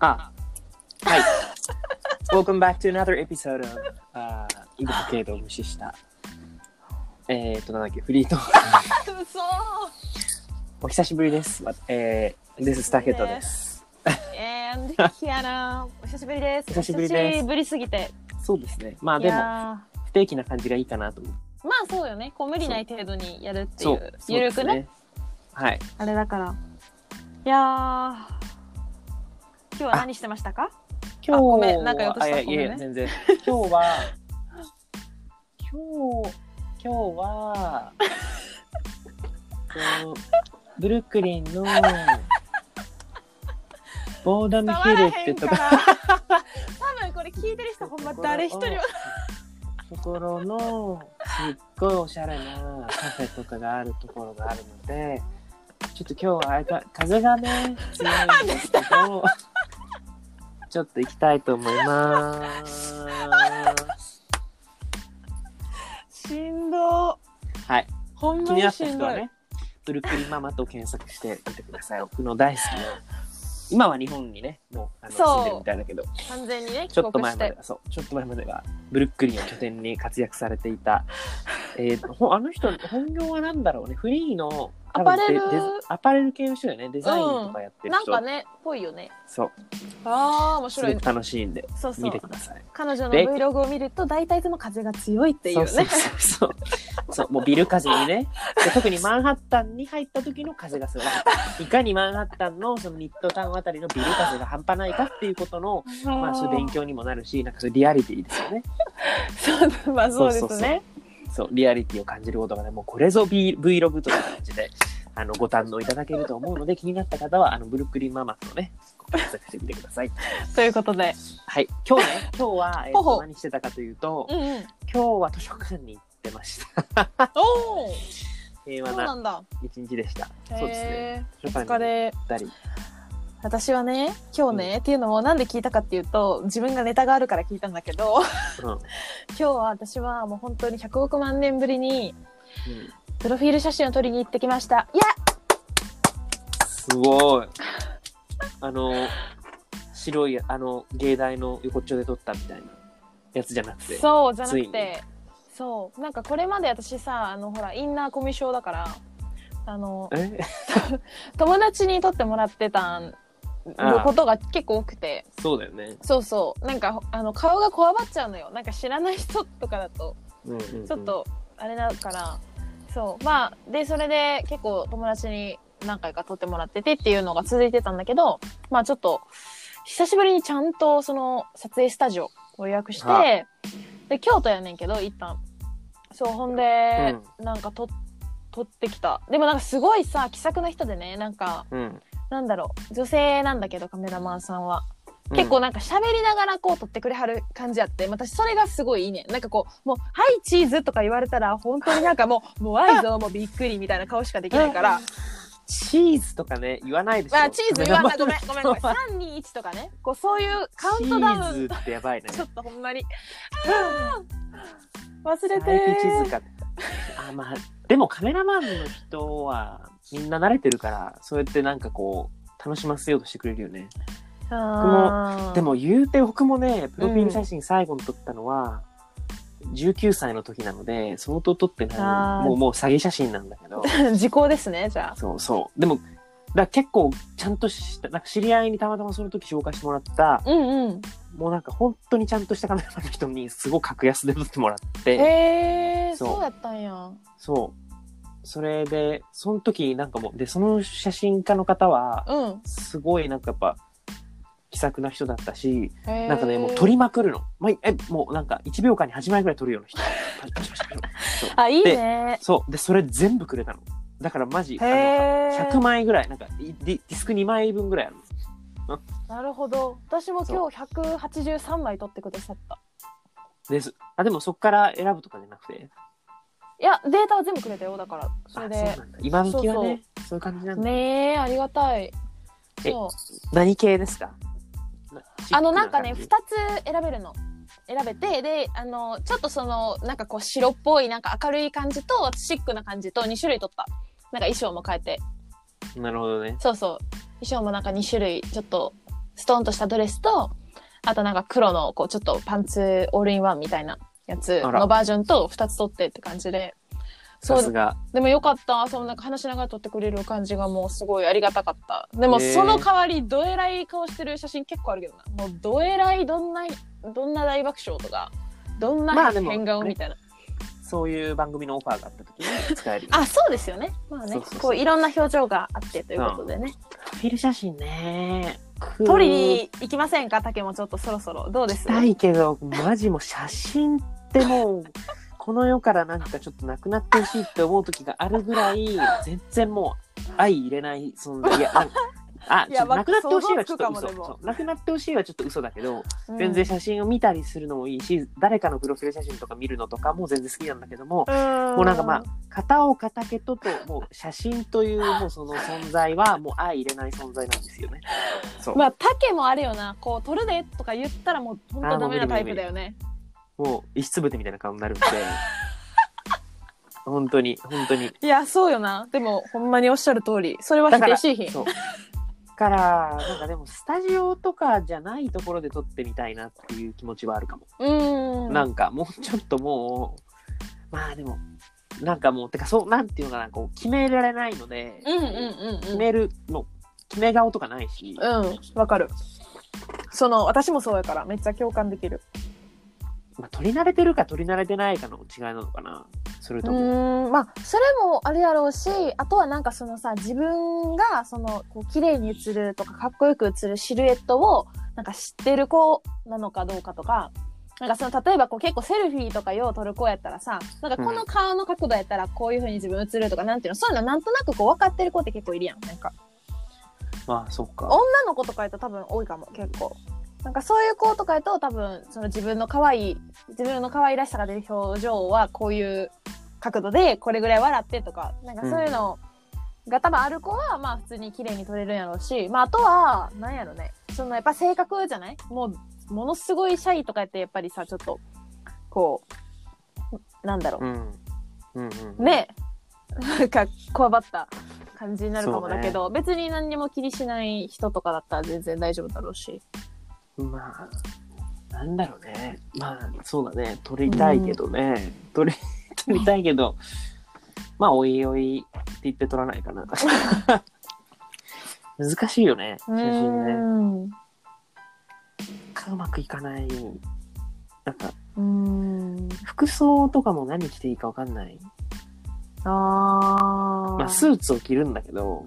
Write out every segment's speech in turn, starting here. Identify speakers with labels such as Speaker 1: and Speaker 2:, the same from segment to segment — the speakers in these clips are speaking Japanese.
Speaker 1: あ、はい。Welcome back to another episode of、uh, イブとケイドを無視した。えっ、ー、と、なんだっけ、フリートーク。
Speaker 2: 嘘
Speaker 1: お久しぶりです。わえー、This is タケトです。
Speaker 2: And キアナお久しぶりです
Speaker 1: 久しぶりです
Speaker 2: 久しぶりすぎて
Speaker 1: そうですね。まあ
Speaker 2: い
Speaker 1: でも、
Speaker 2: や
Speaker 1: 不定期な感じがいいかなと思って。
Speaker 2: ーまあそうよねこう無理ない程度にやるってい
Speaker 1: そうう。そう
Speaker 2: ゆ
Speaker 1: で
Speaker 2: る
Speaker 1: す
Speaker 2: くね
Speaker 1: はい。
Speaker 2: あれだからいやー今日は何してましたか
Speaker 1: 今日は
Speaker 2: ごめんなんかよくした
Speaker 1: あいやいやい
Speaker 2: ごめん
Speaker 1: や
Speaker 2: ね
Speaker 1: 全然。今日は、今日、今日は、えっとブルックリンの、ボーダムヒルってとこ
Speaker 2: ら多分これ聞いてる人ほんま誰一人は
Speaker 1: ところのすっごいおしゃれなカフェとかがあるところがあるのでちょっと今日はあれか風がね強いんですけどちょっと行きたいと思います
Speaker 2: しんど
Speaker 1: はい
Speaker 2: ほん
Speaker 1: 気
Speaker 2: ま
Speaker 1: にな
Speaker 2: に
Speaker 1: っ
Speaker 2: したん
Speaker 1: 人
Speaker 2: ど、
Speaker 1: はいねブルックリンママと検索してみてください僕の大好きな今は日本にねもうあの
Speaker 2: そ
Speaker 1: 住ん
Speaker 2: う
Speaker 1: でるみたいだけど
Speaker 2: 完全にね
Speaker 1: ち
Speaker 2: 帰
Speaker 1: ょっと
Speaker 2: 国
Speaker 1: 前
Speaker 2: し
Speaker 1: まで
Speaker 2: て、
Speaker 1: そう、ちょっと前までは、ブルックリンを拠点に活躍されていた、えー、ほあの人、本業は何だろうね、フリーの、多分
Speaker 2: アパレル
Speaker 1: デデアパレル系の人よね、デザインとかやってる
Speaker 2: なん
Speaker 1: 人、
Speaker 2: かねぽいよね
Speaker 1: そう、
Speaker 2: ああ面
Speaker 1: す
Speaker 2: 白
Speaker 1: ご
Speaker 2: い
Speaker 1: く楽しいんで、
Speaker 2: そうそ
Speaker 1: 見
Speaker 2: う
Speaker 1: てください。っ
Speaker 2: 彼女の
Speaker 1: で
Speaker 2: Vlog を見ると大体いつも風が強いっていうね
Speaker 1: そうそうそうそう。そう、もうビル風にね。で特にマンハッタンに入った時の風がすごかった。いかにマンハッタンのそのミッドタウンあたりのビル風が半端ないかっていうことの、まあ、そういう勉強にもなるし、なんかそういうリアリティですよね。
Speaker 2: そうまあそうです
Speaker 1: そ
Speaker 2: ね
Speaker 1: うそうそうそう、リアリティを感じることがね、もうこれぞ V- Vlog という感じで、 あの、ご堪能いただけると思うので、気になった方は、あの、ブルックリンママとね、検索してみてください。
Speaker 2: ということで
Speaker 1: はい。今日 ね、今日は、えっ
Speaker 2: ほ
Speaker 1: と、
Speaker 2: ほ
Speaker 1: 何してたかというと
Speaker 2: う、ん、うん、
Speaker 1: 今日は図書館に行ってました。
Speaker 2: おお
Speaker 1: 平和
Speaker 2: そうな
Speaker 1: なん
Speaker 2: だ
Speaker 1: 一日でした。そうですね。
Speaker 2: へ
Speaker 1: 図書
Speaker 2: ーお
Speaker 1: 館に行
Speaker 2: 疲れ
Speaker 1: ったり。
Speaker 2: 私はね今日ね、っていうのもなんで聞いたかっていうと自分がネタがあるから聞いたんだけど
Speaker 1: うん。うん
Speaker 2: 今日は私はもう本当に100億万年ぶりにプロフィール写真を撮りに行ってきましたいや
Speaker 1: すごい。あの、白い、あの、芸大の横っちょで撮ったみたいなやつじゃなくて。
Speaker 2: そうじゃな
Speaker 1: つい
Speaker 2: く
Speaker 1: に
Speaker 2: てそうなんかこれまで私さあのほらインナーコミュ障だからあの
Speaker 1: え
Speaker 2: 友達に撮ってもらってたん
Speaker 1: ああ
Speaker 2: ことが結構多くて
Speaker 1: そうだよね。
Speaker 2: そうそうなんかあの顔がこわばっちゃうのよなんか知らない人とかだと
Speaker 1: うんうんうん
Speaker 2: ちょっとあれだから、そうまあでそれで結構友達に何回か撮ってもらっててっていうのが続いてたんだけどまあちょっと久しぶりにちゃんとその撮影スタジオを予約して、
Speaker 1: は
Speaker 2: で京都やねんけど一旦そうほんで、なんか撮撮ってきたでもなんかすごいさ気さくな人でねなんか
Speaker 1: うん。
Speaker 2: なんだろう女性なんだけどカメラマンさんは結構なんか喋りながらこう撮ってくれはる感じあって、私それがすごいいいね。なんかこう、もう、はい、チーズとか言われたら、本当になんかもう、もう、愛ぞ、もうびっくりみたいな顔しかできないから。
Speaker 1: チーズとかね言わないでしょ。
Speaker 2: まあ、チーズ言わない。ごめん、ごめん、ごめん。
Speaker 1: カ
Speaker 2: 3、2、1とかね。こう、そういうカウ
Speaker 1: ウ
Speaker 2: ン
Speaker 1: ン
Speaker 2: ト
Speaker 1: ト
Speaker 2: ダ
Speaker 1: ダ
Speaker 2: ウ
Speaker 1: ウン
Speaker 2: ン。
Speaker 1: ってやばいね。
Speaker 2: ちょっとほんまに。あー忘れて
Speaker 1: 最近チーズ
Speaker 2: ー。
Speaker 1: か。あまあでもカメラマンの人はみんな慣れてるからそうやってなんかこう楽しませようとしてくれるよね。
Speaker 2: あー
Speaker 1: で、も言うて僕もねプロフィール写真最後に撮ったのは。19歳の時なので相当撮って
Speaker 2: あ
Speaker 1: な
Speaker 2: ー
Speaker 1: いもうもう詐欺写真なんだ けど
Speaker 2: 時効ですね、じゃ
Speaker 1: そうそうでもだから結構ちゃんとしたなんか知り合いにたまたまその時紹介してもらった
Speaker 2: あ。うんうん。
Speaker 1: もうなんか本当にちゃんとしたカメラマンの人にすごい格安で撮ってもらって、
Speaker 2: へえ、
Speaker 1: そう
Speaker 2: そうやったんや。
Speaker 1: そう。それで、その時なんかもう、で、その写真家の方は、
Speaker 2: うん。
Speaker 1: すごいなんかやっぱ、気さくな人だったし、
Speaker 2: な
Speaker 1: なんかね、もう撮りまくるの。まあ、え、もうなんか1秒間に8枚ぐらい撮るような人。パチパチパチパチそう
Speaker 2: あ、いい
Speaker 1: で
Speaker 2: ね。
Speaker 1: そう。で、それ全部くれたの。だからマジ、あ
Speaker 2: へ
Speaker 1: の、
Speaker 2: え。
Speaker 1: 100枚ぐらい、なんかディディスク2枚分ぐらいあるの。
Speaker 2: なるほど。私も今日183枚取ってくださった。
Speaker 1: です。あ、でもそっから選ぶとかじゃなくて。
Speaker 2: いや、データは全部くれたよ。だから、それ
Speaker 1: あ
Speaker 2: で
Speaker 1: そう。なんだ今時はねそういう感じなんだ
Speaker 2: ねえ、ありがたい。
Speaker 1: え
Speaker 2: そう。
Speaker 1: 何系ですか
Speaker 2: あの、なんかね、2
Speaker 1: シッ
Speaker 2: つ選べるの。選べて、で、あの、ちょっとその、なんかこう、白っぽい、なんか明るい感じと、シックな感じと、2種類取った。なんか衣装も変えて。
Speaker 1: クな感じなるほどね
Speaker 2: そうそう。衣装もなんか2種類、ちょっと、ストーンとしたドレスと、あとなんか黒の、こう、ちょっとパンツオールインワンみたいなやつ
Speaker 1: あら
Speaker 2: のバージョンと2つ取ってって感じで。そ
Speaker 1: さす
Speaker 2: う、
Speaker 1: が。
Speaker 2: でもよかった。そのなんか話しながら撮ってくれる感じがもうすごいありがたかった。でも
Speaker 1: へえ
Speaker 2: その代わり、どえらい顔してる写真結構あるけどな。もうどえらい、どんな、どんな大爆笑とか、どん
Speaker 1: まあ
Speaker 2: な
Speaker 1: でも
Speaker 2: 変顔みたいな。
Speaker 1: そういう番組のオファーがあった時に使えるよ。
Speaker 2: あ、そうですよね。まあね、
Speaker 1: そうそうそう
Speaker 2: こういろんな表情があってということでね。
Speaker 1: プロフィール写真ね。
Speaker 2: 撮りに行きませんか竹もちょっとそろそろ。どうです
Speaker 1: したいけど、マジもう写真ってもう、この世からなんかちょっとなくなってほしいって思う時があるぐらい、全然もう相入れない存 在。いや、なんかあ、
Speaker 2: い
Speaker 1: ちょ
Speaker 2: や
Speaker 1: っとなくなってほしいはちょっと
Speaker 2: 想像
Speaker 1: 嘘。
Speaker 2: つくかもでも
Speaker 1: そうなくなってほしいはちょっと嘘だけど、
Speaker 2: うん
Speaker 1: 全然写真を見たりするのもいいし、誰かのプロフィール写真とか見るのとかも全然好きなんだけども、
Speaker 2: も
Speaker 1: もうなんかまあ片岡武人ともう写真というもうその存在はもう相入れない存在なんです よね。そう、
Speaker 2: まあ竹もあれよなこう取るでとか言ったらもう本当ダメなタイプだよね
Speaker 1: もう石つぶてみたいな顔になるんで本当に本当に
Speaker 2: いやそうよなでもほんまにおっしゃる通りそれは否定しいひん
Speaker 1: そう。からなんかでもスタジオとかじゃないところで撮ってみたいなっていう気持ちはあるかも。
Speaker 2: うーん
Speaker 1: なんかもうちょっともうまあでもなんかもうてかそうなんていうのかなこう決められないので、
Speaker 2: うんうん
Speaker 1: 決
Speaker 2: うんうん
Speaker 1: めるの決め顔とかないし。
Speaker 2: うんわかるその私もそうやからめっちゃ共感できる
Speaker 1: まあ、取り慣れてるか取り慣れてないかの違いなのかなそれ
Speaker 2: う
Speaker 1: とも、
Speaker 2: ーんまあそれもあれやろうしあとはなんかそのさ自分がそのこう綺麗に映るとかかっこよく映るシルエットをなんか知ってる子なのかどうかとか。なんかその例えばこう結構セルフィーとかよう撮る子やったらさなんかこの顔の角度やったらこういう風に自分映るとかなんていうのそういうのなんとなくこう分かってる子って結構いるやんなんか
Speaker 1: まあそっか
Speaker 2: 女の子とかやったら多分多いかも結構なんかそういう子とかやと多分その自分の可愛い自分の可愛らしさが出る表情はこういう角度でこれぐらい笑ってとかなんかそういうのが多分ある子はまあ普通に綺麗に撮れるんやろうし、まあ、あとはなんやろねそのやっぱ性格じゃないもうものすごいシャイとかやってやっぱりさちょっとこうなんだろう
Speaker 1: うんうんうん
Speaker 2: ねなんかこわばった感じになるかも
Speaker 1: そうね
Speaker 2: だけど、別に何にも気にしない人とかだったら全然大丈夫だろうし
Speaker 1: まあなんだろうねまあそうだね取りたいけどね、取り 取りたいけどまあおいおいって言って取らないかな 難しいよね写真ね
Speaker 2: 真ね
Speaker 1: うまくいかないなんか
Speaker 2: うん
Speaker 1: 服装とかも何着ていいかわかんない
Speaker 2: あ、
Speaker 1: ま
Speaker 2: ま
Speaker 1: あスーツを着るんだけど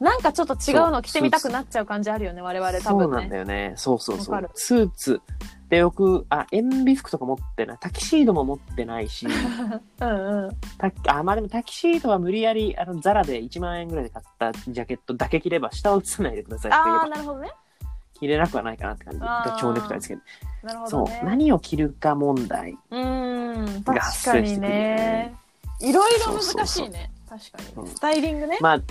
Speaker 2: なんかちょっと違うの着てみたくなっちゃう感じあるよね我々多
Speaker 1: そうな
Speaker 2: 分
Speaker 1: んだ
Speaker 2: ね
Speaker 1: よね。そうそうそ
Speaker 2: わか
Speaker 1: う
Speaker 2: る。
Speaker 1: スーツでよく、あ、塩ビ服とか持ってない。タキシードも持ってない し、
Speaker 2: うんうん
Speaker 1: タキあ、まあでもタキシードは無理やり、あの、ザラで1万円ぐらいで買ったジャケットだけ着れば、下を映さないでくださいって言え
Speaker 2: ああ
Speaker 1: ば、
Speaker 2: なるほどね
Speaker 1: 着れなくはないかなって感じ。
Speaker 2: あー
Speaker 1: 蝶ネクタイつけて。
Speaker 2: なるほ
Speaker 1: そ
Speaker 2: ど
Speaker 1: う。
Speaker 2: ね
Speaker 1: 何を着るか問題。
Speaker 2: うん
Speaker 1: が
Speaker 2: 確
Speaker 1: 発
Speaker 2: か
Speaker 1: 生し
Speaker 2: に
Speaker 1: てくるよ
Speaker 2: ね
Speaker 1: ね
Speaker 2: いろいろ
Speaker 1: そうそ
Speaker 2: 難
Speaker 1: う
Speaker 2: し
Speaker 1: そう
Speaker 2: いね確か
Speaker 1: うん
Speaker 2: にスタイリングね、
Speaker 1: まあ、うんま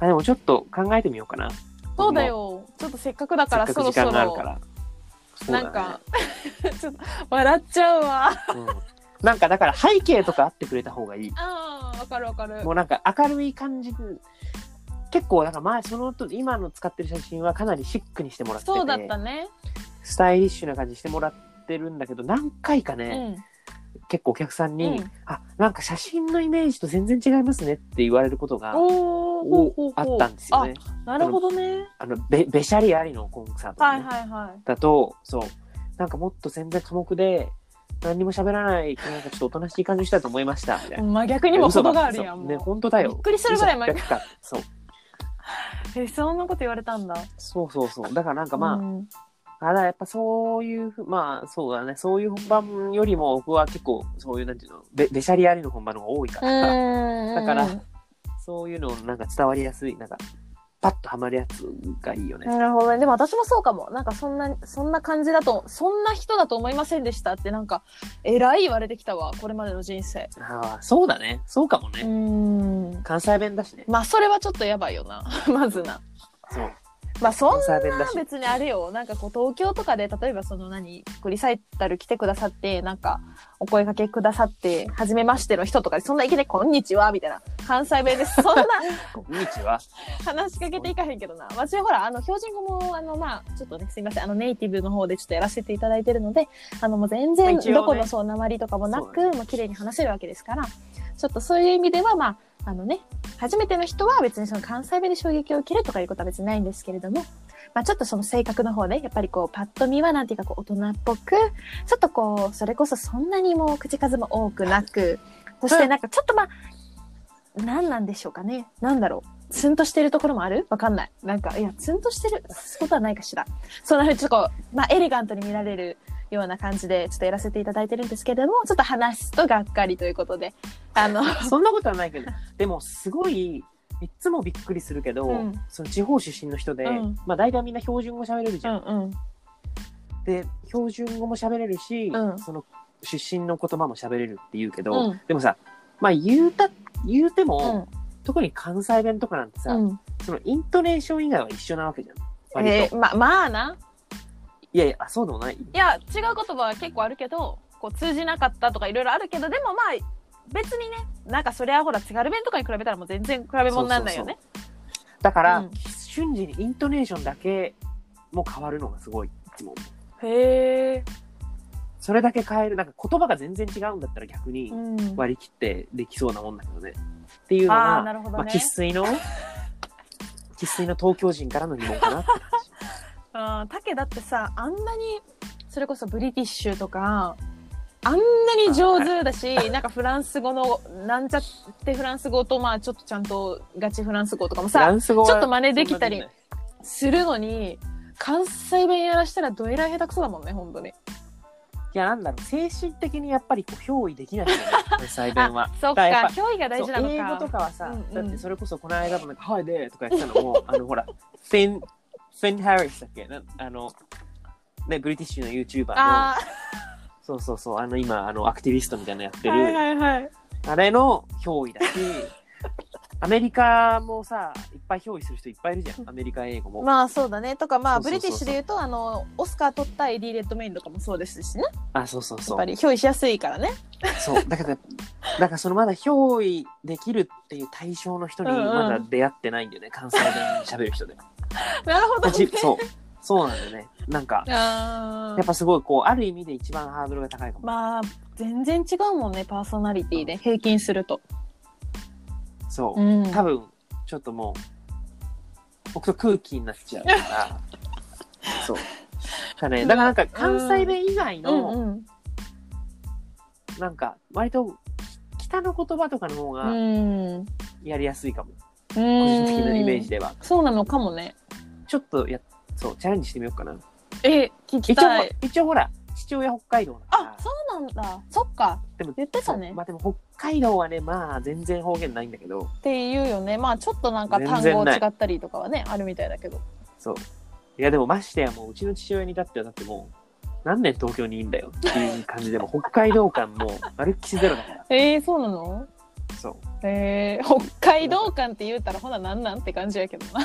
Speaker 1: あでもちょっと考えてみようかな。
Speaker 2: そうだよちょっとせっかくだ
Speaker 1: せ
Speaker 2: か
Speaker 1: っ
Speaker 2: ら
Speaker 1: か
Speaker 2: そ
Speaker 1: く
Speaker 2: ろ
Speaker 1: 時
Speaker 2: そ
Speaker 1: 間が
Speaker 2: ろ
Speaker 1: あるから。そうだ
Speaker 2: な
Speaker 1: ね
Speaker 2: んか、 ちょっと笑っちゃうわ。
Speaker 1: うんなんかだから背景とかあってくれた方がいい。
Speaker 2: ああ、わかるわか る
Speaker 1: も。うなんか明るい感じで結構なんか前その時今の使ってる写真はかなりシックにしてもらってて
Speaker 2: そうだったね。
Speaker 1: スタイリッシュな感じしてもらってるんだけど何回か
Speaker 2: う
Speaker 1: ね、
Speaker 2: ん。
Speaker 1: 結構お客さんに、
Speaker 2: うん
Speaker 1: あなんか写真のイメージと全然違いますねって言われることが
Speaker 2: おお、ほうほう
Speaker 1: あ
Speaker 2: ほ
Speaker 1: っ
Speaker 2: う
Speaker 1: たんですよね。
Speaker 2: あなるほどね。
Speaker 1: あのべべしゃりありのコンサートね、
Speaker 2: はいはいは
Speaker 1: だとそうなんかもっと全然寡黙で何にも喋らないなんかちょっとおとなしい感じの人だと思いましたみたいな。
Speaker 2: い。真逆にも程があるやん。
Speaker 1: そうね
Speaker 2: も
Speaker 1: 本当だ
Speaker 2: うび
Speaker 1: よ。
Speaker 2: っくりするぐらい前
Speaker 1: 嘘。逆かそう
Speaker 2: え、そんなこと言われたんだ。
Speaker 1: そうそうそう。だからなんかまあ、
Speaker 2: うん
Speaker 1: ただやっぱそういうふ、まあそうだね、そういう本番よりも僕は結構そういうなんていうの、べべしゃりありの本番の方が多いから、だからそういうのなんか伝わりやすい、なんかパッとはまるやつがいいよね。
Speaker 2: なるほどね。でも私もそうかも。なんかそんな、そんな感じだと、そんな人だと思いませんでしたって、なんか、えらい言われてきたわ。これまでの人生。
Speaker 1: ああ、そうだね。そうかもね。
Speaker 2: ん。
Speaker 1: 関西弁だしね。
Speaker 2: まあ、それはちょっとやばいよな。まずな。
Speaker 1: そう。
Speaker 2: まあそん
Speaker 1: おしゃべりだし。
Speaker 2: 別にあれよなんかこう東京とかで例えばその何リサイタル来てくださってなんかお声掛けくださって初めましての人とかでそんないきなり「こんにちは」みたいな関西弁でそんな
Speaker 1: こんにちは。
Speaker 2: 話しかけていかへんけど な私はほらあの標準語もあのまあちょっとねすいませんあのネイティブの方でちょっとやらせていただいてるのであのもう全
Speaker 1: まあ
Speaker 2: 然
Speaker 1: 一応ね
Speaker 2: どこのそう鉛とかもな
Speaker 1: そう
Speaker 2: くもう綺麗に話せるわけですからちょっとそういう意味ではまああのね初めての人は別にその関西弁で衝撃を受けるとかいうことは別にないんですけれども、まあ、ちょっとその性格の方ねやっぱりこうパッと見はなんていうかこう大人っぽくちょっとこうそれこそそんなにもう口数も多くなくそしてなんかちょっとまあ何なんでしょうかね何だろうツンとしてるところもあるわかんないなんかいやツンとしてるそういうことはないかしらそんなふうにちょっとこう、まあ、エレガントに見られるような感じでちょっとやらせていただいてるんですけれどもちょっと話すとがっかりということであの
Speaker 1: そんなことはないけど、でもすごい、いつもびっくりするけど、
Speaker 2: うん
Speaker 1: その地方出身の人で、
Speaker 2: うん
Speaker 1: まあ大体みんな標準語喋れるじ
Speaker 2: う
Speaker 1: ゃん。
Speaker 2: んうん
Speaker 1: で、標準語も喋れるし、
Speaker 2: うん
Speaker 1: その出身の言葉も喋れるって言うけど、
Speaker 2: うん
Speaker 1: でもさ、まあ言うた、言うて
Speaker 2: う
Speaker 1: も、
Speaker 2: ん
Speaker 1: 特に関西弁とかなんてさ、
Speaker 2: うん
Speaker 1: そのイントネーション以外は一緒なわけじゃん。割と。
Speaker 2: えーままあない
Speaker 1: やいや、あそうでもない。
Speaker 2: いや違う言葉は結構あるけどこう通じなかったとかいろいろあるけどでもまあ別にねなんかそれはほら津軽弁とかに比べたらもう全然比べ物になんないよね
Speaker 1: だから、
Speaker 2: うん
Speaker 1: 瞬時にイントネーションだけも変わるのがすごい。いつも
Speaker 2: へえ、
Speaker 1: それだけ変える。なんか言葉が全然違うんだったら逆に
Speaker 2: うん、
Speaker 1: 割り切ってできそうなもんだけどね。っていうの
Speaker 2: あ
Speaker 1: が、
Speaker 2: あなるほどね
Speaker 1: まあ、生粋 の、生粋の東京人からの疑問かなって感じ。
Speaker 2: あータケだってさあんなにそれこそブリティッシュとかあんなに上手だし、なんかフランス語のなんちゃってフランス語とまあちょっとちゃんとガチフランス語とかも
Speaker 1: フラ
Speaker 2: さ
Speaker 1: ンス語は
Speaker 2: ちょっと真似できたり
Speaker 1: そんなこと
Speaker 2: するのに関西弁やらしたらどえらい下手くそだもんね本当に
Speaker 1: ないいや、なんだろう。精神的にやっぱりこう、憑依できないよね。関西弁は
Speaker 2: あ。そ
Speaker 1: だ
Speaker 2: っから
Speaker 1: やっぱ
Speaker 2: 憑依が 大事なの
Speaker 1: そう英語とか
Speaker 2: か
Speaker 1: はさ、
Speaker 2: うんうん
Speaker 1: だってそれこそこの間もなんか「はいで」とかやってたのもあのほらフィン・フィン・ハリスだっけなあのねブリティッシュの YouTuber の
Speaker 2: あ
Speaker 1: そうそうそうあの今あのアクティビストみたいなのやって
Speaker 2: ー
Speaker 1: る、
Speaker 2: はいはいはい
Speaker 1: あれの憑依だしアメリカもさいっぱい憑依する人いっぱいいるじゃんアメリカ英語も、
Speaker 2: まあそうだねとかまあ
Speaker 1: そう
Speaker 2: ブ
Speaker 1: そうそうそう
Speaker 2: リティッシュで言うとあのオスカー取ったエディ・レッドメインとかもそうですしね
Speaker 1: あそうそう
Speaker 2: や
Speaker 1: そ
Speaker 2: っぱ
Speaker 1: う
Speaker 2: り憑依しやすいからね
Speaker 1: そうだからだからそのまだ憑依できるっていう対象の人に
Speaker 2: うんうん
Speaker 1: まだ出会ってないんだよね、関西弁喋る人 で
Speaker 2: なるほどね
Speaker 1: じ そうそうなんだよねなんか
Speaker 2: あ
Speaker 1: やっぱすごいこうある意味で一番ハードルが高いかも、
Speaker 2: まあ全然違うもんねパーソナリティで平均すると、
Speaker 1: そうう、
Speaker 2: ん、
Speaker 1: 多分ちょっともう僕と空気になっちゃうから そうだ,、ね、だからなんか関西弁以外
Speaker 2: う
Speaker 1: の、
Speaker 2: んうん
Speaker 1: なんか割とき北の言葉とかの方
Speaker 2: う
Speaker 1: が
Speaker 2: んうん
Speaker 1: やりやすいかも、個人的なイメージでは
Speaker 2: そうなのかもね
Speaker 1: ちょっとやそうチャレンジしてみようかな
Speaker 2: え聞き
Speaker 1: 一
Speaker 2: た
Speaker 1: 応
Speaker 2: い
Speaker 1: 一応ほら父親北海道だから
Speaker 2: あそうなんだそっか
Speaker 1: でも
Speaker 2: 言ってたね
Speaker 1: まあでも北海道はねまあ全然方言ないんだけど
Speaker 2: っていうよねまあちょっとなんか単
Speaker 1: 全
Speaker 2: 語
Speaker 1: 然ない
Speaker 2: 違ったりとかはねあるみたいだけど
Speaker 1: そう。いや、でもましてや、もううちの父親にだっては、だってもう、何年東京にいんだよっていう感じで、もう北海道間もう、まるっきしゼロだから。
Speaker 2: えー、そうなの
Speaker 1: そ
Speaker 2: えー、北海道館って言うたらほななんなんって感じやけどな
Speaker 1: う。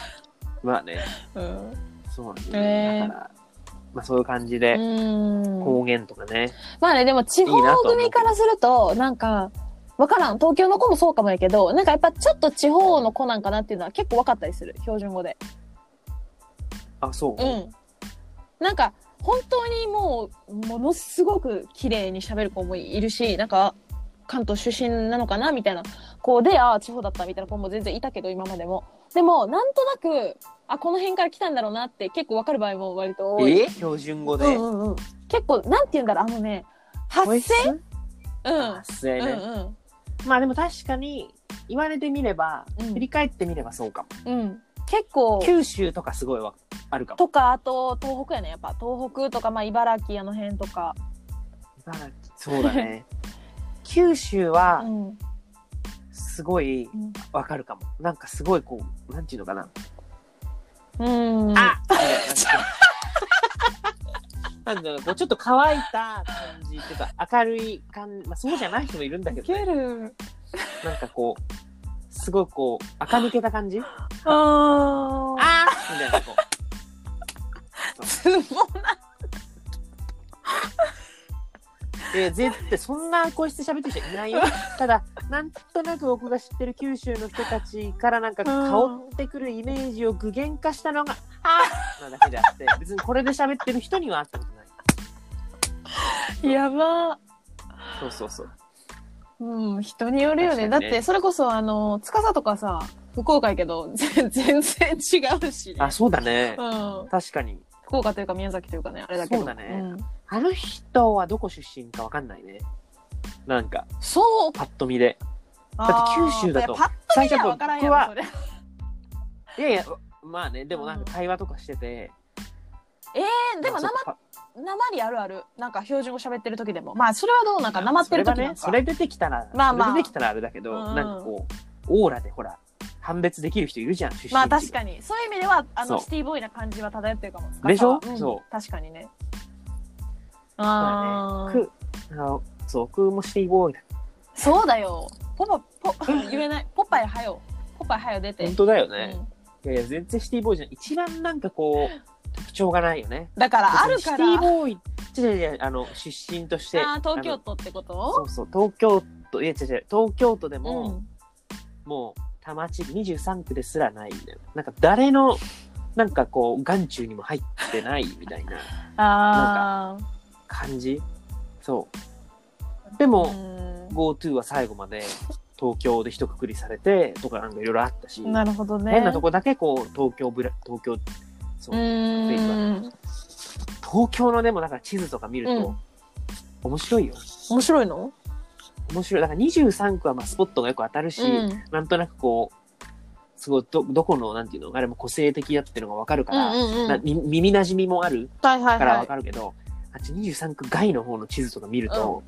Speaker 1: まあね、
Speaker 2: うん
Speaker 1: そうなんだよね。
Speaker 2: へー
Speaker 1: だから、まあそういう感じで、
Speaker 2: うん
Speaker 1: 方言とかね。
Speaker 2: まあねでも地
Speaker 1: いいな
Speaker 2: 方
Speaker 1: と思うけ
Speaker 2: 組
Speaker 1: ど
Speaker 2: からするとなんかわからん東京の子もそうかもやけどなんかやっぱちょっと地方の子なんかなっていうのは結構分かったりする標準語で
Speaker 1: あ、そう。
Speaker 2: うんなんか本当にもうものすごく綺麗に喋る子もいるしなんか関東出身なのかなみたいな子でああ地方だったみたいな子も全然いたけど今までもでもなんとなくあこの辺から来たんだろうなって結構分かる場合も割と多い、
Speaker 1: え標準語で。
Speaker 2: うんうんうん、結構なんて言うんだろうあのね発
Speaker 1: 声
Speaker 2: 声
Speaker 1: 質
Speaker 2: うん
Speaker 1: 発声
Speaker 2: うん
Speaker 1: ね。まあでも確かに、言われてみれば、
Speaker 2: うん
Speaker 1: 振り返ってみればそうかも。
Speaker 2: うんうん、結構
Speaker 1: 九州とかすごいわあるかも。
Speaker 2: とかあと東北やねやっぱ東北とか、まあ、茨城あの辺とか、
Speaker 1: 茨城そうだね。 九州は
Speaker 2: う、ん
Speaker 1: すごい
Speaker 2: うん
Speaker 1: わかるかも、なんかすごいこうなんていうのかな、
Speaker 2: うん、
Speaker 1: あみたいななんかなんだろうこうちょっと乾いた感じっていうか明るい感じ、まあ、そうじゃない人もいるんだけど、 ね、
Speaker 2: る
Speaker 1: なんかこうすごいこう垢抜けた感じあ
Speaker 2: あ
Speaker 1: みたいなこう
Speaker 2: ツボな。
Speaker 1: えー、絶対そんな声して喋ってる人いない よ。ただ、なんとなく僕が知ってる九州の人たちからなんか香ってくるイメージを具現化したのが、あなだけであ って、別にこれで喋ってる人には会ったことない。
Speaker 2: やば。
Speaker 1: そうそうそう。
Speaker 2: うん、人によるよね。
Speaker 1: 確か
Speaker 2: だっ
Speaker 1: にね
Speaker 2: て、それこそ、あの、司とかさ、福岡やけど、全全然違うし、ね
Speaker 1: あ、。そうだね
Speaker 2: う。ん。
Speaker 1: 確かに。
Speaker 2: 福岡というか宮崎というかね、あれだけど。
Speaker 1: そうだね
Speaker 2: ん
Speaker 1: あの人はどこ出身かわかんないね。なんか、
Speaker 2: そう。
Speaker 1: パッと見で。
Speaker 2: だ
Speaker 1: って九州だと
Speaker 2: パッと見り
Speaker 1: 最
Speaker 2: ゃ
Speaker 1: 初
Speaker 2: わからん
Speaker 1: 僕
Speaker 2: やろ、
Speaker 1: はい
Speaker 2: それ。
Speaker 1: いやいや、まあね、でもなんか会話とかしてて。
Speaker 2: えーでも、
Speaker 1: ちょ
Speaker 2: な
Speaker 1: っとパ
Speaker 2: ま、なりあるある。なんか、標準語喋ってる時でも。まあ、それはどうなんか、なまってる時
Speaker 1: それが
Speaker 2: なん
Speaker 1: ね
Speaker 2: か。
Speaker 1: それ出てきたら、
Speaker 2: まあまあ
Speaker 1: それ出てきたらあれだけど、
Speaker 2: うんうん
Speaker 1: なんかこうオーラでほら判別できる人いるじゃん出身地
Speaker 2: まあ確かにそういう意味ではあ
Speaker 1: そ
Speaker 2: の
Speaker 1: う
Speaker 2: シティボーイな感じは漂ってるかも
Speaker 1: でしょ
Speaker 2: 司はん
Speaker 1: そ
Speaker 2: 確かにね
Speaker 1: ま
Speaker 2: あ
Speaker 1: あ
Speaker 2: ー
Speaker 1: ねくあのそう僕もシティボーイだ
Speaker 2: そうだよポパポ言えないポパイはよポパイはよ出て、
Speaker 1: 本当だよね、
Speaker 2: うん
Speaker 1: いやいや全然シティボーイじゃん一番なんかこう特徴がないよね
Speaker 2: だからあるか
Speaker 1: シティ
Speaker 2: ら
Speaker 1: ボーイ違う違う違うあの出身として
Speaker 2: あー東京都ってこ
Speaker 1: あの
Speaker 2: と
Speaker 1: そうそう東京都いや違う違う東京都で
Speaker 2: う
Speaker 1: も、
Speaker 2: ん
Speaker 1: もう多摩地区23区ですらないんだよなんか誰のなんかこう眼中にも入ってないみたいな
Speaker 2: あー
Speaker 1: 感じそうでも、
Speaker 2: う
Speaker 1: GoTo は最後まで東京で一括りされてとかなんかいろいろあったし、
Speaker 2: んなるほどね
Speaker 1: 変なとこだけこう東京ブラ東京そう
Speaker 2: うーん
Speaker 1: 東京のでもだから地図とか見る
Speaker 2: う
Speaker 1: と
Speaker 2: ん
Speaker 1: 面白いよ、
Speaker 2: 面白いの
Speaker 1: 面白いだから23区はまあスポットがよく当たるし、
Speaker 2: うん
Speaker 1: なんとなくこうすごいどどこのなんていうのあれも個性的だっていうのが分かるか
Speaker 2: う
Speaker 1: ら、
Speaker 2: んうんうん
Speaker 1: な
Speaker 2: はい
Speaker 1: み耳なじみもある
Speaker 2: はいは
Speaker 1: からわ
Speaker 2: い
Speaker 1: かるけど、あっち23区外の方の地図とか見ると、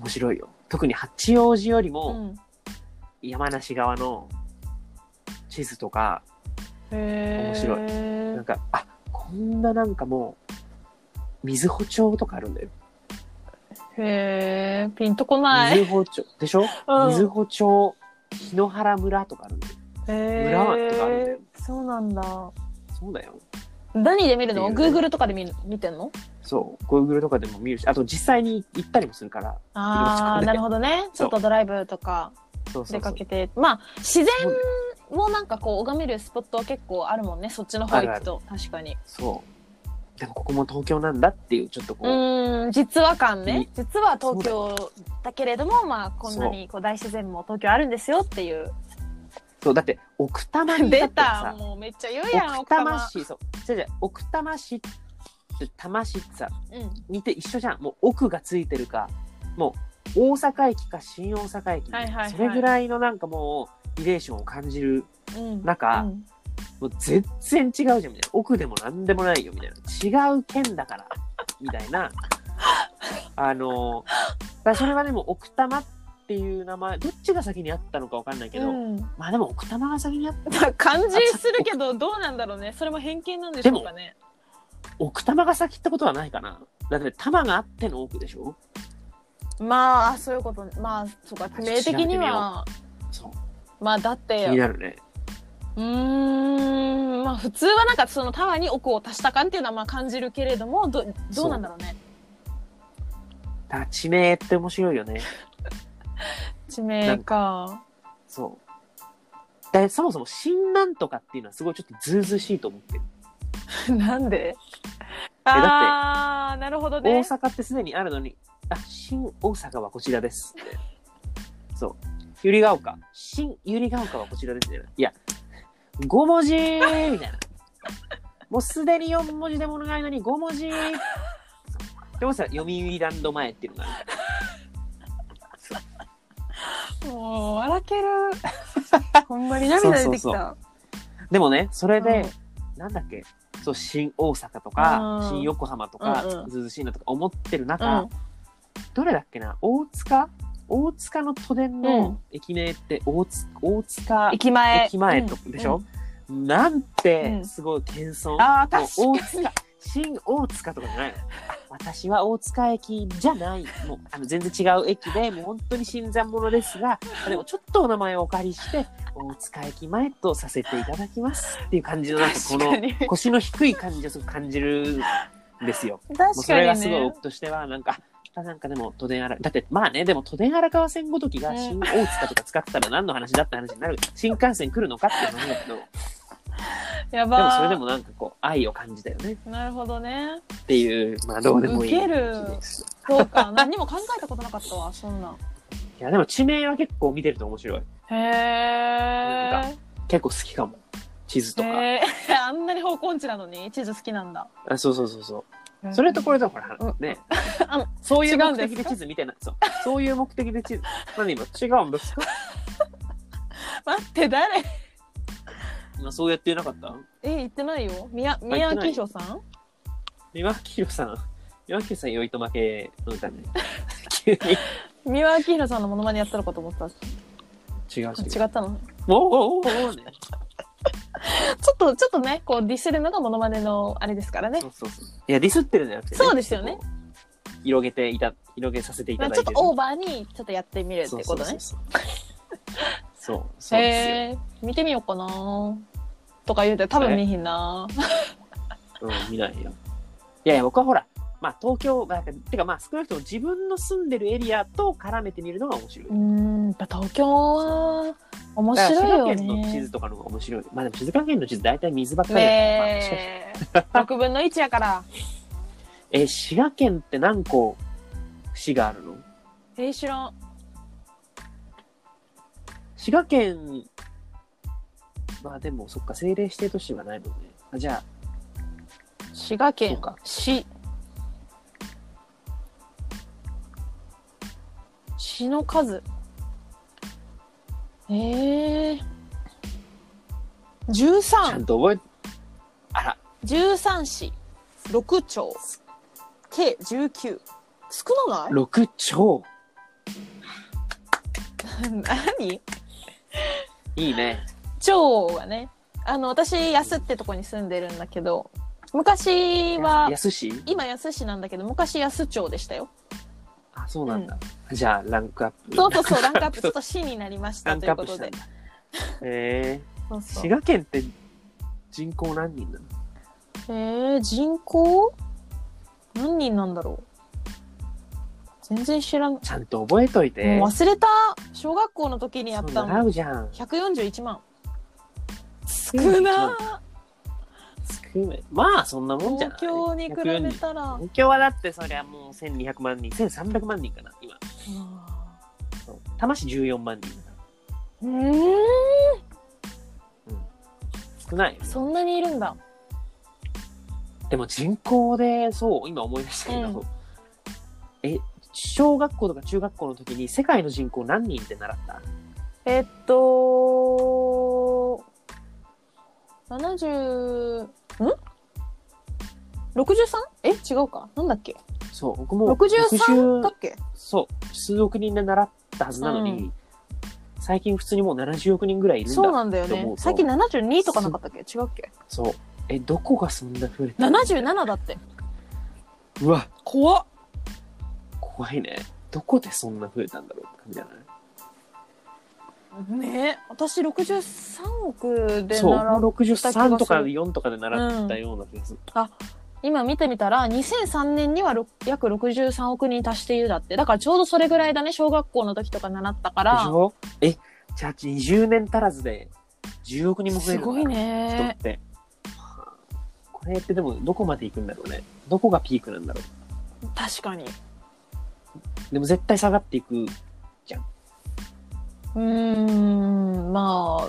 Speaker 1: 面白いよ。特に八王子より
Speaker 2: う
Speaker 1: も
Speaker 2: ん
Speaker 1: 山梨側の地図とか、
Speaker 2: へ
Speaker 1: 面白
Speaker 2: 白
Speaker 1: なんか、あこんななんかもう、瑞穂町とかあるんだよ。
Speaker 2: へえピンとこない
Speaker 1: 瑞穂町。でしょ、
Speaker 2: うん
Speaker 1: 瑞穂町、檜原村とかあるんだよ。
Speaker 2: 村
Speaker 1: 村とかあるんだよ
Speaker 2: そうなんだ
Speaker 1: そうだよ。
Speaker 2: 何で見るの
Speaker 1: っていう
Speaker 2: Google とかで見る見てんの
Speaker 1: そう。Google とかでも見るし、あと実際に行ったりもするから。
Speaker 2: あ
Speaker 1: 色々使っ
Speaker 2: あ
Speaker 1: て
Speaker 2: なるほどねちょっとドライブとか
Speaker 1: そうそ
Speaker 2: 出
Speaker 1: うそ
Speaker 2: か
Speaker 1: う。
Speaker 2: けてまあ自然
Speaker 1: そうだよ
Speaker 2: をなんかこう拝めるスポットは結構あるもんねそっちの方行くと確かに
Speaker 1: そう。でもここも東京なんだっていう、ちょっと
Speaker 2: う
Speaker 1: こう、
Speaker 2: ーん実話感
Speaker 1: い
Speaker 2: ね
Speaker 1: い
Speaker 2: 実は東京だけれどもまあこんなにこう大自然も東京あるんですよって いう
Speaker 1: そう、だって奥多摩に至
Speaker 2: 出
Speaker 1: ってはさ
Speaker 2: たもうめっちゃ言うやん
Speaker 1: 奥多摩
Speaker 2: 奥
Speaker 1: 市そうじゃじゃ奥多摩市って多摩市ってさ
Speaker 2: 多摩うん
Speaker 1: 似て一緒じゃんもう奥がついてるかもう大阪駅か新大阪駅、
Speaker 2: はいはいはい
Speaker 1: それぐらいのなんかもうリレーションを感じる
Speaker 2: うん
Speaker 1: 中、
Speaker 2: うん
Speaker 1: もう全然違うじゃんみたいな奥でも何でもないよみたいな違う県だから みたいなあのだからそれはでも奥多摩っていう名前どっちが先にあったのかわかんないけど、
Speaker 2: うん
Speaker 1: まあでも奥多摩が先にあった
Speaker 2: まあ 感じするけどどうなんだろうねそれも偏見なんでしょうかね
Speaker 1: 奥多摩が先ってことはないかなだって多摩があっての奥でしょ
Speaker 2: まあそういうことまあそうか
Speaker 1: ちょっと
Speaker 2: 名的には
Speaker 1: そう
Speaker 2: まあだって
Speaker 1: 気になるね
Speaker 2: うーんまあ普通はなんかそのタワーに奥を足した感っていうのはまあ感じるけれどもどどうなんだろうね
Speaker 1: だから地名って面白いよね
Speaker 2: 地名か
Speaker 1: そうでそもそも新なんとかっていうのはすごいちょっとずうずうしいと思ってる、
Speaker 2: なんで
Speaker 1: だって
Speaker 2: ああなるほど
Speaker 1: 大
Speaker 2: ね
Speaker 1: 阪ってすでにあるのにあ新大阪はこちらですってそう百合ヶ丘新百合ヶ丘はこちらですねいや5文字みたいなもうすでに4文字でもないのに5文字そうでもさ読売ランド前っていうのがある
Speaker 2: もう笑 けるほんまに涙出てき
Speaker 1: そうそう
Speaker 2: た
Speaker 1: でもね、それで、
Speaker 2: うん
Speaker 1: なんだっけ、そう、新大阪とか、
Speaker 2: うん
Speaker 1: 新横浜とか、
Speaker 2: うんうん
Speaker 1: ずうずうしいなとか思ってる
Speaker 2: う
Speaker 1: 中、
Speaker 2: ん
Speaker 1: どれだっけな、大塚大塚の都電
Speaker 2: う
Speaker 1: の駅名って大津、大塚
Speaker 2: 駅前
Speaker 1: 駅前と、でしょ、なんて、すごい謙遜。
Speaker 2: ああ
Speaker 1: もう
Speaker 2: 確かに
Speaker 1: 大塚、新大塚とかじゃないの。あ 私は大塚駅じゃないもうあの全然違う駅でもう本当に新参者ですがでもちょっとお名前をお借りして大塚駅前とさせていただきますっていう感じのなんかこ
Speaker 2: 確か
Speaker 1: の
Speaker 2: に
Speaker 1: 腰の低い感じをすごく感じるんですよ。もう
Speaker 2: 確
Speaker 1: それ
Speaker 2: か
Speaker 1: が
Speaker 2: に
Speaker 1: すごい
Speaker 2: ね
Speaker 1: 僕としてはなんかあなんかでも都電荒 だってまあねでも都電荒川線ごときが新大塚とか使ってたら何の話だって話になる新幹線来るのかっていうのだけどで
Speaker 2: やば
Speaker 1: もそれでもなんかこう愛を感じたよね
Speaker 2: なるほどね
Speaker 1: っていうまあどうでもいい
Speaker 2: ウケる
Speaker 1: 感じです
Speaker 2: そう か何も考えたことなかったわそんなん
Speaker 1: いやでも地名は結構見てると面白い
Speaker 2: へえ
Speaker 1: 結構好きかも地図とか、
Speaker 2: へえ あんなに方向音痴なのに地図好きなんだ
Speaker 1: あそうそうそうそうそれとこれとほら、
Speaker 2: うん
Speaker 1: ね
Speaker 2: あの
Speaker 1: そういう
Speaker 2: 違う
Speaker 1: 目
Speaker 2: んです
Speaker 1: 的で地図見てないそうそういう目的で地図何今違うんですか
Speaker 2: 待って誰
Speaker 1: 今そうやってなかった
Speaker 2: え言ってないよ宮
Speaker 1: 言っ
Speaker 2: 宮
Speaker 1: てない
Speaker 2: 明宏さん
Speaker 1: 三輪明宏さん三輪明宏さん酔いと負けの歌 ね急に
Speaker 2: 三輪明宏さんのモノマネやったのかと思った
Speaker 1: 違う違う
Speaker 2: 違ったの
Speaker 1: おうおうおうおうね
Speaker 2: ちょっとちょっとねこうディスるのがモノマネのあれですからね
Speaker 1: そうそうそういやディスってるんじゃなくて、
Speaker 2: そうですよね
Speaker 1: こう広げていた広げさせていた
Speaker 2: まあ
Speaker 1: だ
Speaker 2: ちょ
Speaker 1: い
Speaker 2: ってと
Speaker 1: る
Speaker 2: オーバーにちょっとやってみるって
Speaker 1: そう
Speaker 2: こ
Speaker 1: そう
Speaker 2: と
Speaker 1: そう
Speaker 2: ね
Speaker 1: そうそうそうですよ、
Speaker 2: へえ見てみようかなとか言うて多分見ひんな
Speaker 1: うん、見ないよ。いやいや、僕はほら、まあ東京、まあ、てかまあ少なくとも自分の住んでるエリアと絡めてみるのが面白い。
Speaker 2: うーんやっぱ東京は面
Speaker 1: だから
Speaker 2: 白いよ
Speaker 1: 滋賀県の地図
Speaker 2: ね
Speaker 1: とかの方が面白い。まあでも静岡県の地図大体水ばっかりだから、まあしかし
Speaker 2: ねえ6分の1やから
Speaker 1: えー滋賀県って何個市があるの
Speaker 2: えー、知らん
Speaker 1: 滋賀県、まあでもそっか、政令指定都市はないもんね。あじゃ
Speaker 2: 滋賀
Speaker 1: そ
Speaker 2: 県
Speaker 1: うか
Speaker 2: 市市の数ええ
Speaker 1: あ、ちゃん
Speaker 2: ー、
Speaker 1: と覚え、あら、
Speaker 2: 1313市6町計19少なない
Speaker 1: 6兆。
Speaker 2: 何
Speaker 1: いいね。
Speaker 2: 町はねあの私安ってとこに住んでるんだけど昔は
Speaker 1: 安市
Speaker 2: 今安市なんだけど昔安町でしたよ
Speaker 1: あ、そうなんだ。じゃあ、ランクアップ。
Speaker 2: そうそう そうランクアップちょっと市になりまし
Speaker 1: ラ
Speaker 2: た
Speaker 1: ン
Speaker 2: と
Speaker 1: クア
Speaker 2: いう
Speaker 1: ッ
Speaker 2: こ
Speaker 1: プ
Speaker 2: と
Speaker 1: したん
Speaker 2: で
Speaker 1: だ。へえ
Speaker 2: そうそう
Speaker 1: 滋賀県って人口何人なの
Speaker 2: えー、人口何人なんだろう全然知らん、
Speaker 1: ちゃんと覚えといて。
Speaker 2: もう忘れた小学校の時にやった
Speaker 1: そう習
Speaker 2: の
Speaker 1: うじゃん。
Speaker 2: 141万少
Speaker 1: 141
Speaker 2: な
Speaker 1: 少ないまあ、そんなもんじゃない
Speaker 2: 東京に比べ
Speaker 1: 140
Speaker 2: たら
Speaker 1: 東京はだってそりゃもう1200万人、1300万人かな、今。そう多摩市14万人だな
Speaker 2: うんうん
Speaker 1: 少ないよね
Speaker 2: そんなにいるんだ
Speaker 1: でも人口で、そう、今思い出したけど、
Speaker 2: う
Speaker 1: え、小学校とか中学校の時に世界の人口何人って習った
Speaker 2: えっと70ん 63? え違うかなんだっけ
Speaker 1: そう、僕も
Speaker 2: 63だっけ
Speaker 1: そう、数億人で習ったはずなのに、
Speaker 2: う
Speaker 1: 最近普通にもう70億人ぐらいいるんだ。
Speaker 2: そうなんだよ
Speaker 1: って思
Speaker 2: ね
Speaker 1: うと
Speaker 2: 最近72とかなかったっけ違うっけ
Speaker 1: そうえ、どこがそんな増えた
Speaker 2: 77だって
Speaker 1: うわ、
Speaker 2: 怖っ
Speaker 1: 怖いね。どこでそんな増えたんだろうって感じじゃない
Speaker 2: ねえ私63億で
Speaker 1: そう、
Speaker 2: 習
Speaker 1: も
Speaker 2: う
Speaker 1: う63とか4とかで習ったような気がする。
Speaker 2: 今見てみたら2003年にはろ約63億人達しているだってだからちょうどそれぐらいだね小学校の時とか習ったか
Speaker 1: でし
Speaker 2: ら
Speaker 1: ょえ、じゃあ20年足らずで10億人も増え
Speaker 2: す
Speaker 1: るんだ
Speaker 2: ごい
Speaker 1: 人っ
Speaker 2: ね
Speaker 1: て。これってでもどこまで行くんだろうね。どこがピークなんだろ
Speaker 2: 確かに
Speaker 1: う。でも絶対下がっていく。
Speaker 2: うーんまあ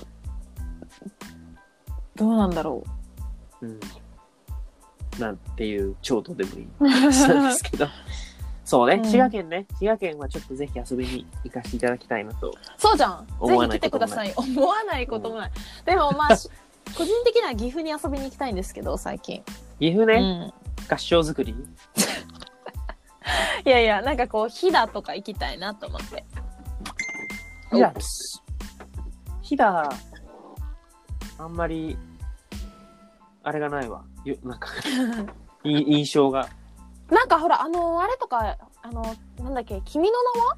Speaker 2: どうなんだろ
Speaker 1: うんなんていう、超どうでもいい話なんですけ ど。そうね、
Speaker 2: うん
Speaker 1: 滋賀県ね、滋賀県はちょっとぜひ遊びに行かせていただきたいなと。
Speaker 2: うそうじゃんぜ
Speaker 1: 思わ
Speaker 2: ひ
Speaker 1: な
Speaker 2: 来
Speaker 1: いこと
Speaker 2: てく
Speaker 1: も
Speaker 2: だ
Speaker 1: な
Speaker 2: さい思わないこともない、でも まあし個人的には岐阜に遊びに行きたいんですけど最近、
Speaker 1: 岐阜
Speaker 2: う
Speaker 1: ね、
Speaker 2: ん、
Speaker 1: 合唱作り。
Speaker 2: いやいやなんかこう飛騨とか行きたいなと思って
Speaker 1: ひだ、ひだ、あんまり、 あれがないわ。よなんかい、印象が。
Speaker 2: なんかほらあのあれとかあのなんだっけ「君の名は?」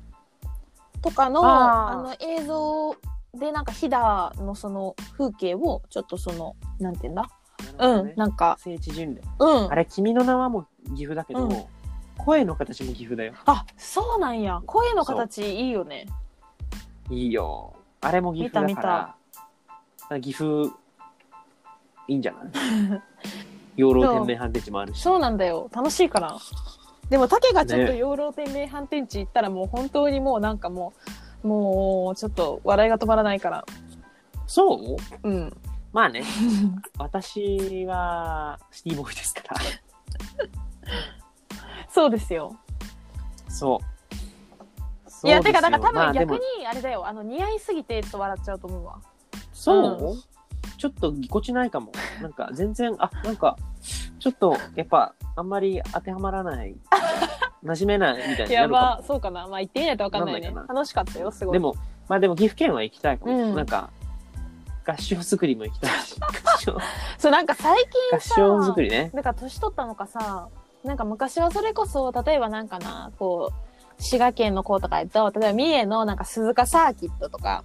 Speaker 2: とかのあ
Speaker 1: あー
Speaker 2: の映像でなんか飛騨のその風景をちょっとそのなんて言うんだ、
Speaker 1: なるほ
Speaker 2: う
Speaker 1: ど
Speaker 2: ん
Speaker 1: ね
Speaker 2: なんか
Speaker 1: 聖地巡礼。
Speaker 2: うん
Speaker 1: あれ、君の名はもう岐阜だけど、
Speaker 2: う
Speaker 1: 声の形も岐阜だよ。
Speaker 2: あそうなんや声の形いいよね
Speaker 1: いいよ。あれも岐阜だから。
Speaker 2: 見た見た
Speaker 1: だから岐阜、いいんじゃない 養老天命反定地もあるし。
Speaker 2: そうなんだよ楽しいからでも竹がちょっと
Speaker 1: ね
Speaker 2: 養老天命反転地行ったらもう本当にもうなんかもうもうちょっと笑いが止まらないから
Speaker 1: そう
Speaker 2: うん
Speaker 1: まあ ね、私はシティボーイですから。
Speaker 2: そうですよ
Speaker 1: そう。
Speaker 2: いやてかなんか多
Speaker 1: ま
Speaker 2: 分
Speaker 1: あでも
Speaker 2: 逆にあれだよあの似合いすぎてちょっと笑っちゃうと思うわ
Speaker 1: そう、ちょっとぎこちないかも。なんか全然、あ、なんか、ちょっとやっぱあんまり当てはまらない、馴染めないみたいにな
Speaker 2: や
Speaker 1: るか
Speaker 2: ばそうかなまあ行ってみないと分かんないね
Speaker 1: なんないか
Speaker 2: 楽しかったよす
Speaker 1: も。
Speaker 2: ごい
Speaker 1: でも、まあでも岐阜県は行きたいかも。
Speaker 2: うん
Speaker 1: なんか、合唱作りも行きたい し。合唱
Speaker 2: そうなんか最近
Speaker 1: 合
Speaker 2: さ
Speaker 1: 唱作りね。
Speaker 2: なんか年取ったのかさなんか昔はそれこそ例えばなんかなこう滋賀県の子とかやと例えば三重のなんか鈴鹿サーキットとか、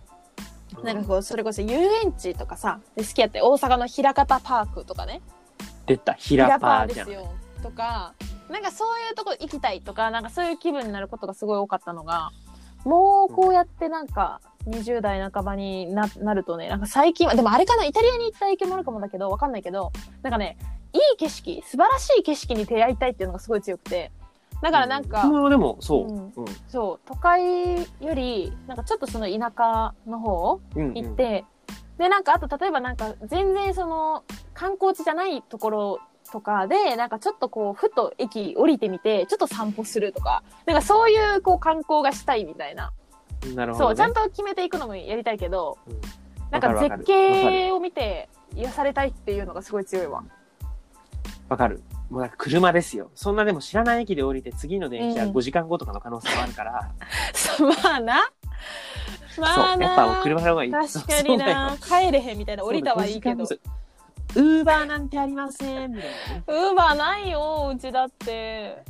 Speaker 2: なんかこうそれこそ遊園地とかさで好きやって大阪の枚方パークとかね
Speaker 1: 出た、ヒラパー
Speaker 2: で
Speaker 1: じゃん
Speaker 2: す。よとかなんかそういうとこ行きたいとかなんかそういう気分になることがすごい多かったのがもうこうやってなんか20代半ばにななるとねなんか最近はでもあれかなイタリアに行った影響もあるかもだけどわかんないけどなんかねいい景色素晴らしい景色に出会いたいっていうのがすごい強くてだからなんか、
Speaker 1: うんもうでも、そう。
Speaker 2: う
Speaker 1: うんん。
Speaker 2: そう都会よりなんかちょっとその田舎の方
Speaker 1: うんうん
Speaker 2: 行って、でなんかあと例えばなんか全然その観光地じゃないところとかでなんかちょっとこうふと駅降りてみてちょっと散歩するとかなんかそういうこう観光がしたいみたいな、
Speaker 1: なるほど、ね。
Speaker 2: そうちゃんと決めていくのもやりたいけど、
Speaker 1: うん
Speaker 2: なんか
Speaker 1: わかるわかる
Speaker 2: 絶景を見て癒されたいっていうのがすごい強いわ
Speaker 1: わかる。もうなんか車ですよ。そんなでも知らない駅で降りて次の電車
Speaker 2: うん
Speaker 1: 5時間後とかの可能性もある から、
Speaker 2: そうまあな
Speaker 1: そ
Speaker 2: まあ
Speaker 1: う、や
Speaker 2: な
Speaker 1: っぱもう車の方がいい。
Speaker 2: 確かにな帰れへんみたいな降りたはいいけど
Speaker 1: ウーバーなんてありませんみたいなね。
Speaker 2: ウーバーないようちだって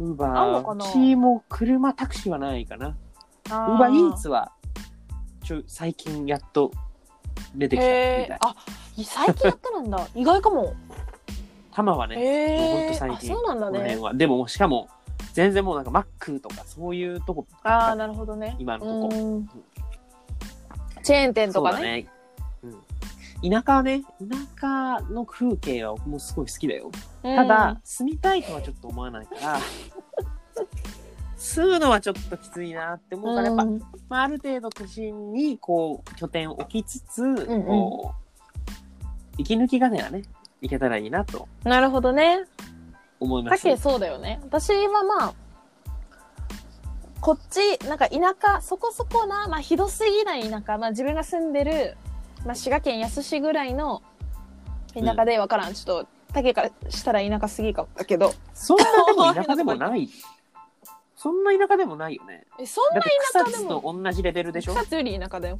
Speaker 1: ウー
Speaker 2: あん
Speaker 1: バ
Speaker 2: のか
Speaker 1: ー。
Speaker 2: な
Speaker 1: うちも車タクシーはないかな。
Speaker 2: ウ
Speaker 1: ウーバーイーツは、ちょ、最近やっと出てきたみ
Speaker 2: へ
Speaker 1: た
Speaker 2: え
Speaker 1: い。
Speaker 2: あ最近やってなん だ意外かも
Speaker 1: タマは
Speaker 2: へ
Speaker 1: ね、もうほん
Speaker 2: え
Speaker 1: と最
Speaker 2: あ
Speaker 1: 近
Speaker 2: そうなんだ
Speaker 1: この辺
Speaker 2: ね
Speaker 1: は。でもしかも、全然もうなんかマックとかそういうとこ
Speaker 2: ああなるほどね
Speaker 1: 今のとこ
Speaker 2: うんチェーン店と
Speaker 1: そう
Speaker 2: か
Speaker 1: だ
Speaker 2: ね
Speaker 1: ね。うん。田舎はね、田舎の風景はもうすごい好きだよ。
Speaker 2: うん
Speaker 1: ただ、住みたいとはちょっと思わないから、住むのはちょっときついなって思うから、やっぱ、
Speaker 2: うん
Speaker 1: まあ、ある程度都心にこう、拠点を置きつつ、
Speaker 2: うん
Speaker 1: こう、息抜きがねらね、いけたらいいなと
Speaker 2: なるほどね
Speaker 1: 思いま
Speaker 2: だ
Speaker 1: す。
Speaker 2: けそうだよね私はまあこっちなんか田舎そこそこな、まあ、ひどすぎない田舎、まあ、自分が住んでる、まあ、滋賀県安市ぐらいの田舎で分からん、ちょっと竹からしたら田舎すぎかだけど
Speaker 1: そんなでも田舎でもない。そんな田舎でもないよね。
Speaker 2: えそん
Speaker 1: だ
Speaker 2: な
Speaker 1: って
Speaker 2: 田
Speaker 1: 草
Speaker 2: 舎で
Speaker 1: 津
Speaker 2: も
Speaker 1: と同じレベルでしょ
Speaker 2: 草津より田舎だよ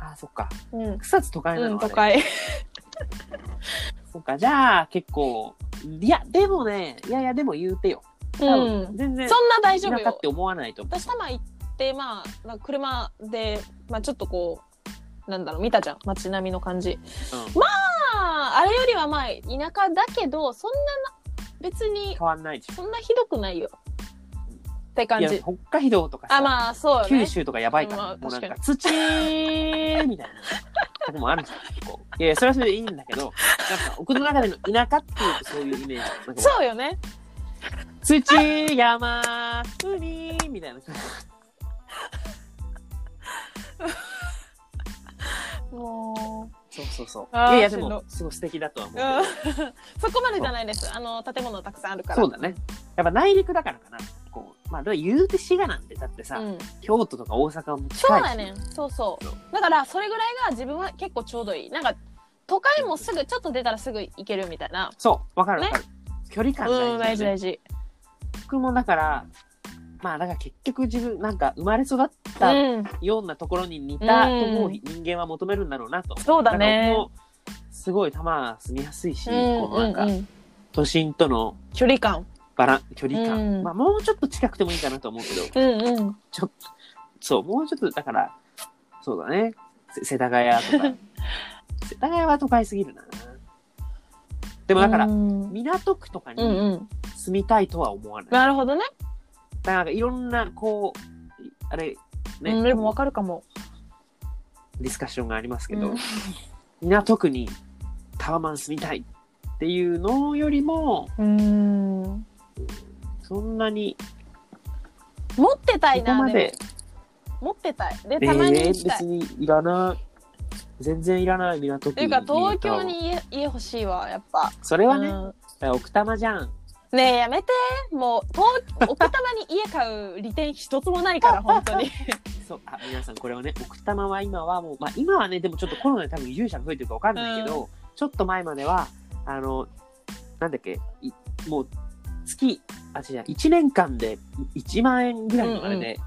Speaker 1: あ、そっか。
Speaker 2: うん
Speaker 1: 草津都会な
Speaker 2: う
Speaker 1: の
Speaker 2: ん、
Speaker 1: あ
Speaker 2: 都
Speaker 1: れ
Speaker 2: 会。
Speaker 1: そっか、じゃあ、結構、いや、でもね、いやいや、でも言うてよ。
Speaker 2: う
Speaker 1: 多
Speaker 2: ん。
Speaker 1: 分全然、
Speaker 2: そんな大丈
Speaker 1: 田
Speaker 2: 夫
Speaker 1: 舎っ
Speaker 2: よ
Speaker 1: て。思わないと思う。
Speaker 2: 私、多摩行って、まあ、なんか車で、まあ、ちょっとこう、なんだろう、見たじゃん。街並みの感じ。
Speaker 1: うん
Speaker 2: まあ、あれよりはまあ、田舎だけど、そんなな、別に、
Speaker 1: 変わんないでしょ。
Speaker 2: そんなひどくないよ。って感
Speaker 1: いや、
Speaker 2: じ。
Speaker 1: 北海道とかさ、
Speaker 2: あ、まあ、そうよね
Speaker 1: 九。州とかやばいから、
Speaker 2: まあ
Speaker 1: もうなんか
Speaker 2: 確
Speaker 1: 土みたいなとこもあるじゃん、結構。いやいや、それはそれでいいんだけど、なんか、奥の中での田舎っていうとそういうイメージ。なんかも
Speaker 2: そうよね。
Speaker 1: う土、山、海、みたいな感じ。
Speaker 2: も
Speaker 1: そうそうそう。い
Speaker 2: あー
Speaker 1: やいや、で
Speaker 2: しんど
Speaker 1: も、すごい素敵だとは思
Speaker 2: う
Speaker 1: う
Speaker 2: うん
Speaker 1: けど。。
Speaker 2: そこまでじゃないです。あの、建物たくさんあるから。
Speaker 1: そうだね。やっぱ内陸だからかな。こう、まあ、でも言うて滋賀なんて、だってさ、
Speaker 2: うん。
Speaker 1: 京都とか大阪も近いし
Speaker 2: そうだねんそうそうだからそれぐらいが自分は結構ちょうどいいなんか都会もすぐちょっと出たらすぐ行けるみたいな
Speaker 1: そうわかる
Speaker 2: ね
Speaker 1: わかる、距離感大事,、
Speaker 2: うん大事大事
Speaker 1: 僕もだからまあだから結局自分なんか生まれ育っ
Speaker 2: う
Speaker 1: た
Speaker 2: ん
Speaker 1: ようなところに似た
Speaker 2: うん
Speaker 1: と思う人間は求めるんだろうなと、
Speaker 2: そうだ
Speaker 1: なん
Speaker 2: ね
Speaker 1: か僕もすごい球住みやすいし、
Speaker 2: うん
Speaker 1: こうなんか、
Speaker 2: うんうん
Speaker 1: 都心との
Speaker 2: 距離感。
Speaker 1: バラン距離感、
Speaker 2: うん
Speaker 1: まあ、もうちょっと近くてもいいかなと思うけど
Speaker 2: うんうん。
Speaker 1: ちょっとそうもうちょっとだからそうだねせ世田谷と か世田谷は都会すぎるなで
Speaker 2: で
Speaker 1: もだから、
Speaker 2: うん
Speaker 1: 港区とか
Speaker 2: うん
Speaker 1: に
Speaker 2: うん。
Speaker 1: 住みたいとは思わない、
Speaker 2: なるほどね。
Speaker 1: だからいろんなこういあれね、
Speaker 2: うん、でもわかるかも。
Speaker 1: ディスカッションがありますけど、
Speaker 2: うん
Speaker 1: 港区にタワマン住みたいっていうのよりも
Speaker 2: うん。持
Speaker 1: そんなに
Speaker 2: ってたい
Speaker 1: ここ
Speaker 2: な。
Speaker 1: まで
Speaker 2: でも持ってたい。で、
Speaker 1: え
Speaker 2: たまに行
Speaker 1: ー
Speaker 2: きた
Speaker 1: 別
Speaker 2: い。
Speaker 1: にいらない全然いらない港
Speaker 2: っ
Speaker 1: 区
Speaker 2: ていう
Speaker 1: に
Speaker 2: か東京に家家欲しいわやっぱ。
Speaker 1: それはね、
Speaker 2: うん
Speaker 1: 奥多摩じゃん
Speaker 2: ねえやめてもう東奥多摩に家買う利点一つもないから 本当に
Speaker 1: そうあ皆さんこれはね奥多摩は今はもう、まあ、今はねでもちょっとコロナで多分移住者が増えてるかわかんないけど、ちょっと前まではあのなんだっけいもう月あ違う1年間で1万円ぐらいのあれで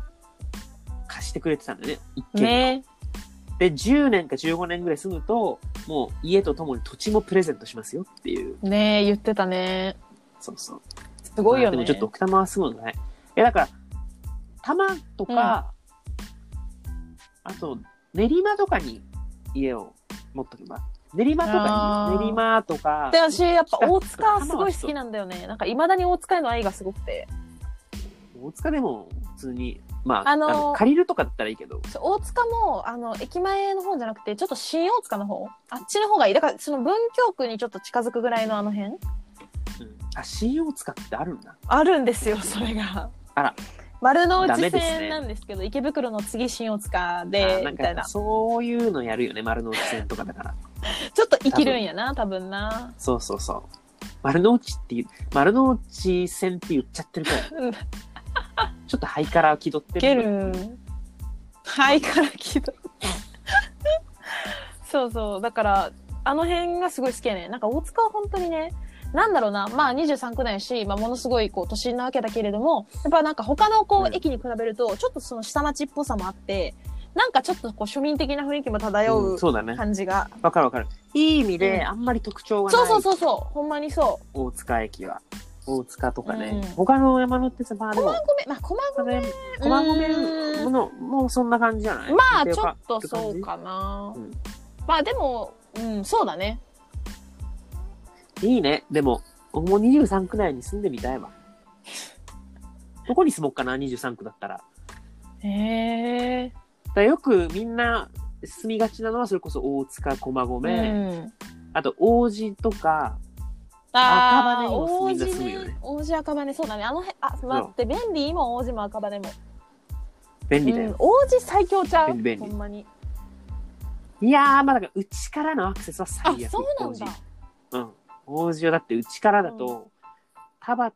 Speaker 1: 貸してくれてたんだよね、一軒家を
Speaker 2: ね
Speaker 1: で10年か15年ぐらい住むともう家とともに土地もプレゼントしますよっていう
Speaker 2: えねえ言ってたね
Speaker 1: そうそう
Speaker 2: すごいよ
Speaker 1: ま
Speaker 2: ね、
Speaker 1: あでもちょっと奥多摩は住むのねいやだから多摩とか、あと練馬とかに家を持っとけば練馬とか
Speaker 2: あー
Speaker 1: に練馬とか
Speaker 2: で私やっぱ大塚すごい好きなんだよねなんかいまだに大塚への愛がすごくて
Speaker 1: 大塚でも普通にまあ,、
Speaker 2: あのー
Speaker 1: あの借りるとかだったらいいけど
Speaker 2: そう大塚もあの駅前の方じゃなくてちょっと新大塚の方あっちの方がいいだからその文京区にちょっと近づくぐらいのあの辺
Speaker 1: うんあ新大塚ってあるんだ
Speaker 2: あるんですよそれが
Speaker 1: あら
Speaker 2: 丸の
Speaker 1: ダメ
Speaker 2: 内
Speaker 1: ですね
Speaker 2: 線なんですけど池袋の次新大塚
Speaker 1: あ
Speaker 2: で
Speaker 1: なん
Speaker 2: みたいな
Speaker 1: かそういうのやるよね丸の内線とかだから
Speaker 2: ちょっと生きるんやな多分な
Speaker 1: そうそうそう。丸の内っていう、丸の内線って言っちゃってるからい。
Speaker 2: うん
Speaker 1: ちょっとハイカラ気取って
Speaker 2: いけ
Speaker 1: る。
Speaker 2: るはいから聞いたそうそうだからあの辺がすごい好きやねなんか大塚は本当にねなんだろうなまあ23区内やし、まあ、ものすごいこう都心なわけだけれどもやっぱなんか他のこ
Speaker 1: う
Speaker 2: うん駅に比べるとちょっとその下町っぽさもあってなんかちょっとこう庶民的な雰囲気も漂
Speaker 1: うん
Speaker 2: う
Speaker 1: そうだね。
Speaker 2: 感じが、
Speaker 1: わかるわかる。いい意味で、
Speaker 2: うん
Speaker 1: あんまり特徴がない。
Speaker 2: そうそうそうそうほんまにそう
Speaker 1: 大塚駅は。大塚とかね。
Speaker 2: うん
Speaker 1: 他の山手線、まあでも、
Speaker 2: 駒込まあ駒
Speaker 1: それ駒
Speaker 2: 駒
Speaker 1: 込の、もうそんな感じじゃない
Speaker 2: まあ
Speaker 1: 似
Speaker 2: ち
Speaker 1: て
Speaker 2: ょ
Speaker 1: よ
Speaker 2: っとそうかな、
Speaker 1: うん
Speaker 2: まあでもうんそうだね
Speaker 1: いいね。でも、僕も23区内に住んでみたいわ。どこに住もうかな、23区だったら。
Speaker 2: へえ
Speaker 1: だからよくみんな住みがちなのは、それこそ大塚、駒
Speaker 2: う
Speaker 1: 込、
Speaker 2: ん、
Speaker 1: あと、王子とか、
Speaker 2: あ
Speaker 1: 赤羽
Speaker 2: ー
Speaker 1: にも住みんな
Speaker 2: 王子
Speaker 1: 住むよね
Speaker 2: 王子赤羽そうだねあの辺あ待って便利今王子も赤羽も、
Speaker 1: 便利だ
Speaker 2: う
Speaker 1: よ
Speaker 2: ん。、王子最強ちゃう
Speaker 1: 便利便利
Speaker 2: ほんまに
Speaker 1: いやー、まあだから、うちからのアクセスは最
Speaker 2: あ
Speaker 1: 悪。
Speaker 2: そうなんだ
Speaker 1: 王子。うん。王子はだって、うちからだと、田端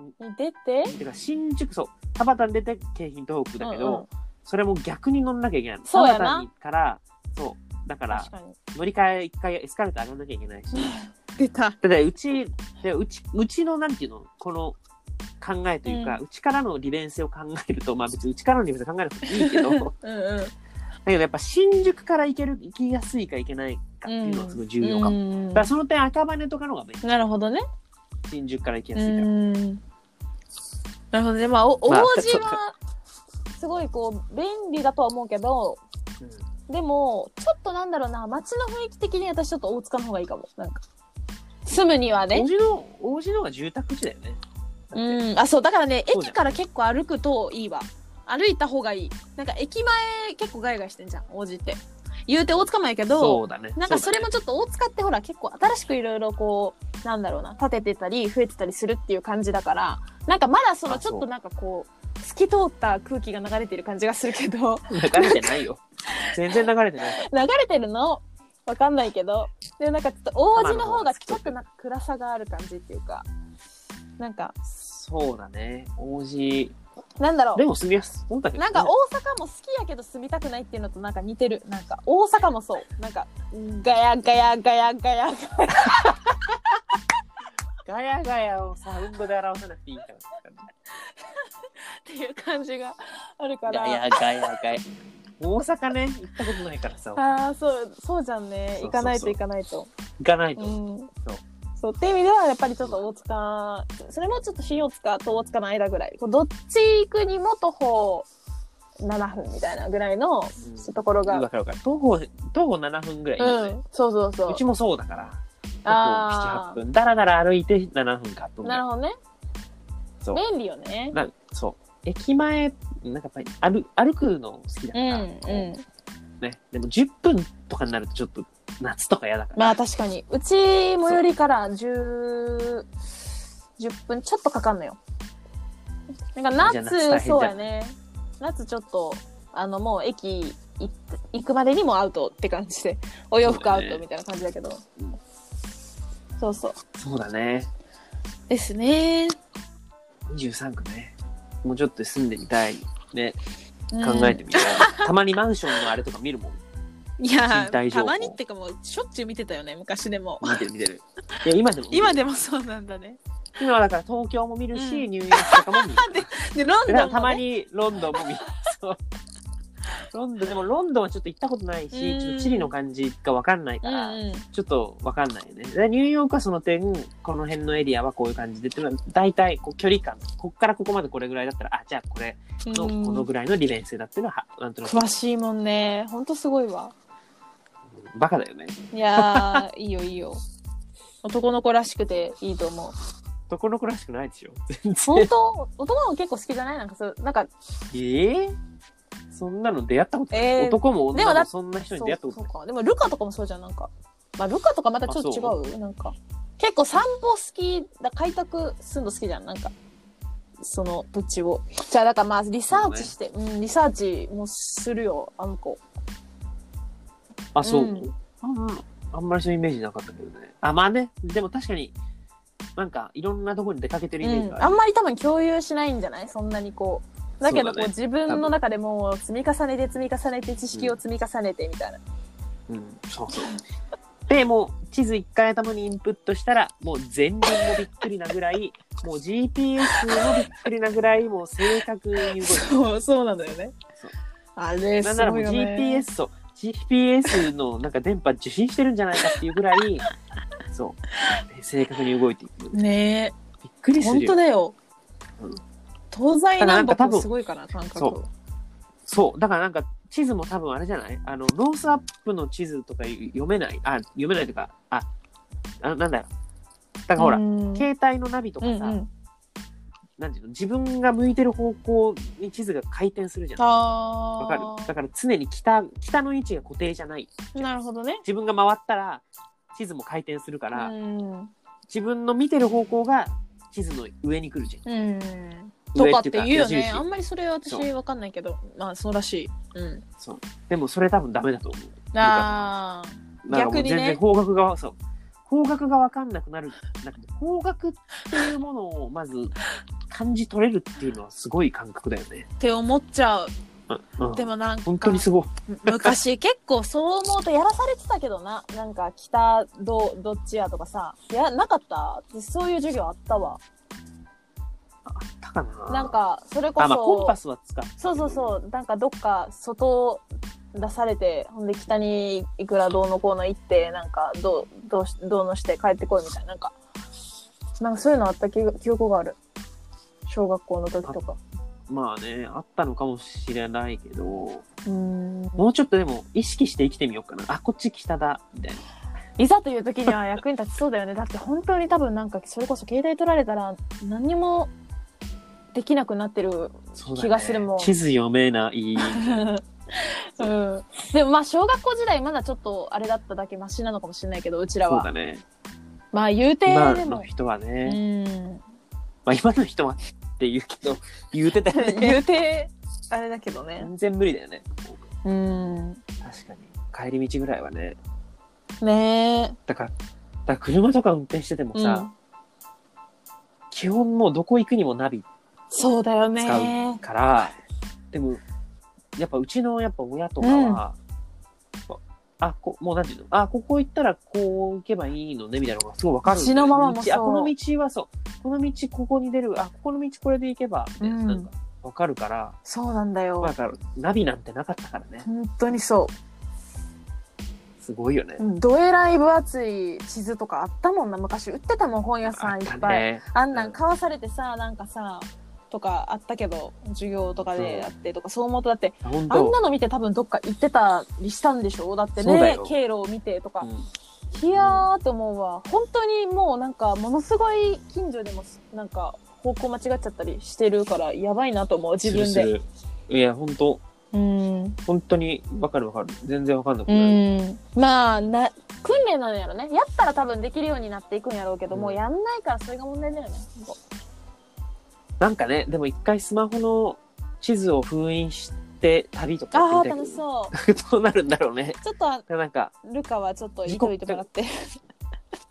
Speaker 1: に、
Speaker 2: 出て
Speaker 1: てか新宿、そう、田端に出て京浜東北だけど、
Speaker 2: うんうん
Speaker 1: それも逆に乗んなきゃいけないの。
Speaker 2: そうやな
Speaker 1: 田端にから、そう、だから
Speaker 2: 確、かに
Speaker 1: 乗り換え一回エスカレーター上がんなきゃいけないし。
Speaker 2: 出た
Speaker 1: ただうちでうちうちのなんていうのこの考えというか、うちからの利便性を考えるとまあ別にうちからの利便性考えなくていいけどだ
Speaker 2: うんうん
Speaker 1: けどやっぱ新宿から行ける行きやすいか行けないかっていうのはすごい重要かも、だ
Speaker 2: も
Speaker 1: からその点赤羽とかの方が便利
Speaker 2: なるほどね
Speaker 1: 新宿から行きや
Speaker 2: う
Speaker 1: すいから、
Speaker 2: んなるほどねまあお王子
Speaker 1: まあ
Speaker 2: はすごいこう便利だとは思うけど
Speaker 1: うん
Speaker 2: でもちょっとなんだろうな街の雰囲気的に私ちょっと大塚の方がいいかもなんか住むにはね
Speaker 1: 王子の王子の方が住宅地だよねだって
Speaker 2: うんあそうだからね
Speaker 1: そうじゃん
Speaker 2: 駅から結構歩くといいわ歩いた方がいいなんか駅前結構ガヤガヤしてんじゃん王子って言うて大塚もやけ
Speaker 1: そ
Speaker 2: ど
Speaker 1: うだね
Speaker 2: なんかそれも
Speaker 1: う
Speaker 2: ちょっと大塚ってほら結構新しくいろいろこうなんだろうな建ててたり増えてたりするっていう感じだからなんかまだその
Speaker 1: あ
Speaker 2: ちょっ
Speaker 1: そ
Speaker 2: と
Speaker 1: う
Speaker 2: なんかこう透き通った空気が流れてる感じがするけど
Speaker 1: だ ね流れてないよ全然流れてない
Speaker 2: 流れてるのわかんないけどでもなんかちょっと王子の方がちょっとなんか暗さがある感じっていうかなんか
Speaker 1: そうだね王子
Speaker 2: なんだろう
Speaker 1: でも住みやすそうだけどね
Speaker 2: なんか大阪も好きやけど住みたくないっていうのとなんか似てるなんか大阪もそうなんかガヤガヤガヤガヤ
Speaker 1: ガヤガヤをサウンドで表さなくていいから
Speaker 2: っていう感じがあるから
Speaker 1: ガヤガヤガヤ。大阪ね、行ったことないからさ、行
Speaker 2: ああそうそうじゃんね
Speaker 1: そうそうそう
Speaker 2: 行かないと行かないと
Speaker 1: かないと。
Speaker 2: うん
Speaker 1: そう
Speaker 2: そうっていう意味ではやっぱりちょっと大塚それもちょっと新大塚と大塚の間ぐらいこうどっち行くにも徒歩7分みたいなぐらいの
Speaker 1: うん
Speaker 2: ところが、
Speaker 1: わかるわかる徒歩徒歩7分ぐらいいうい
Speaker 2: ん
Speaker 1: よね、
Speaker 2: そうそう
Speaker 1: う
Speaker 2: そう
Speaker 1: ちもそうだから
Speaker 2: あ
Speaker 1: 徒歩78分だらだら歩いて7分か8分ぐ
Speaker 2: な
Speaker 1: らい
Speaker 2: るほどね
Speaker 1: そう
Speaker 2: 便利よね
Speaker 1: なそう駅前なんかやっぱり歩歩くの好きだ
Speaker 2: う
Speaker 1: か
Speaker 2: ん
Speaker 1: ら、
Speaker 2: うん
Speaker 1: ね、でも10分とかになるとちょっと夏とか嫌だから、
Speaker 2: まあ確かにうち最寄りから10 10分ちょっとかかんのよなんか
Speaker 1: じゃあ夏大
Speaker 2: 夏
Speaker 1: 変じゃん
Speaker 2: そうやね夏ちょっとあのもう駅行って行くまでにもうアウトって感じでお洋服
Speaker 1: そう
Speaker 2: ア
Speaker 1: だ
Speaker 2: ウ
Speaker 1: ね
Speaker 2: トみたいな感じだけど
Speaker 1: うん
Speaker 2: そうそう
Speaker 1: そうだね
Speaker 2: ですね
Speaker 1: 23区ねもうちょっと住んでみたいね
Speaker 2: うん
Speaker 1: 考えてみたい、たまにマンションのあれとか見るもん
Speaker 2: いや
Speaker 1: 賃貸情報
Speaker 2: たまにってかもうしょっちゅう見てたよね昔でも
Speaker 1: 見てる見てるいや今でも
Speaker 2: 今でもそうなんだね
Speaker 1: 今はだから東京も見るし、
Speaker 2: うん
Speaker 1: ニューヨークとかも見る
Speaker 2: でロンドン
Speaker 1: で
Speaker 2: も、ね、
Speaker 1: たまにロンドンも見るそうロンドンでもロンドンはちょっと行ったことないし、
Speaker 2: うん
Speaker 1: ちょっと地理の感じが分かんないか
Speaker 2: うん
Speaker 1: ら、
Speaker 2: うん
Speaker 1: ちょっと分かんないよねでニューヨークはその点この辺のエリアはこういう感じでっていうのは大体こう距離感こっからここまでこれぐらいだったらあじゃあこれの
Speaker 2: うん
Speaker 1: このぐらいの利便性だっていうのははなんとなく
Speaker 2: 詳しいもんねほんとすごいわ
Speaker 1: バカだよね
Speaker 2: いやー、いいよい いよ。男の子らしくていいと思う。
Speaker 1: 男の子らしくないでしょ全
Speaker 2: 本
Speaker 1: 然
Speaker 2: 当男の子結構好きじゃないなんかそう、なんか、
Speaker 1: えーそんなの出会ったことない、
Speaker 2: えー
Speaker 1: 男も
Speaker 2: でも
Speaker 1: 女
Speaker 2: だ
Speaker 1: もそんな人
Speaker 2: そう
Speaker 1: に出会ったこと
Speaker 2: そう
Speaker 1: ない
Speaker 2: か。でもルカとかもそうじゃん、なんか。まあルカとかまたちょっと違
Speaker 1: あ
Speaker 2: うなんか。結構散歩好きだ、開拓すんの好きじゃん、なんか。その土地を。じゃあだからまあリサーチして、うん、リサーチもするよ、あの子。
Speaker 1: あそう、
Speaker 2: うん
Speaker 1: あん、あんまりそういうイメージなかったけどねあまあねでも確かになんかいろんなところに出かけてるイメージ
Speaker 2: う
Speaker 1: が
Speaker 2: ん、
Speaker 1: あ
Speaker 2: あ
Speaker 1: る、
Speaker 2: んまり多分共有しないんじゃないそんなにこうだけどこ
Speaker 1: そうだ
Speaker 2: う
Speaker 1: ね
Speaker 2: 自分の中でもう積み重ねて積み重ねて知識を積み重ねてみたいな、
Speaker 1: うんそうそうでもう地図1回頭にインプットしたらもう前輪もびっくりなぐらいもう GPS もびっくりなぐらいもう正確に動いてる
Speaker 2: そうそうなんだよね
Speaker 1: そう
Speaker 2: あれ
Speaker 1: な
Speaker 2: す
Speaker 1: んならも
Speaker 2: ご
Speaker 1: う
Speaker 2: いよね
Speaker 1: GPS そう GPS のなんか電波受信してるんじゃないかっていうぐら いそう正確に動いていくびっ
Speaker 2: ね
Speaker 1: く
Speaker 2: え
Speaker 1: りす
Speaker 2: 本
Speaker 1: る
Speaker 2: 当
Speaker 1: よ
Speaker 2: だよ、
Speaker 1: うん
Speaker 2: 東西南
Speaker 1: ただなんか多
Speaker 2: 北
Speaker 1: 分
Speaker 2: すごいかな感覚
Speaker 1: そそうだからなんか地図も多分あれじゃないあのロースアップの地図とか読めないあ読めないというかああなんだよだからほら、
Speaker 2: うん
Speaker 1: 携帯のナビとか
Speaker 2: う
Speaker 1: さ、
Speaker 2: んうん、
Speaker 1: なんていうの自分が向いてる方向に地図が回転するじゃん
Speaker 2: あ
Speaker 1: わ
Speaker 2: ー
Speaker 1: かるだから常に北北の位置が固定じゃない
Speaker 2: なるほどね
Speaker 1: 自分が回ったら地図も回転するか
Speaker 2: う
Speaker 1: ら、
Speaker 2: ん、
Speaker 1: 自分の見てる方向が地図の上に来るじゃ
Speaker 2: うん、
Speaker 1: ん。
Speaker 2: とかって
Speaker 1: 上
Speaker 2: 言うよ
Speaker 1: 矢
Speaker 2: ね
Speaker 1: 印
Speaker 2: あんまりそれ私
Speaker 1: そう
Speaker 2: わかんないけどまあそうらしい、うん、
Speaker 1: そうでもそれ多分ダメだと思う。
Speaker 2: あー
Speaker 1: なんかもう
Speaker 2: 逆にね
Speaker 1: 全然方角がそう方角が分かんなくなるなんか方角っていうものをまず感じ取れるっていうのはすごい感覚だよね。
Speaker 2: って思っちゃう
Speaker 1: うんうん
Speaker 2: でもなんか
Speaker 1: 本当にすごい。
Speaker 2: 昔結構そう思うとやらされてたけどななんか北どどっちやとかさいやなかったそういう授業あったわ
Speaker 1: たかな。
Speaker 2: なんかそれこそ、
Speaker 1: あまあコンパスは使って
Speaker 2: そうそうそうなんかどっか外出されてほんで北にいくらどうのこうの行ってなんかどうどうしどうのして帰ってこいみたいななんかなんかそういうのあった記記憶がある小学校の時とか
Speaker 1: まあねあったのかもしれないけども
Speaker 2: うーん
Speaker 1: うちょっとでも意識して生きてみようかな。あこっち北だみたいな。
Speaker 2: いざという時には役に立ちそうだよね。だって本当に多分なんかそれこそ携帯取られたら何にもできなくなって る。
Speaker 1: そうだね
Speaker 2: 気がするもん
Speaker 1: 地図読め ない。
Speaker 2: うん。でもまあ小学校時代まだちょっとあれだっただけマシなのかもしれないけど、うちら
Speaker 1: そう
Speaker 2: は。
Speaker 1: だね。
Speaker 2: まあ言うて
Speaker 1: 今
Speaker 2: で
Speaker 1: の
Speaker 2: も。
Speaker 1: 人は
Speaker 2: う
Speaker 1: ね、
Speaker 2: ん。
Speaker 1: まあ今の人はって言うけ ど、言うてたよね。
Speaker 2: 言うてあれだけどね。
Speaker 1: 全然無理だよね。
Speaker 2: うん。
Speaker 1: 確かに。帰り道ぐらいはね。
Speaker 2: ね
Speaker 1: だから、だから車とか運転してて
Speaker 2: え。
Speaker 1: も
Speaker 2: うん
Speaker 1: さ、、基本もうどこ行くにもナビ
Speaker 2: そうだよ
Speaker 1: 使
Speaker 2: ね
Speaker 1: う。から、でも、やっぱうちのやっぱ親とかは、あ、こもうなんていうのあ、ここ行ったらこう行けばいいのね、みたいなのがすごいわかるんだよね。
Speaker 2: うちのママもそう
Speaker 1: 道あ、この道はそう。この道ここに出る。あ、ここの道これで行けば、みたいな
Speaker 2: うん
Speaker 1: なんかわかるから、
Speaker 2: そうなんだ
Speaker 1: まあ
Speaker 2: よ
Speaker 1: だ。からナビなんてなかったからね。
Speaker 2: 本当にそう。
Speaker 1: すごいよね
Speaker 2: う。んどえらい分厚い地図とかあったもんな昔売ってたもん本屋さんいっぱいあ,、
Speaker 1: い。
Speaker 2: んなん買わされてさなんかさとかあったけど授業とかでやってとか、そう思うとだって
Speaker 1: 本
Speaker 2: あん
Speaker 1: 当。
Speaker 2: なの見て多分どっか行ってたりしたんでしょだって
Speaker 1: そうだ
Speaker 2: ね
Speaker 1: よ
Speaker 2: 経路を見てとか
Speaker 1: う、ん
Speaker 2: いやーと思うわ本当にもうなんかものすごい近所でもなんか方向間違っちゃったりしてるからやばいなと思う自分で。
Speaker 1: するするいや、本当
Speaker 2: うん
Speaker 1: 本当にわかるわかる。全然わかんなく
Speaker 2: う
Speaker 1: なる。
Speaker 2: んまあな訓練なんやろねやったら多分できるようになっていくんやろうけど、
Speaker 1: うん
Speaker 2: もうやんないからそれが問題だよね
Speaker 1: なんかね、でも一回スマホの地図を封印して旅とかや
Speaker 2: あ
Speaker 1: っ
Speaker 2: あ
Speaker 1: てみた
Speaker 2: 楽
Speaker 1: い
Speaker 2: し
Speaker 1: けど
Speaker 2: そう
Speaker 1: どうなるんだ ろうね。
Speaker 2: ちょっと
Speaker 1: なんか、
Speaker 2: ルカはちょっといといてもらって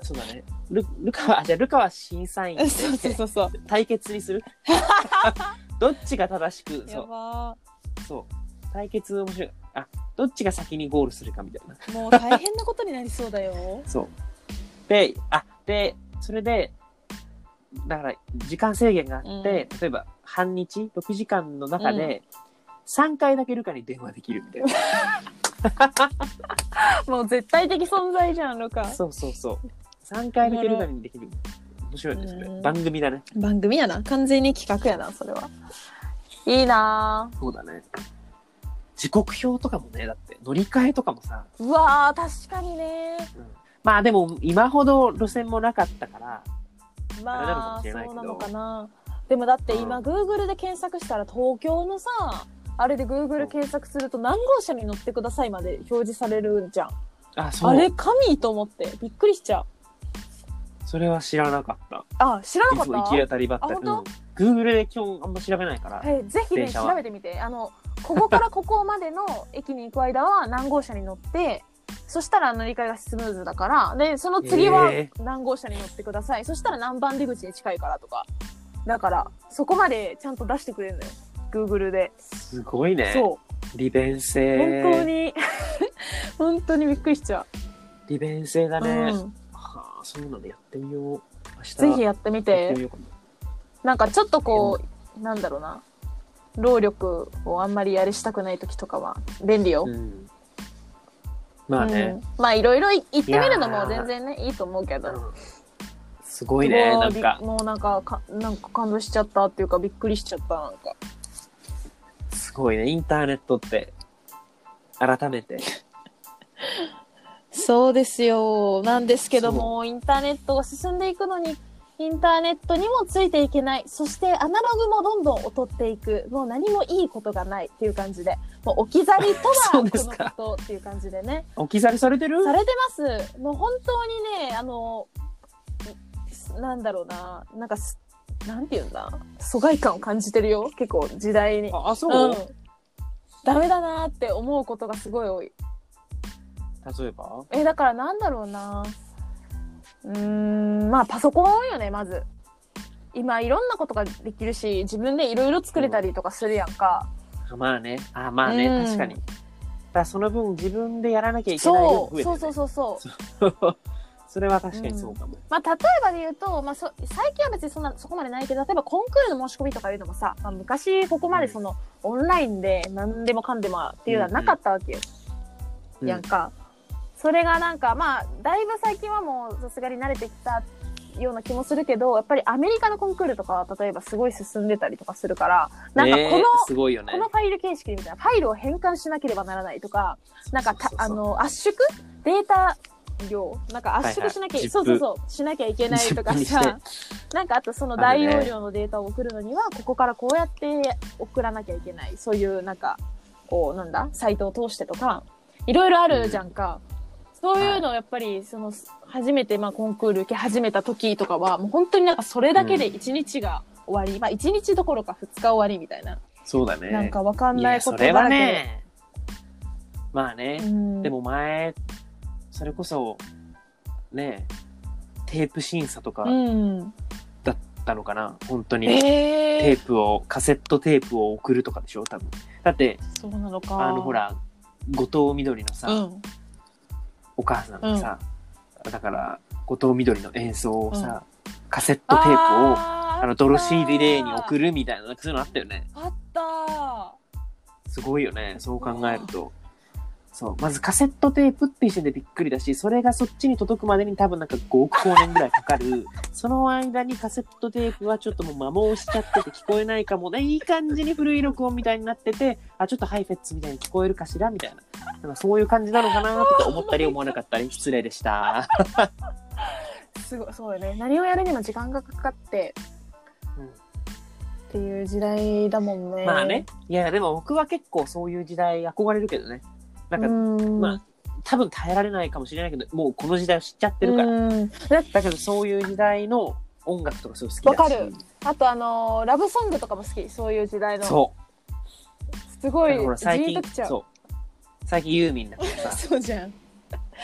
Speaker 1: そうだね。ルルカは、あじゃあルカは審査員で
Speaker 2: そうそうそうそう
Speaker 1: 対決にす るどっちが正しく、そ
Speaker 2: や
Speaker 1: う、
Speaker 2: ば
Speaker 1: そう。対決面白い。あ、どっちが先にゴールするかみたいな。
Speaker 2: ーもう大変なことになりそうだよ
Speaker 1: そう。で、あ、で、それで、だから、時間制限があって、
Speaker 2: うん
Speaker 1: 例えば、半日、6時間の中で、3回だけルカに電話できるみたいな。
Speaker 2: もう絶対的存在じゃんルカ
Speaker 1: そうそうそう。3回だけルカにできる。面白いですね。
Speaker 2: うん
Speaker 1: 番組だね。
Speaker 2: 番組やな完全に企画やなそれはいいなー
Speaker 1: そうだね。時刻表とかもね、だって、乗り換えとかもさ、
Speaker 2: うわー確かにね
Speaker 1: まあでも、今ほど路線もなかったから、
Speaker 2: まあ
Speaker 1: あれな
Speaker 2: そうなの
Speaker 1: の
Speaker 2: か
Speaker 1: か
Speaker 2: なでもだって今、
Speaker 1: う
Speaker 2: Google で検索したら東京のさあれで Google 検索すると何号車に乗ってくださいまで表示されるじゃん
Speaker 1: あ、そう。
Speaker 2: あれ神と思ってびっくりしちゃう
Speaker 1: それは知らなかった。
Speaker 2: あ知ら
Speaker 1: い
Speaker 2: な
Speaker 1: つも行
Speaker 2: かっ
Speaker 1: き当たりばったり。
Speaker 2: あ本
Speaker 1: 当、うん、?Google で基本あんま調べないから
Speaker 2: た、えぜひね
Speaker 1: 電車
Speaker 2: 調
Speaker 1: は
Speaker 2: べてみてあのここからここまでの駅に行く間は何号車に乗って そしたら乗り換えがスムーズだからでその次は
Speaker 1: え
Speaker 2: 何号車に乗ってください、そしたら何番出口に近いからとかだからそこまでちゃんと出してくれるのよ Google で、
Speaker 1: すごいね。
Speaker 2: そう
Speaker 1: 利便性。
Speaker 2: 本当に 本当にびっくりしちゃ
Speaker 1: 利便性だ
Speaker 2: う、
Speaker 1: ね。
Speaker 2: うん
Speaker 1: はあ、そういうのでやってみよう。明日
Speaker 2: ぜひやってみ
Speaker 1: やってみようかな。
Speaker 2: なんかちょっとこうなんだろうな労力をあんまりやりしたくない時とかは便利よ、
Speaker 1: うん。まあね。
Speaker 2: うんまあいろいろ言ってみるの
Speaker 1: いや
Speaker 2: も
Speaker 1: ー
Speaker 2: 全然ねいいと思うけど
Speaker 1: うんすごいね。
Speaker 2: う
Speaker 1: な
Speaker 2: わー
Speaker 1: んか
Speaker 2: び、もうなんかかなんか感動しちゃったっていうかびっくりしちゃったなんか
Speaker 1: すごいね。インターネットって、改めて。
Speaker 2: そうですよなんですけど
Speaker 1: そう
Speaker 2: もインターネットが進んでいくのにインターネットにもついていけないそしてアナログもどんどん劣っていくもう何もいいことがないっていう感じでもう置き去りと
Speaker 1: そう
Speaker 2: は
Speaker 1: で
Speaker 2: こ
Speaker 1: す
Speaker 2: の
Speaker 1: か
Speaker 2: ことっていう感じでね
Speaker 1: 置き去りされてる
Speaker 2: されてますもう本当にねあのんなんだろうななんかすなんていうんだ疎外感を感じてるよ結構時代に
Speaker 1: あ、あそうう、
Speaker 2: んダメだなって思うことがすごい多い
Speaker 1: 例えば
Speaker 2: えだからなんだろうなうーんまあパソコンよねまず今いろんなことができるし自分でいろいろ作れたりとかするやんか、
Speaker 1: あまあね。あ、まあね。
Speaker 2: うん
Speaker 1: 確かに。だからその分自分でやらなきゃいけない量
Speaker 2: そう
Speaker 1: 増えて
Speaker 2: そう
Speaker 1: ね
Speaker 2: そうそうそう
Speaker 1: それは確かにそうかも。
Speaker 2: まあ例えばで言うと、まあ、そ最近は別にそんなそこまでないけど例えばコンクールの申し込みとかいうのもさ、まあ、昔ここまでその、オンラインで何でもかんでもっていうのはなかったわけよ、
Speaker 1: うん
Speaker 2: やんか、それがなんかまあだいぶ最近はもうさすがに慣れてきたような気もするけどやっぱりアメリカのコンクールとかは例えばすごい進んでたりとかするからなんかこの、
Speaker 1: ねえすごいよね
Speaker 2: こ。のファイル形式みたいなファイルを変換しなければならないとかなんかた
Speaker 1: そうそうそう
Speaker 2: あの圧縮データ量なんか圧縮しなき
Speaker 1: は
Speaker 2: ゃ、
Speaker 1: いはい
Speaker 2: そうそうそうしなきゃいけないとか
Speaker 1: 10分にして
Speaker 2: さ なんかあとその
Speaker 1: ある
Speaker 2: 大
Speaker 1: ね
Speaker 2: 容量のデータを送るのにはここからこうやって送らなきゃいけないそういうなんかこうなんだサイトを通してとかいろいろあるじゃんか、そういうのをやっぱりその初めてまあコンクール受け始めた時とかはもう本当になんかそれだけで1日が終わり、まあ1日どころか2日終わりみたいな、
Speaker 1: そうだね。
Speaker 2: なんかわかん
Speaker 1: い
Speaker 2: な
Speaker 1: や
Speaker 2: いこと
Speaker 1: そ
Speaker 2: だ
Speaker 1: れ
Speaker 2: らけで
Speaker 1: はね。まあね、
Speaker 2: うん
Speaker 1: でも前、それこそ、ね、テープ審査とか
Speaker 2: うん、
Speaker 1: だったのかな、本当に。
Speaker 2: え
Speaker 1: テープを、カセットテープを送るとかでしょ、多分。だって、
Speaker 2: そうなのか。
Speaker 1: あの、ほら、後藤みどりのさ、
Speaker 2: うん。
Speaker 1: お母さんがさ、だから、後藤みどりの演奏をさ、カセットテープを、あ
Speaker 2: あ
Speaker 1: の、ドロシー・ディレイに送
Speaker 2: る。
Speaker 1: るみたいな、なんかそういうのあったよね。
Speaker 2: あった
Speaker 1: すごいよね、そう考えると。そう、まずカセットテープっていう時点でびっくりだし、それがそっちに届くまでに多分なんか5億光年ぐらいかかる。その間にカセットテープはちょっともう摩耗しちゃってて聞こえないかもね。いい感じに古い録音みたいになってて、あ、ちょっとハイフェッツみたいに聞こえるかしらみたいな。なんかそういう感じなのかなとか思ったり思わなかったり、失礼でした。
Speaker 2: すごいそうよね何をやるにも時間がかかって、
Speaker 1: うん
Speaker 2: っていう時代だもんね
Speaker 1: まあね。いや、でも僕は結構そういう時代憧れるけどね。なんか、
Speaker 2: うん
Speaker 1: まあ、多分耐えられないかもしれないけど、もうこの時代を知っちゃってるから。
Speaker 2: うんだって
Speaker 1: だけどそういう時代の音楽とかすごい好きだし。
Speaker 2: わかるあとあのーラブソングとかも好きそういう時代の
Speaker 1: そう。
Speaker 2: すごい
Speaker 1: だからほら最
Speaker 2: ジー
Speaker 1: 近
Speaker 2: ンときちゃう
Speaker 1: そう最近ユーミンだからさ
Speaker 2: そうじゃん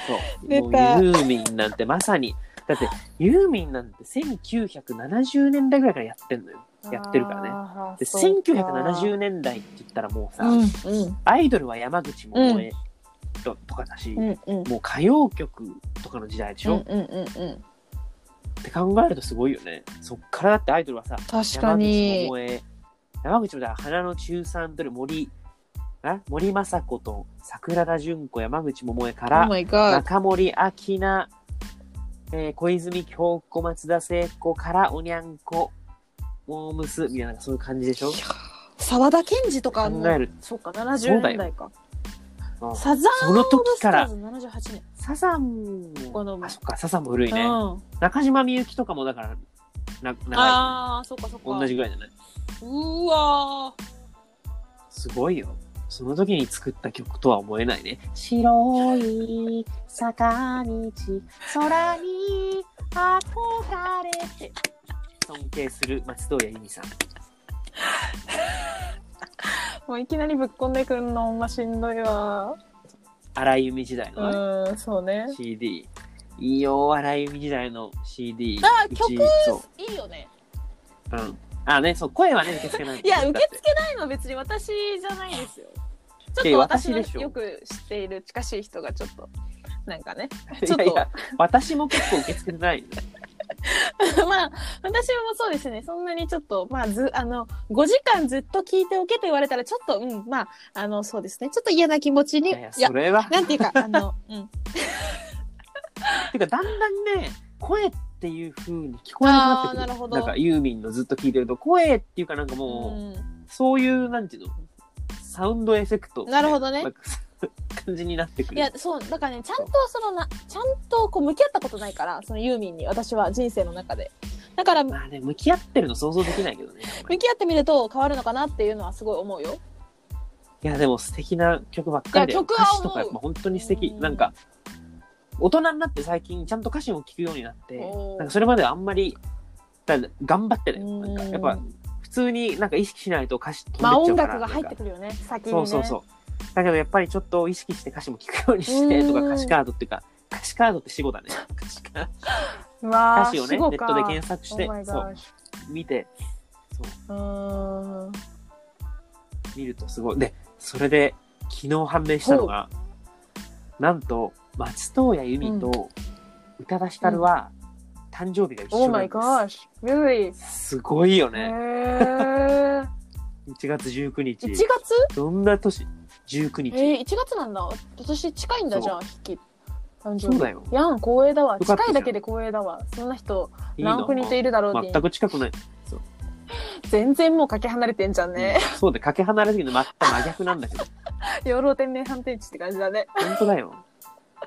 Speaker 1: そう
Speaker 2: 出
Speaker 1: もうユ
Speaker 2: た
Speaker 1: ーミンなんてまさにだってユーミンなんて1970年代ぐらいからやってんのよやってるからね
Speaker 2: ら
Speaker 1: で1970年代って言ったらもうさ、
Speaker 2: うん
Speaker 1: アイドルは山口百恵と,、とかだし、
Speaker 2: うんうんうん
Speaker 1: もう歌謡曲とかの時代でし
Speaker 2: うん
Speaker 1: ょ、
Speaker 2: うんうんうん
Speaker 1: って考えるとすごいよねそっからだってアイドルはさ
Speaker 2: 確か
Speaker 1: 山口
Speaker 2: に
Speaker 1: 百恵山口もだ花の中3と森あ森雅子と桜田淳子山口百恵か
Speaker 2: Oh
Speaker 1: ら
Speaker 2: my god
Speaker 1: 中森明菜、えー小泉京子松田聖子からおにゃんこモームスみたいなそういう感じでしょ
Speaker 2: 沢田研二とかも
Speaker 1: 考える
Speaker 2: そうか70年代か
Speaker 1: うん
Speaker 2: サザン
Speaker 1: その
Speaker 2: オブ
Speaker 1: 時
Speaker 2: スタ
Speaker 1: か
Speaker 2: ー
Speaker 1: ら
Speaker 2: ズ78年
Speaker 1: サザン
Speaker 2: この
Speaker 1: もあそっかサザンも古いね
Speaker 2: うん
Speaker 1: 中島みゆきとかもだからな長い
Speaker 2: ああそうかそうか
Speaker 1: 同じぐらいじゃないう
Speaker 2: わー
Speaker 1: すごいよ。その時に作った曲とは思えないね。白い坂道、空に憧れて。尊敬する松任谷由実さん。
Speaker 2: もういきなりぶっこんでくるのほんましんどいわ
Speaker 1: 荒井由実時代のね、
Speaker 2: うんそうね
Speaker 1: CD。いいよ、荒井由実時代の CD。
Speaker 2: あ
Speaker 1: うち
Speaker 2: 曲
Speaker 1: そ
Speaker 2: いいよね
Speaker 1: う。うん。あ、ね、そう、声はね、受け付けない。
Speaker 2: いや受
Speaker 1: だ
Speaker 2: け
Speaker 1: って
Speaker 2: 付けないのは別に私じゃないですよち
Speaker 1: いや
Speaker 2: ょっと
Speaker 1: 私
Speaker 2: 私
Speaker 1: でし
Speaker 2: の
Speaker 1: ょ
Speaker 2: よく知っている近しい人がちょっとなんかね
Speaker 1: い
Speaker 2: ちょっと
Speaker 1: やいや、私も結構受け付けてない、ね。
Speaker 2: まあ私もそうですねそんなにちょっとまあずあの5時間ずっと聞いておけと言われたらちょっとうんまああのそうですねちょっと嫌な気持ちに
Speaker 1: い
Speaker 2: い
Speaker 1: やい
Speaker 2: や
Speaker 1: や、それは。
Speaker 2: なんていうかあの、うん、
Speaker 1: てかだんだんね声っていう風に聞こえなくなってくる
Speaker 2: あーなるほど
Speaker 1: んかユーミンのずっと聞いてると声っていうかなんかもう、
Speaker 2: う
Speaker 1: そういうなんていうのサウンドエフェクト、
Speaker 2: なるほどね
Speaker 1: なんか 感じになってく
Speaker 2: ん、
Speaker 1: る
Speaker 2: いやそうだからねちゃんとそのなちゃんとこう向き合ったことないからそのユーミンに私は人生の中でだから向
Speaker 1: まあね向き合ってるの想像できないけどね
Speaker 2: き合ってみると変わるのかなっていうのはすごい思うよ
Speaker 1: いやでも素敵な曲ばっかりで
Speaker 2: いや曲
Speaker 1: 歌
Speaker 2: は思う
Speaker 1: 詞とかやっぱ本当に素敵
Speaker 2: うん
Speaker 1: なんか大人になって最近ちゃんと歌詞も聴くようになって
Speaker 2: おー
Speaker 1: なんかそれまではあんまりだから頑張ってね
Speaker 2: うん
Speaker 1: なんかやっぱ普通になんか意識しないと歌詞飛んでっち
Speaker 2: ま
Speaker 1: ゃ
Speaker 2: あ
Speaker 1: うから
Speaker 2: 音楽が
Speaker 1: なん
Speaker 2: 入っ
Speaker 1: か
Speaker 2: てくるよね先にね
Speaker 1: そうそうそう。だけどやっぱりちょっと意識して歌詞も聞くようにして
Speaker 2: うん
Speaker 1: とか歌詞カードっていうか、歌詞カードって死語だね。歌詞カード
Speaker 2: うわー
Speaker 1: 歌詞をね、
Speaker 2: 死
Speaker 1: ネッ
Speaker 2: 後
Speaker 1: トで
Speaker 2: か
Speaker 1: 検索して、
Speaker 2: Oh my
Speaker 1: そう、
Speaker 2: gosh
Speaker 1: 見て、そう、
Speaker 2: うーん
Speaker 1: 見るとすごい。で、それで昨日判明したのが、なんと、松任谷由実と宇多田ヒカルは誕生日が一
Speaker 2: Oh
Speaker 1: 緒なん
Speaker 2: my
Speaker 1: です。
Speaker 2: gosh really
Speaker 1: すごいよ
Speaker 2: へ
Speaker 1: ね。
Speaker 2: ー
Speaker 1: 1月19日
Speaker 2: 1。月
Speaker 1: どんな年 ?19 日。
Speaker 2: えー、1月なんだ私近いんだ
Speaker 1: そう
Speaker 2: じゃあ引き誕生
Speaker 1: そう
Speaker 2: 日
Speaker 1: だよ。
Speaker 2: やん光栄だわ
Speaker 1: よかったじゃ
Speaker 2: 近
Speaker 1: ん
Speaker 2: いだけで光栄だわそんな人
Speaker 1: いいな
Speaker 2: 何国といるだろうって
Speaker 1: 全く近くない。
Speaker 2: 全然もうかけ離れてんじゃんね、
Speaker 1: うんそうで、かけ離れすぎて全く真逆なんだけど。
Speaker 2: 養老天然反転地って感じだね
Speaker 1: 本当だよ。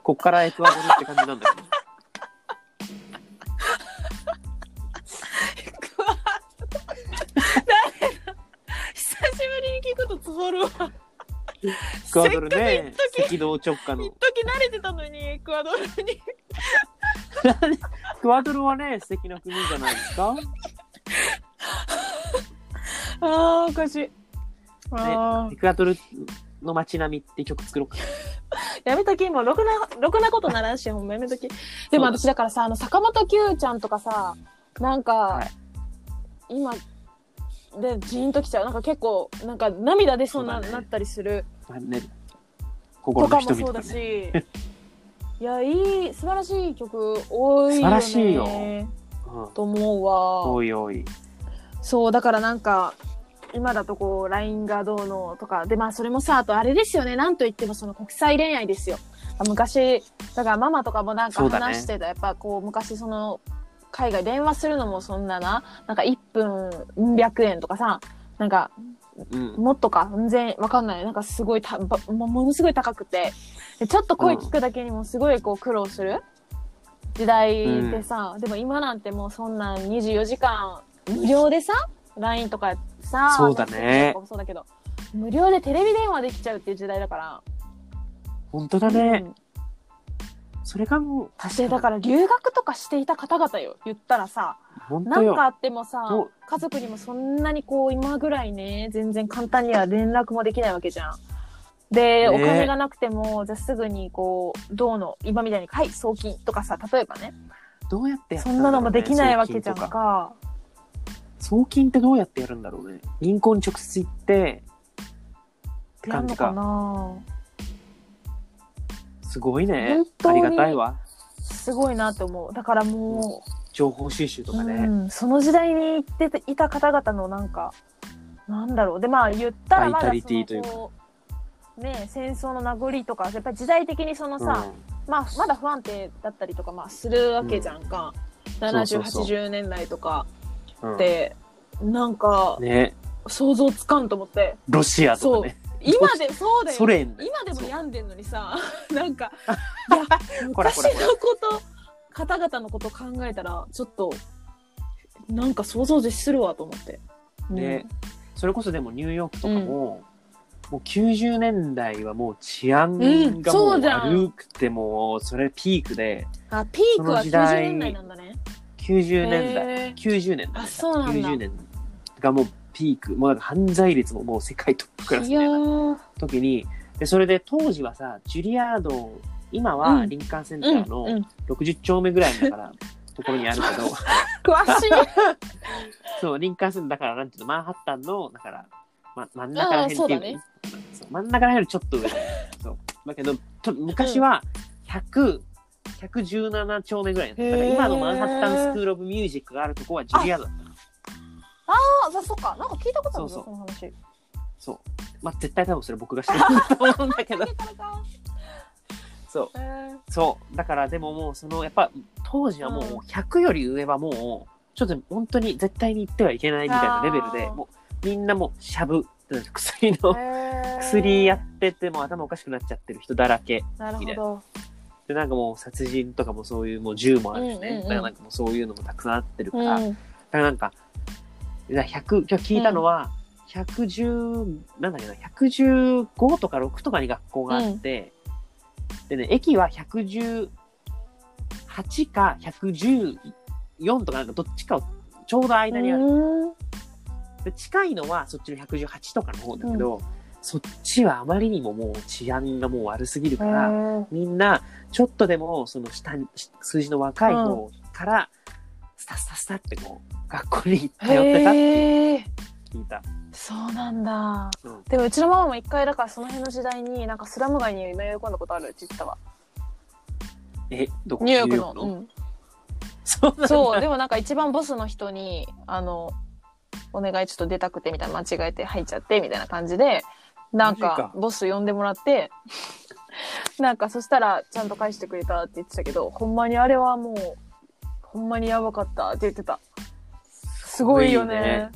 Speaker 1: こっからエクアドルって感じなん だけど。
Speaker 2: 久しぶりに聞くとつぼるわ
Speaker 1: エクアドルね
Speaker 2: せっか、
Speaker 1: 赤道直下の。
Speaker 2: 一
Speaker 1: エ
Speaker 2: 時慣れてたのにエクアドルに
Speaker 1: クアドルはね、素敵な国じゃないですか。
Speaker 2: あーおかしいあ
Speaker 1: エクアドルの街並みって曲作ろうか。
Speaker 2: ーやめときもうろくなろくなことならんしほんまやめときでも私だからさあの坂本九ちゃんとかさなんか、
Speaker 1: は
Speaker 2: 今でジーンときちゃうなんか結構なんか涙出そうな
Speaker 1: そうだね
Speaker 2: なったりする
Speaker 1: まあね、
Speaker 2: と
Speaker 1: 心の
Speaker 2: かも
Speaker 1: 瞳
Speaker 2: そ
Speaker 1: と
Speaker 2: う
Speaker 1: か
Speaker 2: だ
Speaker 1: ね。
Speaker 2: し、いやいい素晴らしい曲多いよね
Speaker 1: 素晴らしいようん
Speaker 2: と思うわ
Speaker 1: おいおい。
Speaker 2: そうだからなんか今だとこう LINE がどうのとかでまあそれもさあとあれですよねなんといってもその国際恋愛ですよあ昔だからママとかもなんか
Speaker 1: そうだね
Speaker 2: 話してた、やっぱこう昔その海外電話するのもそんなななんか1分100円とかさなんか
Speaker 1: うん
Speaker 2: もっとか全然わかんないなんかすごいたばもものすごい高くてでちょっと声聞くだけにもすごいこう苦労する時代でさ、でも今なんてもうそんなん24時間無料でさ LINE とかさ
Speaker 1: そうだね
Speaker 2: そうだけど無料でテレビ電話できちゃうっていう時代だから
Speaker 1: 本当だね、それがもう確
Speaker 2: でだからら留学とかしていた方々よ言ったらさ
Speaker 1: 本当
Speaker 2: 何
Speaker 1: よ
Speaker 2: かあってもさ
Speaker 1: そう
Speaker 2: 家族にもそんなにこう今ぐらいね全然簡単には連絡もできないわけじゃん。
Speaker 1: ね
Speaker 2: で、お金がなくてもじゃあすぐにこうどうの今みたいに「はい送金」とかさ例えばね
Speaker 1: どうやってやった
Speaker 2: そ
Speaker 1: だろ
Speaker 2: ん
Speaker 1: うね
Speaker 2: なのもできないわけじゃん
Speaker 1: 送金と
Speaker 2: か。
Speaker 1: 送金ってどうやってやるんだろうね銀行に直接行ってって
Speaker 2: や
Speaker 1: 感
Speaker 2: んの
Speaker 1: じ
Speaker 2: か
Speaker 1: か
Speaker 2: な
Speaker 1: すごいね
Speaker 2: 本当
Speaker 1: あ
Speaker 2: に
Speaker 1: りがたいわ
Speaker 2: すごいなって思うだからも
Speaker 1: 情報収集
Speaker 2: う
Speaker 1: とかね、
Speaker 2: うん、その時代に行っていた方々のなんかなんだろうでまあ言ったらまだ
Speaker 1: バイタリティとい
Speaker 2: そ
Speaker 1: う
Speaker 2: の
Speaker 1: か
Speaker 2: こうね戦争の名残とかやっぱり時代的にそのさ、まあ、まだ不安定だったりとか、まあ、するわけじゃんか、
Speaker 1: そ
Speaker 2: 70、
Speaker 1: うそうそ
Speaker 2: 80年代とか
Speaker 1: うんうん
Speaker 2: って、なんか
Speaker 1: ね
Speaker 2: 想像つかんと思って
Speaker 1: ロシアとかね
Speaker 2: 今でそうだ
Speaker 1: ソ
Speaker 2: よ、ね、
Speaker 1: 連
Speaker 2: 今でも病んでんのにさ なんかいや
Speaker 1: こら
Speaker 2: 昔
Speaker 1: こ
Speaker 2: の
Speaker 1: らこら
Speaker 2: こと方々のこと考えたらちょっとなんか想像を絶するわと思って。
Speaker 1: ねそれこそでもニューヨークとかも、もう90年代はもう治安
Speaker 2: うん
Speaker 1: がも
Speaker 2: そう
Speaker 1: う
Speaker 2: じゃん
Speaker 1: 悪くてもうそれピークで
Speaker 2: うんあピーク
Speaker 1: そ
Speaker 2: は
Speaker 1: の時代
Speaker 2: 90年代なんだね。
Speaker 1: 90年代
Speaker 2: へー
Speaker 1: 90年代
Speaker 2: あそうなんだ
Speaker 1: 90年がもうピークもうなんか犯罪率ももう世界トップクラスみ
Speaker 2: い
Speaker 1: た
Speaker 2: や
Speaker 1: いな
Speaker 2: ー
Speaker 1: 時にでそれで当時はさジュリアード今
Speaker 2: う
Speaker 1: は
Speaker 2: ん
Speaker 1: 林間センタ
Speaker 2: うん
Speaker 1: ーの
Speaker 2: うん、
Speaker 1: 60丁目ぐらいのだから、ところにあるけど
Speaker 2: 詳しい。
Speaker 1: そう林間センターだからなんていうのマンハッタンのだから、ま、真ん中ら辺っていうの
Speaker 2: あー
Speaker 1: そう真ん中ら辺よりちょっと上だよそうだけどと昔は100 117丁目ぐらいだっただから今のマンハッタンスクール・オブ・ミュージックがあるとこはジュリアードだったの
Speaker 2: あ、そそっか。なんか聞いたことあるぞ、
Speaker 1: そ
Speaker 2: そう
Speaker 1: そう
Speaker 2: の話。
Speaker 1: そうまあ絶対多分それ僕が知ってると思うんだけ どそう
Speaker 2: えー
Speaker 1: そうだからでももうそのやっぱ当時はもう
Speaker 2: うん
Speaker 1: 100より上はもうちょっと本当に絶対に行ってはいけないみたいなレベルで
Speaker 2: あー
Speaker 1: もうみんなもうしゃぶ薬の
Speaker 2: へー
Speaker 1: 薬やっててもう頭おかしくなっちゃってる人だらけ
Speaker 2: なる
Speaker 1: みたい
Speaker 2: ほ
Speaker 1: でなんかもう殺人とかもそういうもう銃もあるしね、
Speaker 2: うんうんうん
Speaker 1: だからなんかもうそういうのもたくさんあってるか
Speaker 2: ど、
Speaker 1: ら、だ
Speaker 2: うん
Speaker 1: からなんかだから100今日聞いたのは、110なんだっけな115とか6とかに学校があって、でね駅は118か114とかなんかどっちかをちょうど間にある、
Speaker 2: うん
Speaker 1: で近いのはそっちの118とかの方だけど、そっちはあまりにももう治安がもう悪すぎる
Speaker 2: へ
Speaker 1: から、
Speaker 2: ー
Speaker 1: みんな、ちょっとでも、その下に、数字の若い方から、スタスタスタってこう、学校に通ってたって
Speaker 2: へー
Speaker 1: 聞いた。
Speaker 2: そうなんだ、
Speaker 1: うん
Speaker 2: でもうちのママも一回だからその辺の時代になんかスラム街に迷い込んだことあるって言ってたわ
Speaker 1: え、どこ
Speaker 2: ニューヨークのうん
Speaker 1: そうなんだ。
Speaker 2: そうでもなんか一番ボスの人にあのお願いちょっと出たくてみたいな間違えて入っちゃってみたいな感じでな
Speaker 1: マ
Speaker 2: ん
Speaker 1: ジ
Speaker 2: か
Speaker 1: か
Speaker 2: ボス呼んでもらって なんかそしたらちゃんと返してくれたって言ってたけどほんまにあれはもうほんまにやばかったって言ってたすごいよね。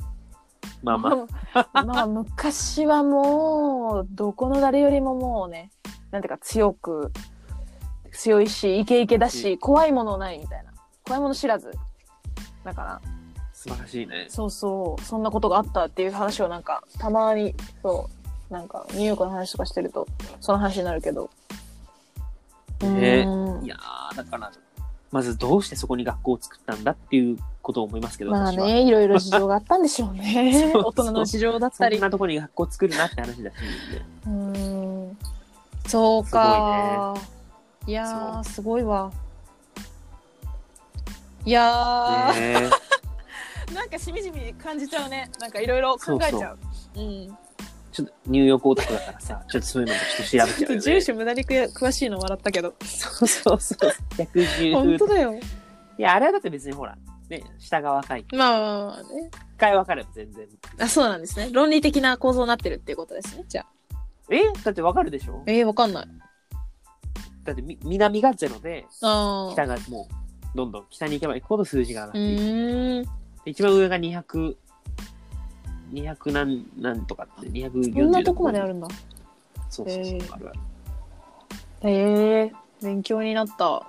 Speaker 1: まあまあ、
Speaker 2: まあま あ昔はもうどこの誰よりももうねなんていうか強く強いしイケイケだし怖いものないみたいな怖いもの知らずだから
Speaker 1: 素晴らしいね。
Speaker 2: そうそう、そんなことがあったっていう話をなんか、たまに、そう、なんか、ニューヨークの話とかしてると、その話になるけど。
Speaker 1: ね
Speaker 2: うん
Speaker 1: いやー、だから、まずどうしてそこに学校を作ったんだっていうことを思いますけど、
Speaker 2: まあ
Speaker 1: 私は。。
Speaker 2: ね、いろいろ事情があったんでしょうね
Speaker 1: そうそう
Speaker 2: 大人の事情だった
Speaker 1: そ
Speaker 2: り。
Speaker 1: ん
Speaker 2: う
Speaker 1: なとこに学校を作るなって話だし、
Speaker 2: ん。そうか。いやー、すごいわ。いやー、
Speaker 1: ね。
Speaker 2: なんかしみじみ感じちゃうね。なんかいろいろ考えちゃう。うん。
Speaker 1: ちょっとニューヨークオタクだからさ、ちょっとそういうのもちょっと調べちゃう
Speaker 2: ちょっ
Speaker 1: よ
Speaker 2: と
Speaker 1: ね。
Speaker 2: 住所無駄にくや詳しいの笑ったけど。
Speaker 1: そうそうそう。110
Speaker 2: 本当だよ。
Speaker 1: いや、あれはだって別にほら、ね、下が若い。
Speaker 2: まあまあまあね。
Speaker 1: 一回分かれば全然。
Speaker 2: あ、そうなんですね。論理的な構造になってるっていうことですね。じゃあ。
Speaker 1: えだって分かるでしょ
Speaker 2: えー、わかんない。
Speaker 1: だってみ南がゼロで、
Speaker 2: ああ。
Speaker 1: 北がもう、どんどん北に行けば行くほど数字が上がっ
Speaker 2: う
Speaker 1: ていく。
Speaker 2: ーん。
Speaker 1: で一番上が200、200何、なんとかって、240
Speaker 2: こんなとこまであるんだ。
Speaker 1: そうそうそう
Speaker 2: へ。ー
Speaker 1: あるある
Speaker 2: へえ勉強になった。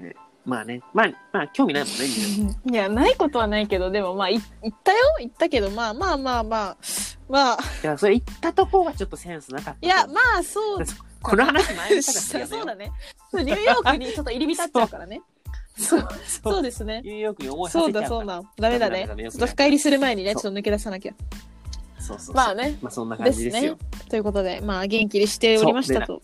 Speaker 1: えーまあね、まあ、まあ、興味ない もんね、みんない
Speaker 2: や、ないことはないけど、でもまあ、い行ったよ行ったけど、まあまあまあまあ。まあ、
Speaker 1: だからそれ行ったとこがちょっとセンスなかった。
Speaker 2: いや、まあ、そう
Speaker 1: この話前に
Speaker 2: で
Speaker 1: したかっ
Speaker 2: したた。
Speaker 1: よね
Speaker 2: そうだね。そうニューヨークにちょっと入り浸っちゃうからね。そう
Speaker 1: そう
Speaker 2: そうですね。
Speaker 1: ニューヨークに思いさ
Speaker 2: そ
Speaker 1: せ
Speaker 2: う
Speaker 1: ちゃう
Speaker 2: だ
Speaker 1: から
Speaker 2: そうだ。ダメだね
Speaker 1: ダメダメ。
Speaker 2: ちょっと深入りする前にね、ち
Speaker 1: そ
Speaker 2: ょ
Speaker 1: う
Speaker 2: っと抜け出さなきゃ。
Speaker 1: そうそうそう
Speaker 2: まあね。
Speaker 1: まあそんな感
Speaker 2: で
Speaker 1: じ
Speaker 2: す
Speaker 1: です
Speaker 2: ね
Speaker 1: よ。。
Speaker 2: ということで、まあ、元気にしておりましたと。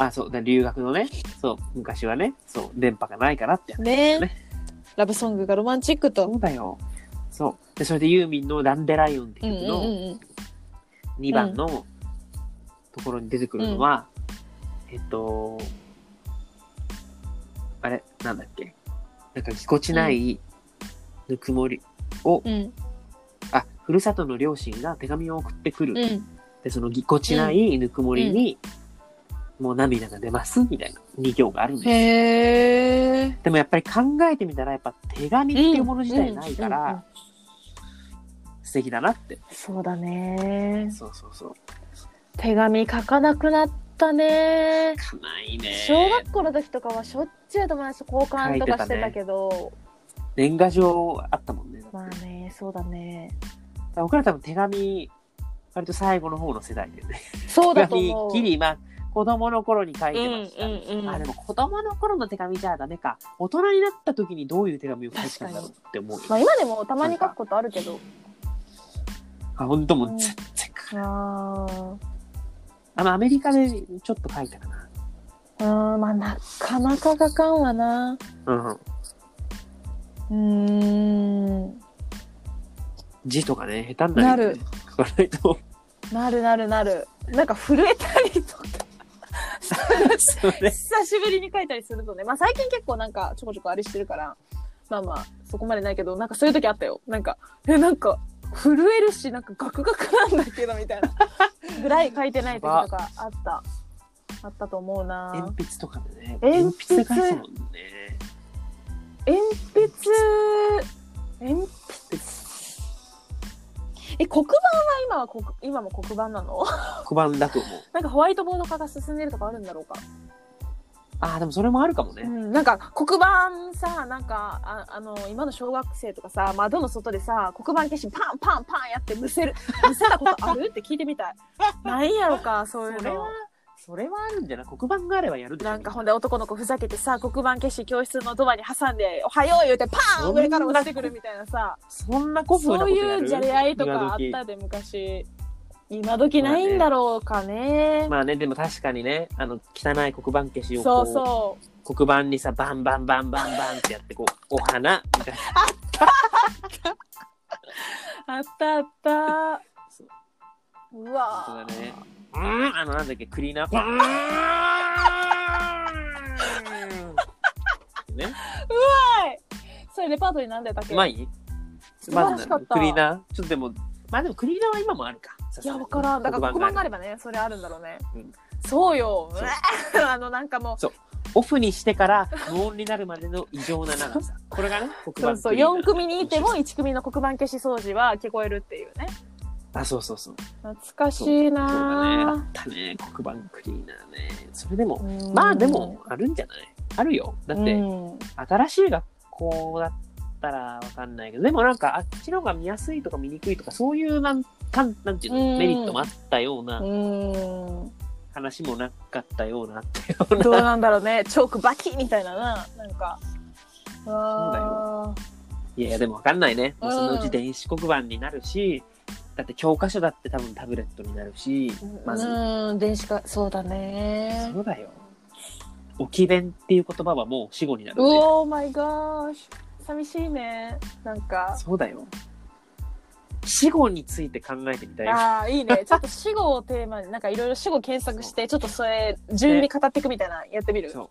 Speaker 1: あ、そう、だ留学のね、そう、昔はね、そう、電波がないからって。
Speaker 2: ね
Speaker 1: ね
Speaker 2: ラブソングがロマンチックと。
Speaker 1: そうだよ。そう。で、それでユーミンのダンデライオンって
Speaker 2: うんう
Speaker 1: 曲
Speaker 2: ん
Speaker 1: の
Speaker 2: うん
Speaker 1: 2番のところに出てくるのは、えっと、あれ、なんだっけ。なんかぎこちないぬくもりを、
Speaker 2: うん。
Speaker 1: あ、ふるさとの両親が手紙を送ってくる。
Speaker 2: うん。うん。
Speaker 1: で、そのぎこちないぬくもりに、もう涙が出ますみたいな2行があるんですよ
Speaker 2: へえ。
Speaker 1: でもやっぱり考えてみたらやっぱ手紙っていうもの自体ないから、
Speaker 2: うんうんうん
Speaker 1: 素敵だなって。
Speaker 2: そうだね。
Speaker 1: そうそうそう。
Speaker 2: 手紙書かなくなったね。
Speaker 1: かないね。
Speaker 2: 小学校の時とかはしょっちゅう友達と交換とかしてたけど、
Speaker 1: 年賀状あったもんね。だ
Speaker 2: まあ
Speaker 1: って
Speaker 2: ね、そうだね。
Speaker 1: 僕ら多分手紙、割と最後の方の世代でね。
Speaker 2: そう
Speaker 1: 手
Speaker 2: だと
Speaker 1: 紙
Speaker 2: 思う。
Speaker 1: ギリ、まあ、子供の頃に書いてました。
Speaker 2: うんうんうん
Speaker 1: あでも子供の頃の手紙じゃダメか。大人になった時にどういう手紙を書いてたんだろうって思うよ。
Speaker 2: まあ今でもたまに書くことあるけど。
Speaker 1: あ、本当もう全然書かない
Speaker 2: あー
Speaker 1: あの、アメリカでちょっと書いたかな。
Speaker 2: うーん、まあなかなか書かんわな。
Speaker 1: うん。
Speaker 2: うーん。
Speaker 1: 字とかね、下手になるよね。書かないと。
Speaker 2: なるなるなる。なんか震えたりとか。
Speaker 1: そうね。
Speaker 2: 久しぶりに書いたりするとね、まあ最近結構なんかちょこちょこあれしてるから、まあまあそこまでないけど、なんかそういう時あったよ。なんか、え、なんか震えるし、なんかガクガクなんだけどみたいなぐらい書いてない時とかあった。あったと思うな。
Speaker 1: 鉛筆とかでね。
Speaker 2: 鉛筆
Speaker 1: 鉛筆で書いてたもんね。
Speaker 2: 鉛筆、鉛筆。え、黒板は今は黒、今も黒板なの
Speaker 1: 黒板だと思う。
Speaker 2: なんかホワイトボード化が進んでるとかあるんだろうか。
Speaker 1: ああ、でもそれもあるかもね。
Speaker 2: うん、なんか黒板さなんかああの今の小学生とかさ窓の外でさ黒板消しパンパンパンやってむせるむせたことあるって聞いてみ たいないやろかそういう
Speaker 1: それは
Speaker 2: の、
Speaker 1: それはあるんじゃない黒板があればやるでしょ。
Speaker 2: なんかほんで男の子ふざけてさ黒板消し教室のドアに挟んで「おはよう」言うてパーン上から落ちてくるみたいなさ
Speaker 1: そんな古風なこと
Speaker 2: そう
Speaker 1: や
Speaker 2: い
Speaker 1: る
Speaker 2: うじゃれ合いとかあっ
Speaker 1: 今
Speaker 2: た
Speaker 1: 時
Speaker 2: で昔今時ないんだろうかね,、
Speaker 1: まあね、でも確かにね、あの、汚い黒板消しをこ
Speaker 2: そううそう
Speaker 1: 黒板にさ、バンバンバンバンバンってやって、こう、お花みたいな。
Speaker 2: あったあった
Speaker 1: そう
Speaker 2: う
Speaker 1: 本
Speaker 2: わ
Speaker 1: 当だね。うーん、あの、なんだっけ、クリーナー。うーん ね、
Speaker 2: それレパートリーなんでたっけ
Speaker 1: うまい
Speaker 2: 素晴らしかった
Speaker 1: クリーナーちょっとでも、まあでもクリーナーは今もあるか。さ
Speaker 2: い
Speaker 1: すが
Speaker 2: や、
Speaker 1: に
Speaker 2: わからん。だから黒板があれ
Speaker 1: ば。
Speaker 2: ばね、それあるんだろうね。
Speaker 1: うん
Speaker 2: そうよ。
Speaker 1: そう
Speaker 2: うわー あの、なんかもう、
Speaker 1: オフにしてから無音になるまでの異常な長さ。これがね、黒板
Speaker 2: そうそう、
Speaker 1: クリーナー
Speaker 2: 4組にいても1組の黒板消し掃除は聞こえるっていうね。
Speaker 1: あ、そうそうそう。
Speaker 2: 懐かしい
Speaker 1: そうだね。あ
Speaker 2: な
Speaker 1: ったね。黒板クリーナーね。それでも、
Speaker 2: ぁ
Speaker 1: まあでも、、あるんじゃないあるよ。だ
Speaker 2: だ
Speaker 1: って、新しい学校だったらわかんないけど、でもなんか、あっちの方が見やすいとか見にくいとか、そういうなん、かんなんていう
Speaker 2: う
Speaker 1: の、
Speaker 2: ん
Speaker 1: メリットもあったような
Speaker 2: う、ん。
Speaker 1: 話もなかったような、あったような。
Speaker 2: どうなんだろうね。チョークバキみたいなな。なんか。う
Speaker 1: だ
Speaker 2: わ
Speaker 1: いやいや、でもわかんないね。もうそのう
Speaker 2: う
Speaker 1: ち
Speaker 2: ん
Speaker 1: 電子黒板になるし、だって教科書だって多分タブレットになるし、
Speaker 2: ー
Speaker 1: まず。
Speaker 2: うん、電子化、そうだね。
Speaker 1: そうだよ。置き弁っていう言葉はもう死語になる
Speaker 2: う
Speaker 1: ね、
Speaker 2: おー、マイガーシ。寂しいね。なんか。
Speaker 1: そうだよ。死語について考えてみたい。
Speaker 2: ああ、いいね。 ちょっと死語をテーマに、なんかいろいろ死語検索して、ちょっとそれ、順に語っていくみたいな、やってみる。
Speaker 1: そう。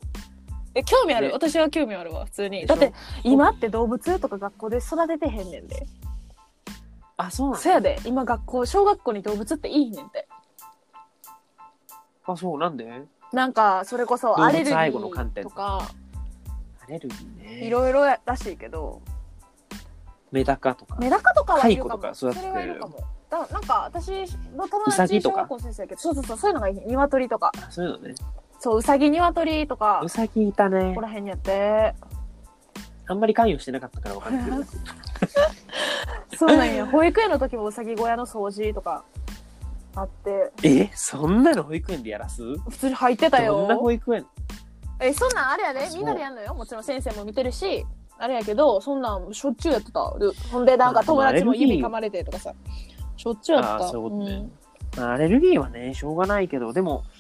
Speaker 2: え興味ある
Speaker 1: ね
Speaker 2: 私は興味あるわ普通に
Speaker 1: でし
Speaker 2: だ
Speaker 1: ょ
Speaker 2: って今って動物とか学校で育ててへんねんで
Speaker 1: あ、そうなん
Speaker 2: そやで今学校小学校に動物っていいねんて
Speaker 1: あ、そう、なんでア
Speaker 2: なんかそれこそ
Speaker 1: 動物
Speaker 2: アレルギ
Speaker 1: 愛護の観
Speaker 2: ー
Speaker 1: 点
Speaker 2: とか
Speaker 1: レルギーね。
Speaker 2: いろいろやらしいけど
Speaker 1: メダカとか。
Speaker 2: メダカとかはいるかも
Speaker 1: 蚕とか育ててる
Speaker 2: それはいるかもだなんか私の友
Speaker 1: ウサギ
Speaker 2: 達
Speaker 1: と
Speaker 2: 小
Speaker 1: か
Speaker 2: 学校先生やけどそうそうそうそういうのがいいね鶏とか
Speaker 1: あそういうのね。
Speaker 2: そううさぎ鶏とか
Speaker 1: ウ
Speaker 2: こ
Speaker 1: サギいたね
Speaker 2: こ。ら辺にやって
Speaker 1: あんまり関与してなかったからわかんないけ ど。
Speaker 2: そうな んや保育園の時もうさぎ小屋の掃除とかあって
Speaker 1: え、そんなの保育園でやらす
Speaker 2: 普通に入ってたよ
Speaker 1: どんな保育園
Speaker 2: えそんなんあれやで
Speaker 1: そう
Speaker 2: みんなでやんのよもちろん先生も見てるしあれやけどそんなんしょっちゅうやってたでほんでなんか友達も指噛まれてとかさしょっちゅうやって
Speaker 1: あ
Speaker 2: た
Speaker 1: あ、そういうことね。まあアレルギーはね、しょうがないけど、でも、
Speaker 2: うん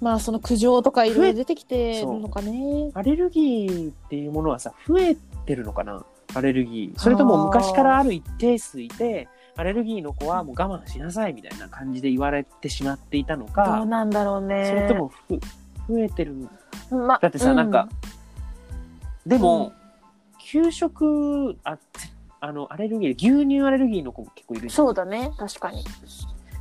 Speaker 2: まあその苦情とかいろいろ出てきてるのかね
Speaker 1: アレルギーっていうものはさ、増えてるのかなアレルギー。それとも昔からある一定数いて、アレルギーの子はもう我慢しなさいみたいな感じで言われてしまっていたの
Speaker 2: どう
Speaker 1: か、
Speaker 2: なんだろうね
Speaker 1: それともふ増えてる
Speaker 2: ま
Speaker 1: だってさ、
Speaker 2: う
Speaker 1: なんかで
Speaker 2: うん
Speaker 1: も、給食ああのアレルギー牛乳アレルギーの子も結構いるじゃん
Speaker 2: そうだね確かに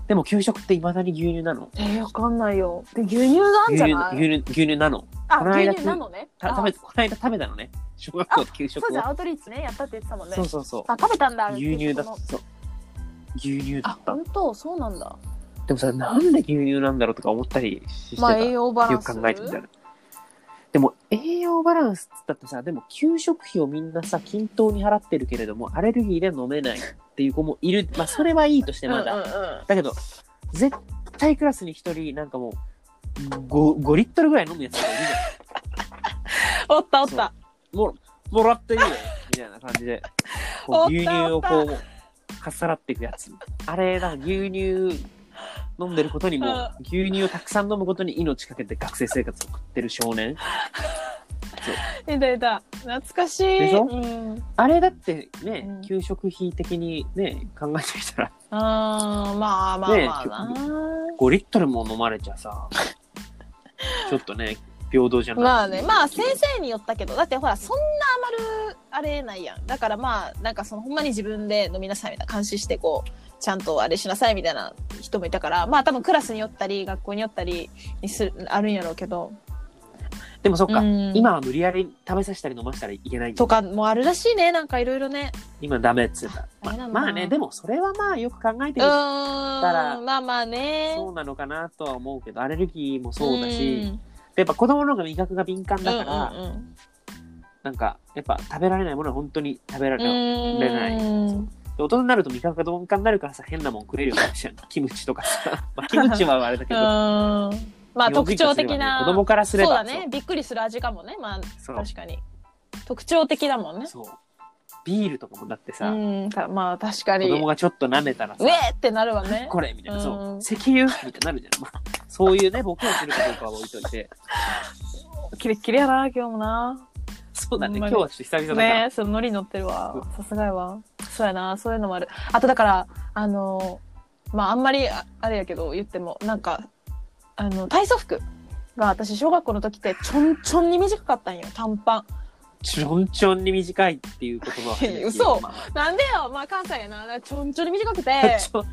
Speaker 1: でも給食っていまだに牛乳なの
Speaker 2: えー、わかんないよで牛乳があん
Speaker 1: 牛
Speaker 2: じゃ
Speaker 1: 乳
Speaker 2: ない
Speaker 1: 牛乳牛乳なのこの
Speaker 2: あ
Speaker 1: 間
Speaker 2: 牛乳なのね
Speaker 1: た
Speaker 2: あ
Speaker 1: 食べこの間食べたのね小学校の給食
Speaker 2: そう
Speaker 1: を
Speaker 2: じゃんアウトリーチねやったって言ってたもんね
Speaker 1: そうそうそう
Speaker 2: あ食べたんだ
Speaker 1: 牛乳だ
Speaker 2: この
Speaker 1: そう牛乳だ
Speaker 2: あ
Speaker 1: った
Speaker 2: 本当そうなんだ
Speaker 1: でもさなんで牛乳なんだろうとか思ったりしてた、
Speaker 2: まあ栄養バラ
Speaker 1: よ
Speaker 2: ンス
Speaker 1: く考えてみたらでも栄養バランスっつったってさでも給食費をみんなさ均等に払ってるけれどもアレルギーで飲めないっていう子もいるまあそれはいいとしてまだ、
Speaker 2: うんうんうん
Speaker 1: だけど、絶対クラスに一人、なんかもう5、5リットルぐらい飲むやつがいるじゃ
Speaker 2: おったおった。
Speaker 1: ん。もう、もらっていいよ、みたいな感じで。こう
Speaker 2: おった
Speaker 1: 牛乳をこ
Speaker 2: お
Speaker 1: う、かっさらっていくやつ。あれ、なんか牛乳飲んでることにも、牛乳をたくさん飲むことに命かけて学生生活を送ってる少年。
Speaker 2: いたいた。懐かしい。
Speaker 1: でしょ
Speaker 2: うん、
Speaker 1: あれだってね、
Speaker 2: うん
Speaker 1: 給食費的にね、考えてみたら、
Speaker 2: あーまあまあ
Speaker 1: ねえ
Speaker 2: まあな、
Speaker 1: 5リットルも飲まれちゃさ、ちょっとね、平等じゃない。
Speaker 2: まあね、まあ先生によったけど、だってほら、そんな余るあれないやん。だからまあ、なんかそのほんまに自分で飲みなさいみたいな、監視してこう、ちゃんとあれしなさいみたいな人もいたから、まあ多分クラスによったり、学校によったりにする、あるんやろうけど。
Speaker 1: でもそっか、
Speaker 2: うん
Speaker 1: 今は無理やり食べさせたり飲ませたらいけないんだよね
Speaker 2: とかもあるらしいね、なんかいろいろね。
Speaker 1: 今ダメっつってた。
Speaker 2: あ
Speaker 1: ま
Speaker 2: れ
Speaker 1: あ
Speaker 2: なんだ
Speaker 1: まあね、でもそれはまあよく考え
Speaker 2: う
Speaker 1: てみると
Speaker 2: ーん。
Speaker 1: だから
Speaker 2: まあまあね。
Speaker 1: そうなのかなとは思うけど、アレルギーもそうだし、
Speaker 2: ん、
Speaker 1: やっぱ子供の方が味覚が敏感だから、
Speaker 2: うんうん
Speaker 1: なんかやっぱ食べられないものは本当に食べられ
Speaker 2: う
Speaker 1: ない。
Speaker 2: ん、
Speaker 1: 食べられない
Speaker 2: うん
Speaker 1: で大人になると味覚が敏感になるからさ、変なもん食えるようになるじゃん。キムチ とかさ。まあ、キムチはあれだけ
Speaker 2: う
Speaker 1: ど、
Speaker 2: ーんまあ
Speaker 1: 日本人
Speaker 2: 特
Speaker 1: からすれ
Speaker 2: 徴
Speaker 1: ば
Speaker 2: 的な、
Speaker 1: ね、子供からすれば
Speaker 2: そうだねびっくりする味かもねまあ
Speaker 1: そう
Speaker 2: 確かに特徴的だもんね
Speaker 1: そうそうビールとかもだって
Speaker 2: う
Speaker 1: さ、
Speaker 2: んかまあ確か
Speaker 1: 子
Speaker 2: に
Speaker 1: 供
Speaker 2: う
Speaker 1: がちょっと舐めたらさ、
Speaker 2: えってなるわね
Speaker 1: これみたいな、そうう、
Speaker 2: ん
Speaker 1: 石油みたいになるじゃん。まあ、そういうね、ボケをするかどうかは置いとい て。
Speaker 2: キレッキレやな今日もな
Speaker 1: そうだね、
Speaker 2: ほんま
Speaker 1: 今
Speaker 2: に
Speaker 1: 日はちょっと久々だから。
Speaker 2: ねえそのノリ乗ってるわさすがやわそうやなそういうのもあるあとだからあのまああんまりああれやけど言ってもなんかあの体操服が私小学校の時ってちょんちょんに短かったんよ短パン
Speaker 1: ちょんちょんに短いっていう言葉はね
Speaker 2: 嘘
Speaker 1: まあ
Speaker 2: なんでよまあ関西やなちょんちょんに短くて
Speaker 1: まあちょ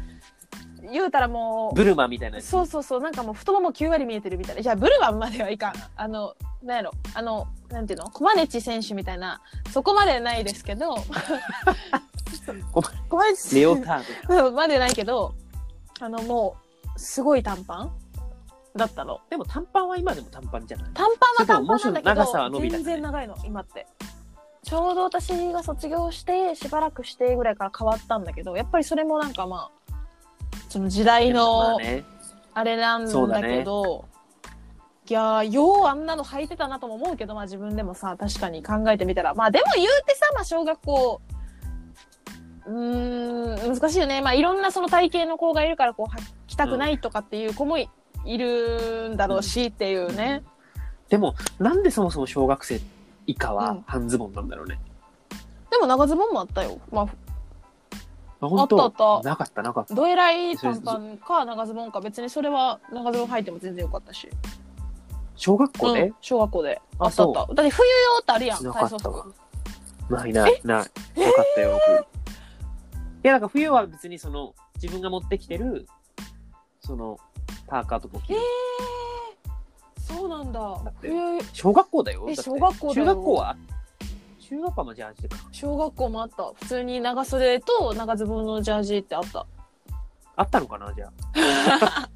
Speaker 2: 言うたらもう
Speaker 1: ブルマみたいなやつ
Speaker 2: そうそうそうなんかもう太もも9割見えてるみたいないやブルワンまではいかんあのなんやろあのなんていうのコマネチ選手みたいなそこまでないです けどコマネチ選手
Speaker 1: レオター
Speaker 2: うん までないけどあのもうすごい短パンだったの
Speaker 1: ドでも短パンは今でも短パンじゃない
Speaker 2: 短パンは短パンなん
Speaker 1: それとももうちょっと
Speaker 2: だ
Speaker 1: 長さは
Speaker 2: け
Speaker 1: 伸
Speaker 2: ど
Speaker 1: びたね
Speaker 2: 全然長いの今ってちょうど私が卒業してしばらくしてぐらいから変わったんだけどやっぱりそれもなんかまあその時代
Speaker 1: まあ
Speaker 2: の
Speaker 1: ね
Speaker 2: あれなん
Speaker 1: そうだ
Speaker 2: だ
Speaker 1: ね
Speaker 2: けど、いやーようあんなの履いてたなとも思うけど、まあ、自分でもさ確かに考えてみたらまあでも言うてさ、まあ、小学校うーん難しいよね、まあ、いろんなその体型の子がいるからこう履きたくないとかっていう子もい,、るんだろうしっていうね、
Speaker 1: でもなんでそもそも小学生以下
Speaker 2: う
Speaker 1: は
Speaker 2: ん
Speaker 1: 半ズボンなんだろうね、
Speaker 2: でも長ズボンもあったよ、ま
Speaker 1: あ本当
Speaker 2: あったあった
Speaker 1: なかったなかっ
Speaker 2: あ、どえらい短パンか長ズボンか別にそれは長ズボン履いても全然よかったし。
Speaker 1: た小学校
Speaker 2: う
Speaker 1: で
Speaker 2: ん、小学校で
Speaker 1: あ
Speaker 2: あったあ
Speaker 1: そ
Speaker 2: っ
Speaker 1: う
Speaker 2: ただって冬用ってあるやん
Speaker 1: な
Speaker 2: 体
Speaker 1: かっ
Speaker 2: 操
Speaker 1: たわ
Speaker 2: 服。
Speaker 1: ないないない。なかったよ、僕。いや、なんか冬は別にその、自分が持ってきてる、その、パーカーとか着
Speaker 2: え
Speaker 1: る。
Speaker 2: ー、そうなんだ
Speaker 1: だって
Speaker 2: 冬
Speaker 1: 小学校だよ。
Speaker 2: え
Speaker 1: だって
Speaker 2: 小学校だよ
Speaker 1: 中学校は中学校もジャージでか。
Speaker 2: 小学校もあった普通に長袖と長ズボンのジャージってあった
Speaker 1: あったのかな、じゃあ。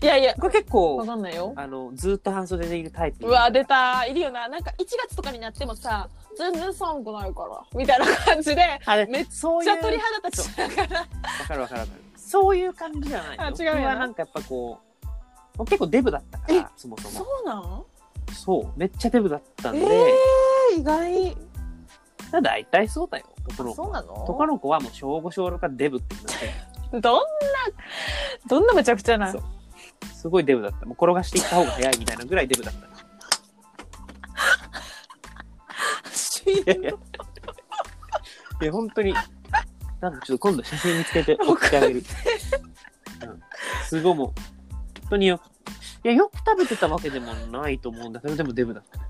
Speaker 2: いやいや
Speaker 1: 僕は結
Speaker 2: わ
Speaker 1: 構、
Speaker 2: かんないよ
Speaker 1: あの、ずっと半袖でいるタイプ。
Speaker 2: うわ出たいるよななんか1月とかになってもさ全然寒くないからみたいな感じで
Speaker 1: あれ
Speaker 2: めっ
Speaker 1: そう
Speaker 2: ち
Speaker 1: い
Speaker 2: ゃ
Speaker 1: う。
Speaker 2: 鳥肌立ちながら
Speaker 1: わかるわかるわかる。そういう感じじゃないの。
Speaker 2: あ違うよな
Speaker 1: 僕はなんかやっぱこう、僕結構デブだったから、そもそ
Speaker 2: そ
Speaker 1: も。
Speaker 2: うなん
Speaker 1: そう、めっちゃデブだったんで、
Speaker 2: えー、意外
Speaker 1: だ大体そうだよ、男の子
Speaker 2: そうなの
Speaker 1: 他の子はもう小5小6からデブって言って
Speaker 2: どんなどんなむちゃくちゃな
Speaker 1: そうすごいデブだった。もう転がしていった方が早いみたいなぐらいデブだった。
Speaker 2: しんど
Speaker 1: いやいやいや、本当に。なんかちょっと今度写真見つけて送って あげる。うん、すごいもう、本当によく、いや、よく食べてたわけでもないと思うんだけど、でもデブだった。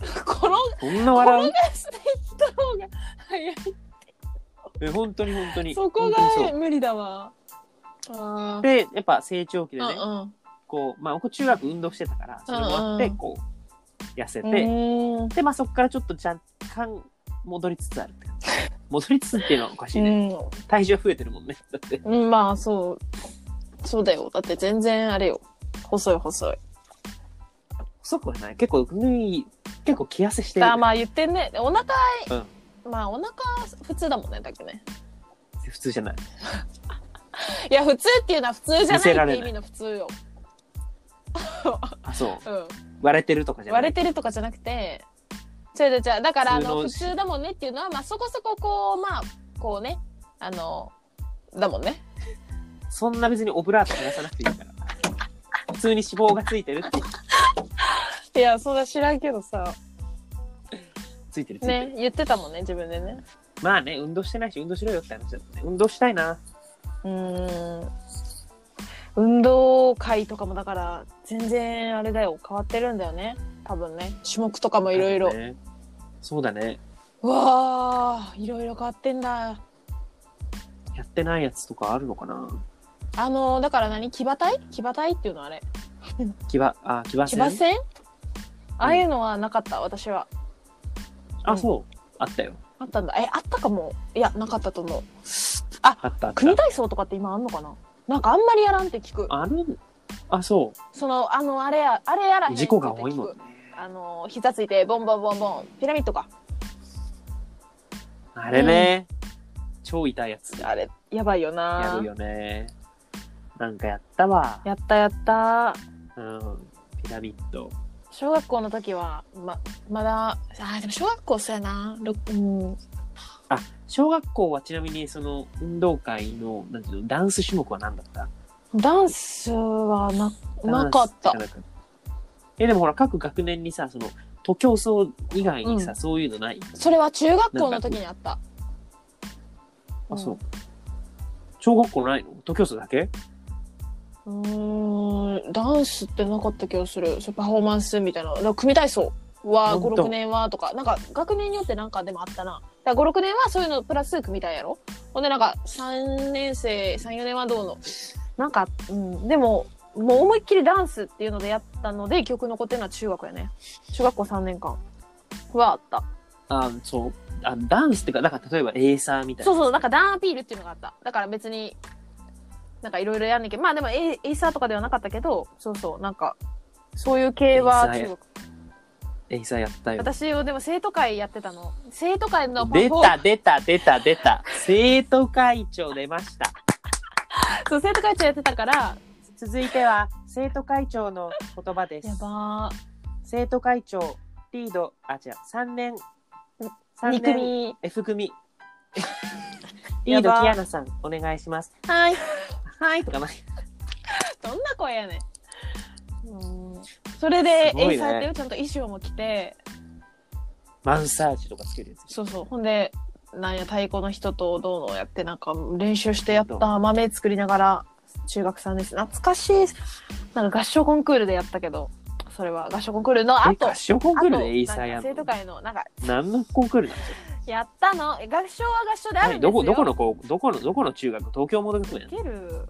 Speaker 2: 転が
Speaker 1: そんな笑う
Speaker 2: 転がしていった方が早い
Speaker 1: え、本当に本当に。
Speaker 2: そこ
Speaker 1: 本当に
Speaker 2: が
Speaker 1: そう
Speaker 2: 無理だわあー
Speaker 1: で、やっぱ成長期でね、
Speaker 2: うん
Speaker 1: こう、まあ、僕中学運動してたから、それもあっ
Speaker 2: う
Speaker 1: て、
Speaker 2: んうん
Speaker 1: こう、痩せて、
Speaker 2: うん
Speaker 1: で、まあ、そこからちょっと若干戻りつつあるって感じ。戻りつつっていうのはおかしいね。体重は増えてるもんね。だって。
Speaker 2: うん、うん、まあそうそうだよだって全然あれよ細い細い
Speaker 1: 細くはない。結構、脱い、結構着痩せしてる。
Speaker 2: だまあ言ってんねお腹、
Speaker 1: うん
Speaker 2: まあお腹普通だもんねだけね
Speaker 1: 普通じゃない。
Speaker 2: いや普通っていうのは普通じゃ
Speaker 1: 見せ
Speaker 2: な
Speaker 1: ら
Speaker 2: いっ
Speaker 1: れ
Speaker 2: て
Speaker 1: ない
Speaker 2: 意味の普通よ、
Speaker 1: あ、そう。
Speaker 2: うん、
Speaker 1: 割れてるとかじゃない。
Speaker 2: 割れてるとかじゃなくて違う違う違うだからあの
Speaker 1: 普
Speaker 2: 普
Speaker 1: 通の
Speaker 2: 通だもんねっていうのはまあそこそここうまあこうねあのだもんね
Speaker 1: そんな別にオブラート垂らさなくていい から。普通に脂肪がついてるって。
Speaker 2: いやそんな知らんけどさ
Speaker 1: ついてるついてる。
Speaker 2: ね言ってたもんね自分でね
Speaker 1: まあね、運動してないし、運動しろよって話だったね。運動したいな。
Speaker 2: うーん運動会とかもだから全然あれだよ変わってるんだよね多分ね種目とかもいろいろ
Speaker 1: 多分ね。そうだね。
Speaker 2: うわーいろいろ変わってんだ
Speaker 1: やってないやつとかあるのかな
Speaker 2: あのだから何騎馬隊騎馬隊っていうのあれ
Speaker 1: 騎馬、あ、騎馬
Speaker 2: 騎
Speaker 1: 戦
Speaker 2: 馬戦ああいうのはなかった私は
Speaker 1: あ、そう。あったよ。
Speaker 2: あったんだえあったかもいやなかったと思うあ
Speaker 1: あったあった
Speaker 2: 組。体操とかって今あんのかななんかあんまりやらんって聞く
Speaker 1: あるあ、そ
Speaker 2: そのあのあれやあれやらへん
Speaker 1: う。
Speaker 2: って
Speaker 1: 事故
Speaker 2: 聞く
Speaker 1: が多いもんね。
Speaker 2: あの膝ついてボンボンボンボンピラミッドか
Speaker 1: あれね。超痛いやつ。
Speaker 2: あれやばいよな
Speaker 1: やるよね。なんかやったわ。
Speaker 2: やったやった
Speaker 1: うん。ピラミッド。
Speaker 2: 小学校の時はままだあーでも小学校そうやなろうん
Speaker 1: 小学校はちなみにその運動会のなんていうのダンス種目は何だった
Speaker 2: ダンスはななかっ
Speaker 1: ダ
Speaker 2: た
Speaker 1: ンスじゃなかったえでもほら各学年にさその徒競走以外にさ、
Speaker 2: うん
Speaker 1: そういうのない
Speaker 2: それは中学校の時にあった
Speaker 1: あそう小学校ないの徒競走だけ
Speaker 2: うんうーんダンスってなかった気がするそうパフォーマンスみたいなだから組体操は
Speaker 1: 本当
Speaker 2: 56年はとかなんか学年によってなんかでもあったなだから56年はそういうのプラス組体やろほんでなんか3年生34年はどうのなんか、うん、でももう思いっきりダンスっていうのでやったので記憶に残ってるのは中学やね中学校3年間はあった
Speaker 1: あそうあダンスってかなんか例えばエーサーみたいな
Speaker 2: そうそうなんかダンアピールっていうのがあっただから別になんかいろいろやんねんけどまあでもエイエイサーとかではなかったけどそうそうなんかそういう系は
Speaker 1: エイサー
Speaker 2: 中
Speaker 1: や
Speaker 2: 国
Speaker 1: エーサーやったよ
Speaker 2: 私をでも生徒会やってたの生徒会のパフ
Speaker 1: 出
Speaker 2: ォー
Speaker 1: た出た出た出た生徒会長出ました
Speaker 2: そう生徒会長やってたから
Speaker 1: 続いては生徒会長の言葉です
Speaker 2: やば
Speaker 1: 生徒会長リードあ違う3年
Speaker 2: ー
Speaker 1: 3
Speaker 2: 肉み
Speaker 1: F 組。リ
Speaker 2: や
Speaker 1: ード
Speaker 2: ば
Speaker 1: キアナさん、お願いします。
Speaker 2: はい
Speaker 1: はい、とかない。
Speaker 2: どんな声やねんうんそれです
Speaker 1: ごいね
Speaker 2: エイサーやってよちゃんと衣装も着て
Speaker 1: マンサージとかつけるやつ。
Speaker 2: そうそうほんでなんや太鼓の人とどうのやってなんか練習してやった豆作りながら中学3年生懐かしいなんか合唱コンクールでやったけどそれは合唱コンクールの
Speaker 1: え
Speaker 2: 後
Speaker 1: 合唱コンクールでエイサーや
Speaker 2: あ
Speaker 1: ん
Speaker 2: となん
Speaker 1: の
Speaker 2: か生徒会のなんか
Speaker 1: 何のコンクールなんですか
Speaker 2: やったのえ合唱は合唱であるんで
Speaker 1: 何ど
Speaker 2: すよ
Speaker 1: こどこの高どこのどこの中学東京物学部やん
Speaker 2: 受ける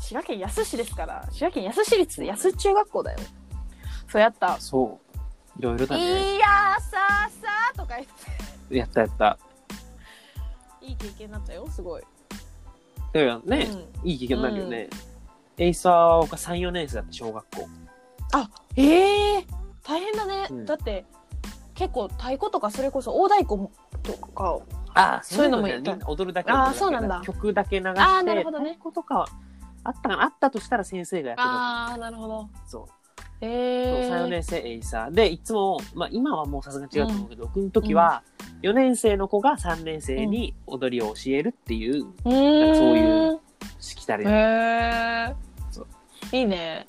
Speaker 2: 滋賀県安市ですから滋賀県安市立安中学校だよそうやった
Speaker 1: そういろいろ
Speaker 2: 「い
Speaker 1: だね
Speaker 2: やーさーさー」とか言って
Speaker 1: やったやった
Speaker 2: いい経験になったよすごい、
Speaker 1: だからね、
Speaker 2: うん
Speaker 1: いい経験になるよね、エイサーが34年生だった小学校
Speaker 2: あえー、大変だね、
Speaker 1: うん
Speaker 2: だって結構太鼓とかそれこそ大太鼓とか
Speaker 1: ああ
Speaker 2: そういうのもやった
Speaker 1: みんな踊るだけ
Speaker 2: あーそうなんだ
Speaker 1: 曲だけ流して
Speaker 2: あーなるほどね
Speaker 1: 太鼓とかはあったかなあったとしたら先生がやってた
Speaker 2: ああなるほど
Speaker 1: そう
Speaker 2: え
Speaker 1: そう
Speaker 2: ー、
Speaker 1: 34年生エイサーでいつも、まあ、今はもうさすがに違うと思うけど、僕の時は4年生の子が3年生に踊りを教えるっていう
Speaker 2: うーん
Speaker 1: そういうしきたり
Speaker 2: へ
Speaker 1: だ、
Speaker 2: え
Speaker 1: そう
Speaker 2: ー、いいね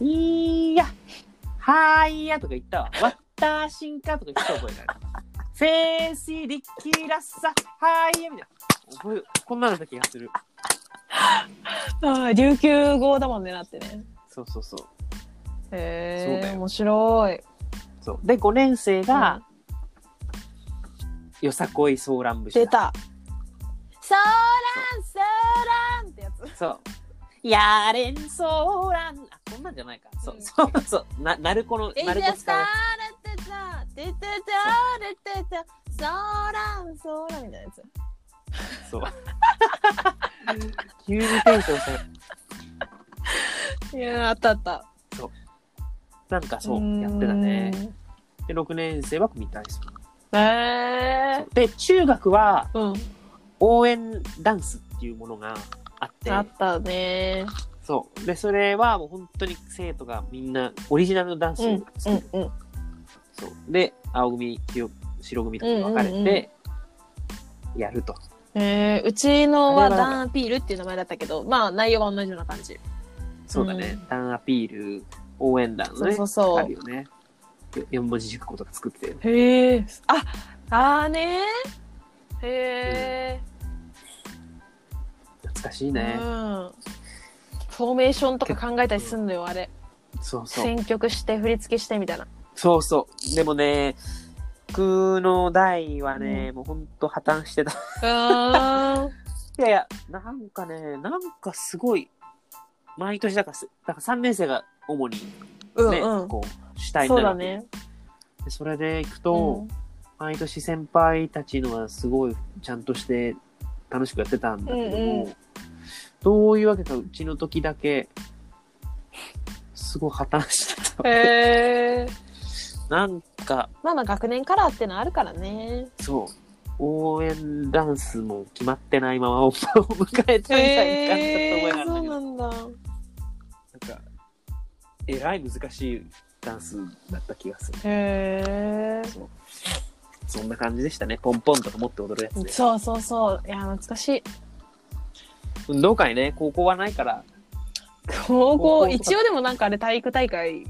Speaker 1: いやはーいやとか言ったわわったしんかとか言った覚えがあるフェーシリキラッサはーいやみたいな覚えこんなのだ気がする
Speaker 2: あー琉球語だもんねなってね
Speaker 1: そうそうそう
Speaker 2: へ
Speaker 1: そう
Speaker 2: え
Speaker 1: だ
Speaker 2: ー、
Speaker 1: よ
Speaker 2: 面白い
Speaker 1: そうで5年生が、よさこいソーラン節だ
Speaker 2: 出た。ソーラン、ソーランってやつ。
Speaker 1: そうやれんソーランあこんなんじゃないか、そう
Speaker 2: うん
Speaker 1: そうそうな鳴子の鳴子使う
Speaker 2: れてた、出てれてた、ソーラン、ソーランみたいなやつ。
Speaker 1: そう 急にテンション下がる
Speaker 2: いやー、あったあった。
Speaker 1: なんかそうやってたねで6年生は組体操
Speaker 2: うーん。え
Speaker 1: で中学は
Speaker 2: ー。
Speaker 1: 応援ダンスっていうものがあっ
Speaker 2: う
Speaker 1: て
Speaker 2: ん。あったね
Speaker 1: そうでそれはもう本当に生徒がみんなオリジナルのダンス
Speaker 2: う
Speaker 1: を
Speaker 2: ん
Speaker 1: 作る
Speaker 2: うんうん。
Speaker 1: そうで青組黄白組とかに分かれ
Speaker 2: うんうん
Speaker 1: てやると、
Speaker 2: えー、うちのは
Speaker 1: あれは
Speaker 2: ダンアピールっていう名前だったけど、まあ内容が同じような感じ。
Speaker 1: そうだねダンアピール応援団の
Speaker 2: そう
Speaker 1: ね
Speaker 2: そうそ
Speaker 1: ある
Speaker 2: う。
Speaker 1: よねよ四文字熟語とか作ってたよね
Speaker 2: へえ。あ、あーねー。へえ。
Speaker 1: 懐かしいね、
Speaker 2: うん、フォーメーションとか考えたりすんのよあれ
Speaker 1: そうそう
Speaker 2: 選曲して振り付けしてみたいな
Speaker 1: そうそうでもね僕の代はね、もうほんと破綻してた
Speaker 2: うん
Speaker 1: いやいやなんかねなんかすごい毎年だからすだから3年生が主にね、
Speaker 2: うんうん
Speaker 1: こう主体に
Speaker 2: そう
Speaker 1: な
Speaker 2: だ
Speaker 1: る
Speaker 2: ね
Speaker 1: でそれでいく
Speaker 2: う
Speaker 1: と、
Speaker 2: ん
Speaker 1: 毎年先輩たちのはすごいちゃんとして楽しくやってたんだけども、
Speaker 2: うんうん
Speaker 1: どういうわけかうちの時だけすごい破綻してた、
Speaker 2: へえ
Speaker 1: なんか
Speaker 2: まあまあ学年カラーってのあるからね
Speaker 1: そう応援ダンスも決まってないまま本番を迎えたみたいな感じだった覚えがあるんだ
Speaker 2: そうなんだ
Speaker 1: けど、なんかえらい難しいダンスだった気がする
Speaker 2: へ
Speaker 1: そうそんな感じでしたねポンポンとか持って踊るやつ
Speaker 2: え
Speaker 1: で
Speaker 2: そうそうそういや懐かしい
Speaker 1: 運動会ね高校はないから高
Speaker 2: 高校
Speaker 1: 校
Speaker 2: 一応でもなんかあれ体育大会っ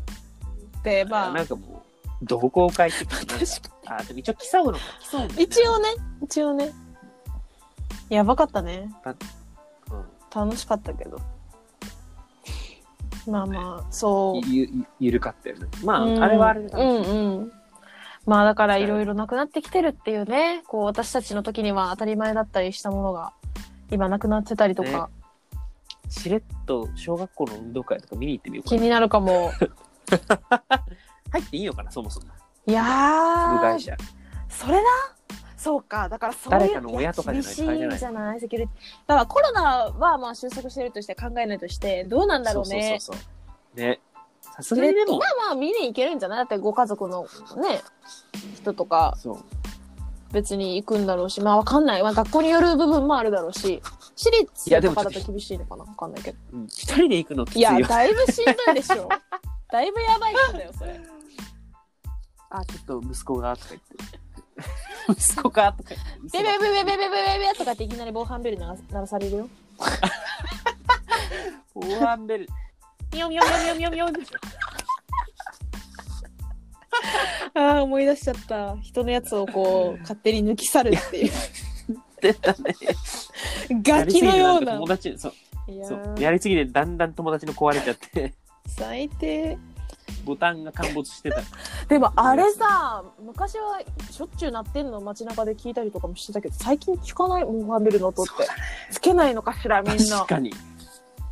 Speaker 2: てま
Speaker 1: な
Speaker 2: あ
Speaker 1: んかもう同好会っていうかなんか
Speaker 2: 確
Speaker 1: あでも一応競うのか競うんだよね
Speaker 2: 一応ね一応ねやばかったね
Speaker 1: う
Speaker 2: 楽しかったけどまあまあそうん
Speaker 1: ゆゆゆるかったよねまあ、
Speaker 2: うん
Speaker 1: あれはあれで楽しい
Speaker 2: うんうんまあだからいろいろなくなってきてるっていうねこう私たちの時には当たり前だったりしたものが今なくなってたりとか、
Speaker 1: しれっと小学校の運動会とか見に行ってみようか
Speaker 2: 気
Speaker 1: な
Speaker 2: になるかも
Speaker 1: 入っていいのかなそもそも
Speaker 2: い
Speaker 1: 部
Speaker 2: や
Speaker 1: 外
Speaker 2: ー
Speaker 1: 者
Speaker 2: それなそうかだからそういう
Speaker 1: 誰かの親とかじゃないと
Speaker 2: いや厳しいんじゃないセキュリティだからコロナはまあ収束してるとして考えないとしてどうなんだろうね
Speaker 1: そうそうそうそうねさす
Speaker 2: そ
Speaker 1: がに
Speaker 2: れ
Speaker 1: で
Speaker 2: まあ
Speaker 1: も
Speaker 2: まあ見に行けるんじゃないだってご家族のね人とか
Speaker 1: そう
Speaker 2: 別に行くんだろうし、まあわかんない。まあ学校による部分もあるだろうし、私
Speaker 1: いや
Speaker 2: 立
Speaker 1: で
Speaker 2: と
Speaker 1: も
Speaker 2: かだと厳しいのかなわかんないけど。
Speaker 1: うん一人で行くのきつ
Speaker 2: い
Speaker 1: いよ
Speaker 2: や、だいぶしんどいでしょ。だいぶやばいんだよ、それ。
Speaker 1: あちょっと息子がとか言って 息子がとか言って
Speaker 2: ベベベベベベベベベとかっていきなり防犯ベル鳴ら鳴らされるよ。
Speaker 1: ワンベルミョミョミョミョミョミョでしょ
Speaker 2: ああ、思い出しちゃった。人のやつをこう、勝手に抜き去るっていう。
Speaker 1: 出たね
Speaker 2: ガキのよう
Speaker 1: やりすぎるなんて友。
Speaker 2: な
Speaker 1: 達そう
Speaker 2: いや
Speaker 1: そう
Speaker 2: ー
Speaker 1: やりすぎてだんだん友達の壊れちゃって
Speaker 2: 最低
Speaker 1: ボタンが陥没してた
Speaker 2: でもあれさ昔はしょっちゅう鳴ってんの街中で聞いたりとかもしてたけど最近聞かないモンハンベルの音って、
Speaker 1: そうだ
Speaker 2: つけないのかしらみんな
Speaker 1: 確かに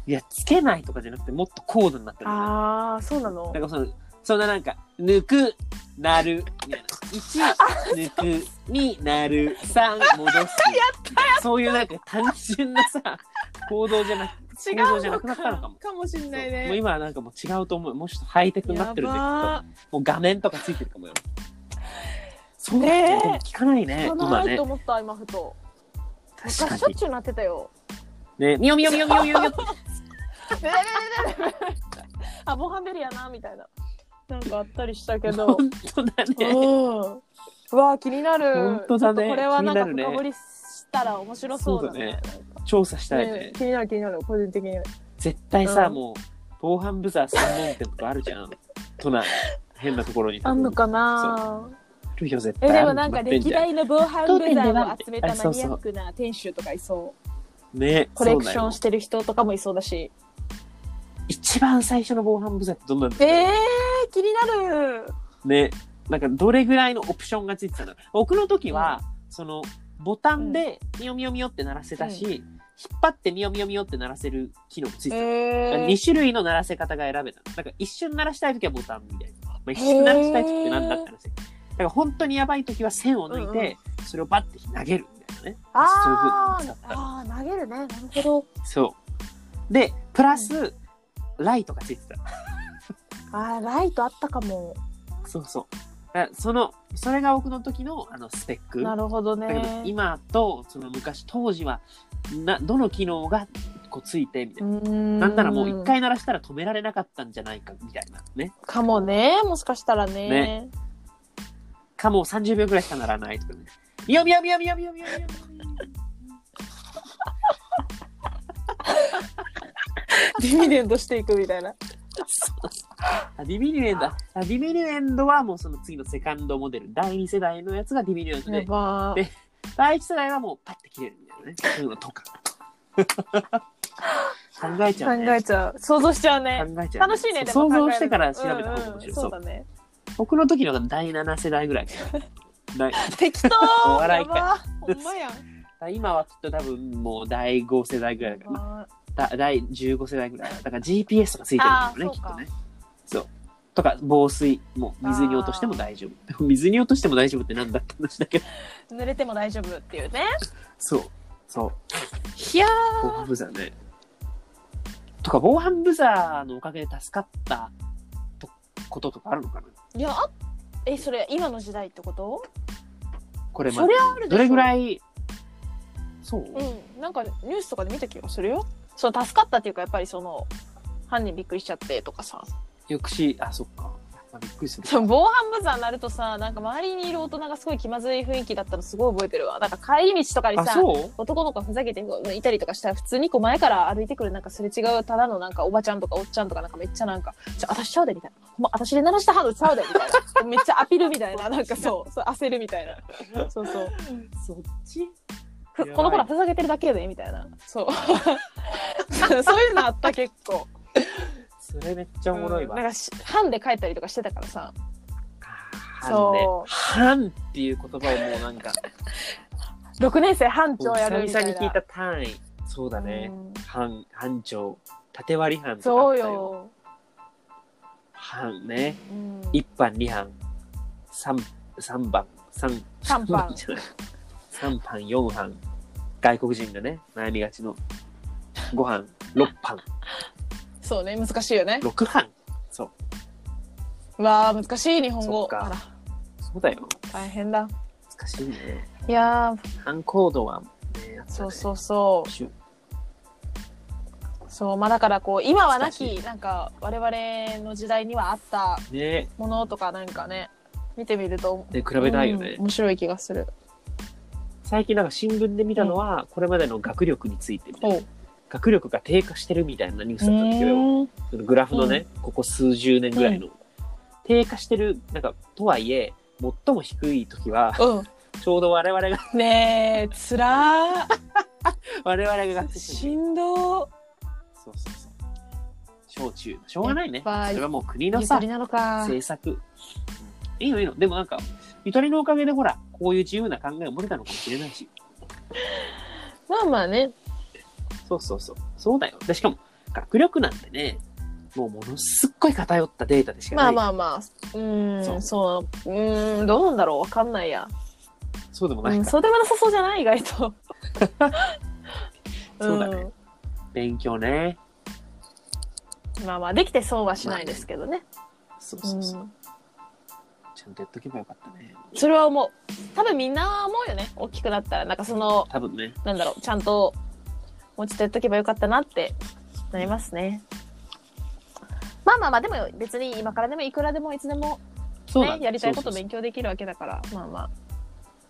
Speaker 1: いやつけないとかじゃなくてもっと高度になってるよね
Speaker 2: ああそうなの
Speaker 1: なんかそのそんななんか抜くなるみたいな1抜く2なる3戻すそういうなんか単純なさ行動じゃなくて
Speaker 2: 違う
Speaker 1: 構造じゃなくなったのかも
Speaker 2: しんないね
Speaker 1: もう今はなんかもう違うと思うもうちょっとハイテクになってるんできっと
Speaker 2: やばー
Speaker 1: もう画面とかついてるかもよそうだ
Speaker 2: ねえ
Speaker 1: ねでも聞かないね
Speaker 2: 聞か
Speaker 1: 今
Speaker 2: ない
Speaker 1: ね
Speaker 2: と思った今ふと昔
Speaker 1: 確
Speaker 2: しょ
Speaker 1: か
Speaker 2: っ
Speaker 1: に
Speaker 2: ちゅう鳴ってたよ
Speaker 1: ねみよみよみよみよみよみよ
Speaker 2: ねえねえねえねえあモンハンベルやなみたいななんかあったりしたけ ど
Speaker 1: 本当だ
Speaker 2: う
Speaker 1: ね
Speaker 2: んうわー気になる
Speaker 1: 本当だね
Speaker 2: ちょっとこれはなんか
Speaker 1: 気になるね
Speaker 2: 深掘りしたら面白そうだね
Speaker 1: 調査したい
Speaker 2: ね
Speaker 1: ね
Speaker 2: 気になる気になる個人的に
Speaker 1: 絶対さ、
Speaker 2: うん
Speaker 1: もう防犯ブザー専門店とかあるじゃん都内変なところに
Speaker 2: あんのか
Speaker 1: あ
Speaker 2: な
Speaker 1: るよ絶
Speaker 2: え
Speaker 1: 対
Speaker 2: でもなんか歴代の防犯ブザーを集めた
Speaker 1: あそ
Speaker 2: マ
Speaker 1: う
Speaker 2: ニ
Speaker 1: そう
Speaker 2: アックな店主とかいそう
Speaker 1: ね
Speaker 2: コレクションしててる人とかもいそうだし
Speaker 1: 一番最初の防犯ブザーってどんなんだったの
Speaker 2: えー、気になる
Speaker 1: ねなんかどれぐらいのオプションがついてたの僕の時は、そのボタンでミヨミヨミヨって鳴らせたし、引っ張ってミヨミヨミヨって鳴らせる機能もついてた、
Speaker 2: え
Speaker 1: 2種類の鳴らせ方が選べたなんか一瞬鳴らしたい時はボタンみたいな、まあ、一瞬鳴らしたい時って何だったらしいだから本当にやばい時は線を抜いて、それをバッて投げるみたいなね
Speaker 2: あ
Speaker 1: そういう風に
Speaker 2: ー
Speaker 1: 使った
Speaker 2: あー投げるねなるほど
Speaker 1: そうでプラス、ライトがついてた
Speaker 2: あーライトあったかも
Speaker 1: そうそうだからそのそれが僕の時のあのスペック
Speaker 2: なるほど
Speaker 1: だけど
Speaker 2: ね
Speaker 1: 今とその昔当時はなどの機能がこうついてみたいな、
Speaker 2: な
Speaker 1: なんならもう一回鳴らしたら止められなかったんじゃないかみたいなね
Speaker 2: かもねもしかしたらね
Speaker 1: ねかもう30秒ぐらいしかならないとかね。みよみよみよみよみよみよみよ
Speaker 2: ディビデンドしていくみたいな
Speaker 1: あディミニュエンドあディミニュエンドはもうその次のセカンドモデル第2世代のやつがディミニュエンド
Speaker 2: や
Speaker 1: で
Speaker 2: ばー
Speaker 1: で第1世代はもうパッて切れるみたいなねそういうのとか考えちゃ
Speaker 2: 考
Speaker 1: うね
Speaker 2: えちゃう想像しちゃうね
Speaker 1: 考えちゃう
Speaker 2: 楽しいねでも
Speaker 1: 想
Speaker 2: 考える
Speaker 1: 像
Speaker 2: の
Speaker 1: してから調べた方が面白い、
Speaker 2: うんうん
Speaker 1: そ
Speaker 2: そううだね
Speaker 1: 僕の時のが第7世代ぐらいかなだい
Speaker 2: 適当
Speaker 1: お笑いか
Speaker 2: やばほんまやん
Speaker 1: 今はきっと多分もう第5世代ぐらいだから、まあ、だ第15世代ぐらいだから GPS とかついてるんだよね
Speaker 2: あー
Speaker 1: きっ
Speaker 2: そうか
Speaker 1: とねそうとか防水もう水に落としても大丈夫 水に落としても大丈夫ってなんだって話だけど
Speaker 2: 濡れても大丈夫っていうね
Speaker 1: そうそう
Speaker 2: いや
Speaker 1: 防犯ブザーねとか防犯ブザーのおかげで助かったとこととかあるのかない
Speaker 2: やあえそれ今の時代ってこと
Speaker 1: これま
Speaker 2: そ
Speaker 1: で
Speaker 2: れはあるでしょ
Speaker 1: どれぐらいそう、
Speaker 2: うん、なんかニュースとかで見た気がするよ。その助かったっていうかやっぱりその犯人びっくりしちゃってとかさ
Speaker 1: 抑止あそっかやっぱびっくりする
Speaker 2: その防犯ブザー鳴るとさなんか周りにいる大人がすごい気まずい雰囲気だったのすごい覚えてるわなんか帰り道とかに
Speaker 1: あ
Speaker 2: さ
Speaker 1: そう
Speaker 2: 男の子がふざけていたりとかしたら普通にこう前から歩いてくるなんかすれ違うただのなんかおばちゃんとかおっちゃんとかなんかめっちゃなんか「ちょ私ちゃうで」みたいな「ほんま私で鳴らしたハードちゃうで」みたいなめっちゃアピるみたいななん かそうそう焦るみたいなそうそう
Speaker 1: そっち
Speaker 2: ふ
Speaker 1: やばい
Speaker 2: この子らふざけてるだけやでみたいなそうそう いうのあった結構
Speaker 1: それめっちゃおもろいわ、
Speaker 2: うんなんかし班で帰ったりとかしてたからさ
Speaker 1: 半ね
Speaker 2: そう
Speaker 1: 半っていう言葉をもうなん か
Speaker 2: 6年生班
Speaker 1: 久
Speaker 2: 長や
Speaker 1: 々
Speaker 2: るみ
Speaker 1: に
Speaker 2: たいな
Speaker 1: 聞いた単位そうだね
Speaker 2: うん
Speaker 1: 半半長縦割り半とかあ
Speaker 2: そ
Speaker 1: っ
Speaker 2: う
Speaker 1: たよ
Speaker 2: よ、
Speaker 1: 半ね
Speaker 2: うん、
Speaker 1: 一班二班三三番 三
Speaker 2: 三班
Speaker 1: じゃない三班四班外国人がね悩みがちの五班六班
Speaker 2: そうね難しいよね
Speaker 1: 六班そう
Speaker 2: わあ難しい日本
Speaker 1: そ
Speaker 2: 語
Speaker 1: っか
Speaker 2: あら
Speaker 1: そうだよ
Speaker 2: 大変だ
Speaker 1: 難しいね
Speaker 2: いやー
Speaker 1: 半コードはねやったね
Speaker 2: そうそうそう
Speaker 1: シュ
Speaker 2: そうまあだからこう今はな
Speaker 1: 難
Speaker 2: きなんか我々の時代にはあった
Speaker 1: ね
Speaker 2: ものとかなんかね見てみると
Speaker 1: で比べたいよね、
Speaker 2: うん面白い気がする
Speaker 1: 最近なんか新聞で見たのは、これまでの学力についてみたいな
Speaker 2: ほう
Speaker 1: 学力が低下してるみたいなニュース
Speaker 2: う
Speaker 1: だったんだけど、
Speaker 2: ん
Speaker 1: そのグラフのね、ここ数十年ぐらいの、低下してるなんかとはいえ最も低い時は
Speaker 2: うん
Speaker 1: ちょうど我々が
Speaker 2: ねえつらー
Speaker 1: 我々が学生
Speaker 2: しんどー
Speaker 1: そうそうそう。小中。しょうがないね。
Speaker 2: やっぱ
Speaker 1: それはもう国の
Speaker 2: ゆ
Speaker 1: さ
Speaker 2: と、りなのか。
Speaker 1: 政策。うんいいのいいの。でもなんか、ゆとりのおかげでほら、こういう自由な考えを持てたのかもしれないし。
Speaker 2: まあまあね。
Speaker 1: そうそうそう。そうだよ。で、しかも、学力なんてね、もうものすっごい偏ったデータでしかない。
Speaker 2: まあまあまあ。うーん、そう。うーん、どうなんだろうわかんないや。
Speaker 1: そうでも
Speaker 2: う
Speaker 1: ない
Speaker 2: ん、
Speaker 1: か。
Speaker 2: そうでもなさそうじゃない意外と。
Speaker 1: そうだね
Speaker 2: ん
Speaker 1: 勉強ね。
Speaker 2: まあまあ、できて損はしないですけどね。
Speaker 1: そう
Speaker 2: う
Speaker 1: そ
Speaker 2: ん
Speaker 1: うそう。ちゃんとやっとけばよかったね。
Speaker 2: それは思う。多分みんな思うよね。大きくなったら。なんかその、
Speaker 1: 多分ね。
Speaker 2: なんだろう、ちゃんと、もうちょっとやっとけばよかったなってなりますね。まあまあまあ、でも別に今からでもいくらでもいつでも
Speaker 1: そうだ
Speaker 2: ね、やりたいこと
Speaker 1: そうそう
Speaker 2: 勉強できるわけだから、まあまあ、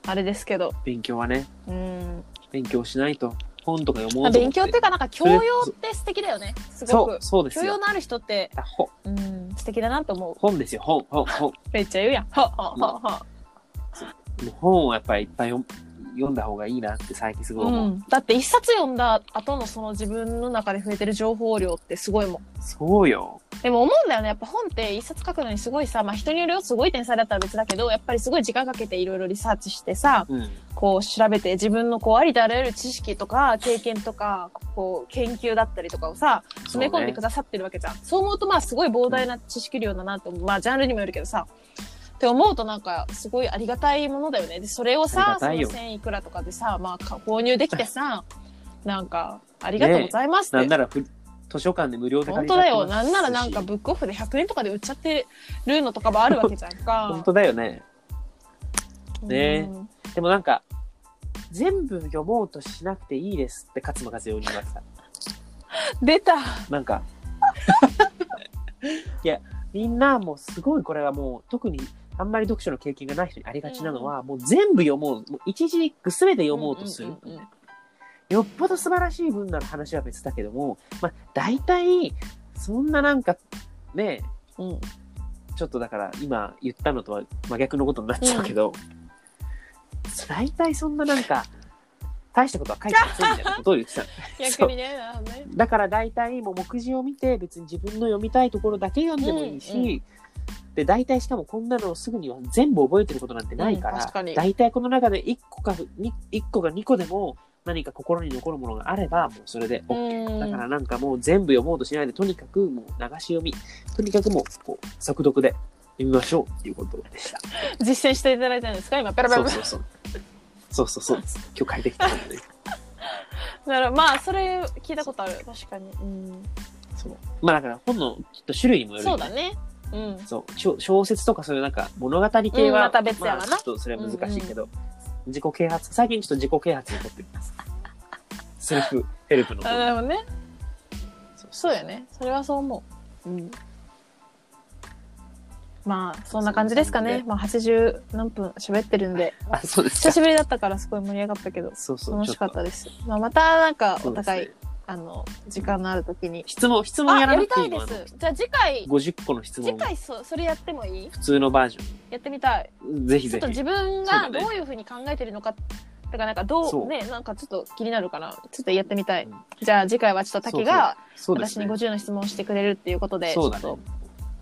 Speaker 2: あれですけど。
Speaker 1: そう勉強はね、
Speaker 2: うん。
Speaker 1: 勉強しないと。本とか読も
Speaker 2: まあ
Speaker 1: うと思
Speaker 2: 勉
Speaker 1: って。
Speaker 2: 強っていうか、なんか教養って素敵だよね。すご
Speaker 1: そう、
Speaker 2: く。
Speaker 1: そうで
Speaker 2: 教
Speaker 1: す
Speaker 2: 養
Speaker 1: よ。
Speaker 2: のある人って、
Speaker 1: あほ
Speaker 2: うん、素敵だなと思う。
Speaker 1: 本ですよ、本、本、本。
Speaker 2: めっちゃ言うやん。はっはっはっは。
Speaker 1: もう本をやっぱりいっぱい読読んだ方がいいなって最近すごいう思う。
Speaker 2: ん。だって一冊読んだ後のその自分の中で増えてる情報量ってすごいもん。
Speaker 1: そうよ。
Speaker 2: でも思うんだよね。やっぱ本って一冊書くのにすごいさ、まあ人によるよ、すごい天才だったら別だけど、やっぱりすごい時間かけていろいろリサーチしてさ、
Speaker 1: うん。
Speaker 2: こう調べて自分のこうありとあらゆる知識とか経験とか、こう研究だったりとかをさ、詰め込んでく
Speaker 1: さ
Speaker 2: ださってるわけじゃん。そう思うとまあすごい膨大な知識量だなと思う。まあジャンルにもよるけどさ。って思うとなんかすごいありがたいものだよね。で、それを
Speaker 1: あ
Speaker 2: さ
Speaker 1: り、が
Speaker 2: そ
Speaker 1: たいよ
Speaker 2: の1000いくらとかでさ、まあか購入でき てさ、なんかありがとうございますって
Speaker 1: なんならふ図書館で無料で
Speaker 2: 本
Speaker 1: 借り
Speaker 2: 当
Speaker 1: ちゃっ
Speaker 2: だ
Speaker 1: てます
Speaker 2: よ。なんならなんか
Speaker 1: し
Speaker 2: ブックオフで100円とかで売っちゃってるのとかもあるわけじゃん
Speaker 1: 本
Speaker 2: か。
Speaker 1: 当だよね。
Speaker 2: うん
Speaker 1: ねでもなんか、全部読もうとしなくていいですって勝間和代に言われた。
Speaker 2: 出た。
Speaker 1: なん か。いや、みんなもうすごいこれはもう特にあんまり読書の経験がない人にありがちなのは、もう全部読もう。もう一字一句全て読もうとする。
Speaker 2: うんうんうん
Speaker 1: よっぽど素晴らしい文なら話は別だけども、まあ大体、そんななんか、ね、
Speaker 2: うんうん
Speaker 1: ちょっとだから今言ったのとは真逆のことになっちゃうけど、大体そんななんか、大したことは書いてませんみたいなことを言ってたの。
Speaker 2: 逆にね、なるほどね。
Speaker 1: だから大体もう目次を見て別に自分の読みたいところだけ読んでもいいし、
Speaker 2: うんうん
Speaker 1: で大体しかもこんなのすぐには全部覚えてることなんてないか
Speaker 2: うん
Speaker 1: ら、
Speaker 2: 確かに
Speaker 1: 大体この中で1個かに一個が2個でも何か心に残るものがあればもうそれで OK、
Speaker 2: うん
Speaker 1: だからなんかもう全部読もうとしないでとにかくもう流し読みとにかくもうこう速読で読みましょうっていうことでした。
Speaker 2: 実践していただいたんですか今、ペラペ
Speaker 1: そ
Speaker 2: ラ
Speaker 1: う
Speaker 2: ペラ
Speaker 1: そうそうそうそう そう今日帰ってきたので、
Speaker 2: なるほどまあ、それ聞いたことある。確かに。うん
Speaker 1: そうまあだから本のちょっと種類にもよる
Speaker 2: そ
Speaker 1: よ
Speaker 2: うだね。うん。
Speaker 1: そう小小説とかそういうなんか物語系
Speaker 2: うん
Speaker 1: は、
Speaker 2: また別やわな
Speaker 1: まあちょっとそれは難しいけど、自己啓発最近ちょっと自己啓発にとっていますセルフヘルプの
Speaker 2: あなるほどね。
Speaker 1: そう
Speaker 2: そうだよね。それはそう思う。うん。まあ、そんな感じですかね。まあ、80何分喋ってるんで。
Speaker 1: あそうです
Speaker 2: 久
Speaker 1: か
Speaker 2: しぶりだったからすごい盛り上がったけど。
Speaker 1: そうそう
Speaker 2: 楽しかった
Speaker 1: ち
Speaker 2: です。まあ、またなん
Speaker 1: ょ
Speaker 2: か
Speaker 1: っと
Speaker 2: お互い、
Speaker 1: そうですね
Speaker 2: あの時間のある時に。
Speaker 1: 質問質問
Speaker 2: あ、
Speaker 1: やら
Speaker 2: や
Speaker 1: な
Speaker 2: り
Speaker 1: くて
Speaker 2: た
Speaker 1: い
Speaker 2: い
Speaker 1: いの
Speaker 2: で
Speaker 1: あの
Speaker 2: す。じゃあ次回
Speaker 1: 50個の質
Speaker 2: 次
Speaker 1: 問
Speaker 2: 回そそれやってもいい？
Speaker 1: 普通のバージョ
Speaker 2: やってみたい。
Speaker 1: ンぜひ
Speaker 2: ちょ
Speaker 1: ぜ
Speaker 2: っと
Speaker 1: ひ
Speaker 2: 自分
Speaker 1: そうだ
Speaker 2: が
Speaker 1: ね
Speaker 2: どういうふうに考えてるのか。とかなんかど
Speaker 1: そう
Speaker 2: うねなんかちょっと気になるからちょっとやってみたい、
Speaker 1: うん
Speaker 2: じゃあ次回はちょっと滝が
Speaker 1: そうです
Speaker 2: 私に
Speaker 1: ね
Speaker 2: 50の質問をしてくれるっていうことでち
Speaker 1: そ
Speaker 2: ょ
Speaker 1: う
Speaker 2: っ
Speaker 1: だね
Speaker 2: と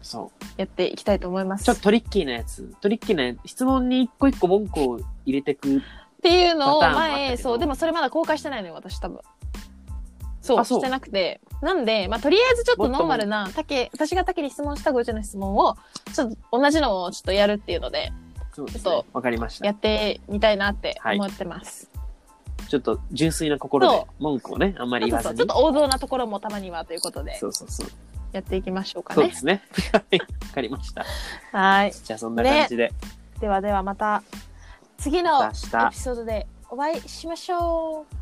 Speaker 1: そう
Speaker 2: やっていきたいと思います
Speaker 1: ちょっとトリッキーなやつトリッキーなやつ質問に一個一個文句を入れてく
Speaker 2: っていうのを
Speaker 1: パターンもあったけど
Speaker 2: 前そうでもそれまだ公開してないのよ私多分そ
Speaker 1: あ
Speaker 2: う
Speaker 1: そう
Speaker 2: してなくてなんで、まあ、とりあえずちょっ
Speaker 1: も
Speaker 2: と
Speaker 1: っと
Speaker 2: ノーマルな竹私が竹に質問した50の質問をちょっと同じのをちょっとやるっていうので
Speaker 1: そうです
Speaker 2: ちょ
Speaker 1: ね
Speaker 2: っ
Speaker 1: わかりました
Speaker 2: やってみたいなって
Speaker 1: はい
Speaker 2: 思ってます、
Speaker 1: ちょっと純粋な心で
Speaker 2: そ
Speaker 1: 文句をねあんまり
Speaker 2: あ
Speaker 1: 言
Speaker 2: と
Speaker 1: わ
Speaker 2: そ
Speaker 1: ず
Speaker 2: う
Speaker 1: に
Speaker 2: ちょっと王道なところもたまにはということで
Speaker 1: そうそうそう。
Speaker 2: やっていきましょうか
Speaker 1: そうで
Speaker 2: ね
Speaker 1: すね。 はい。わかりました。
Speaker 2: はい
Speaker 1: じゃあそんな感じで、
Speaker 2: ではではまた次の
Speaker 1: ま
Speaker 2: エ
Speaker 1: た明日
Speaker 2: ピソードでお会いしましょう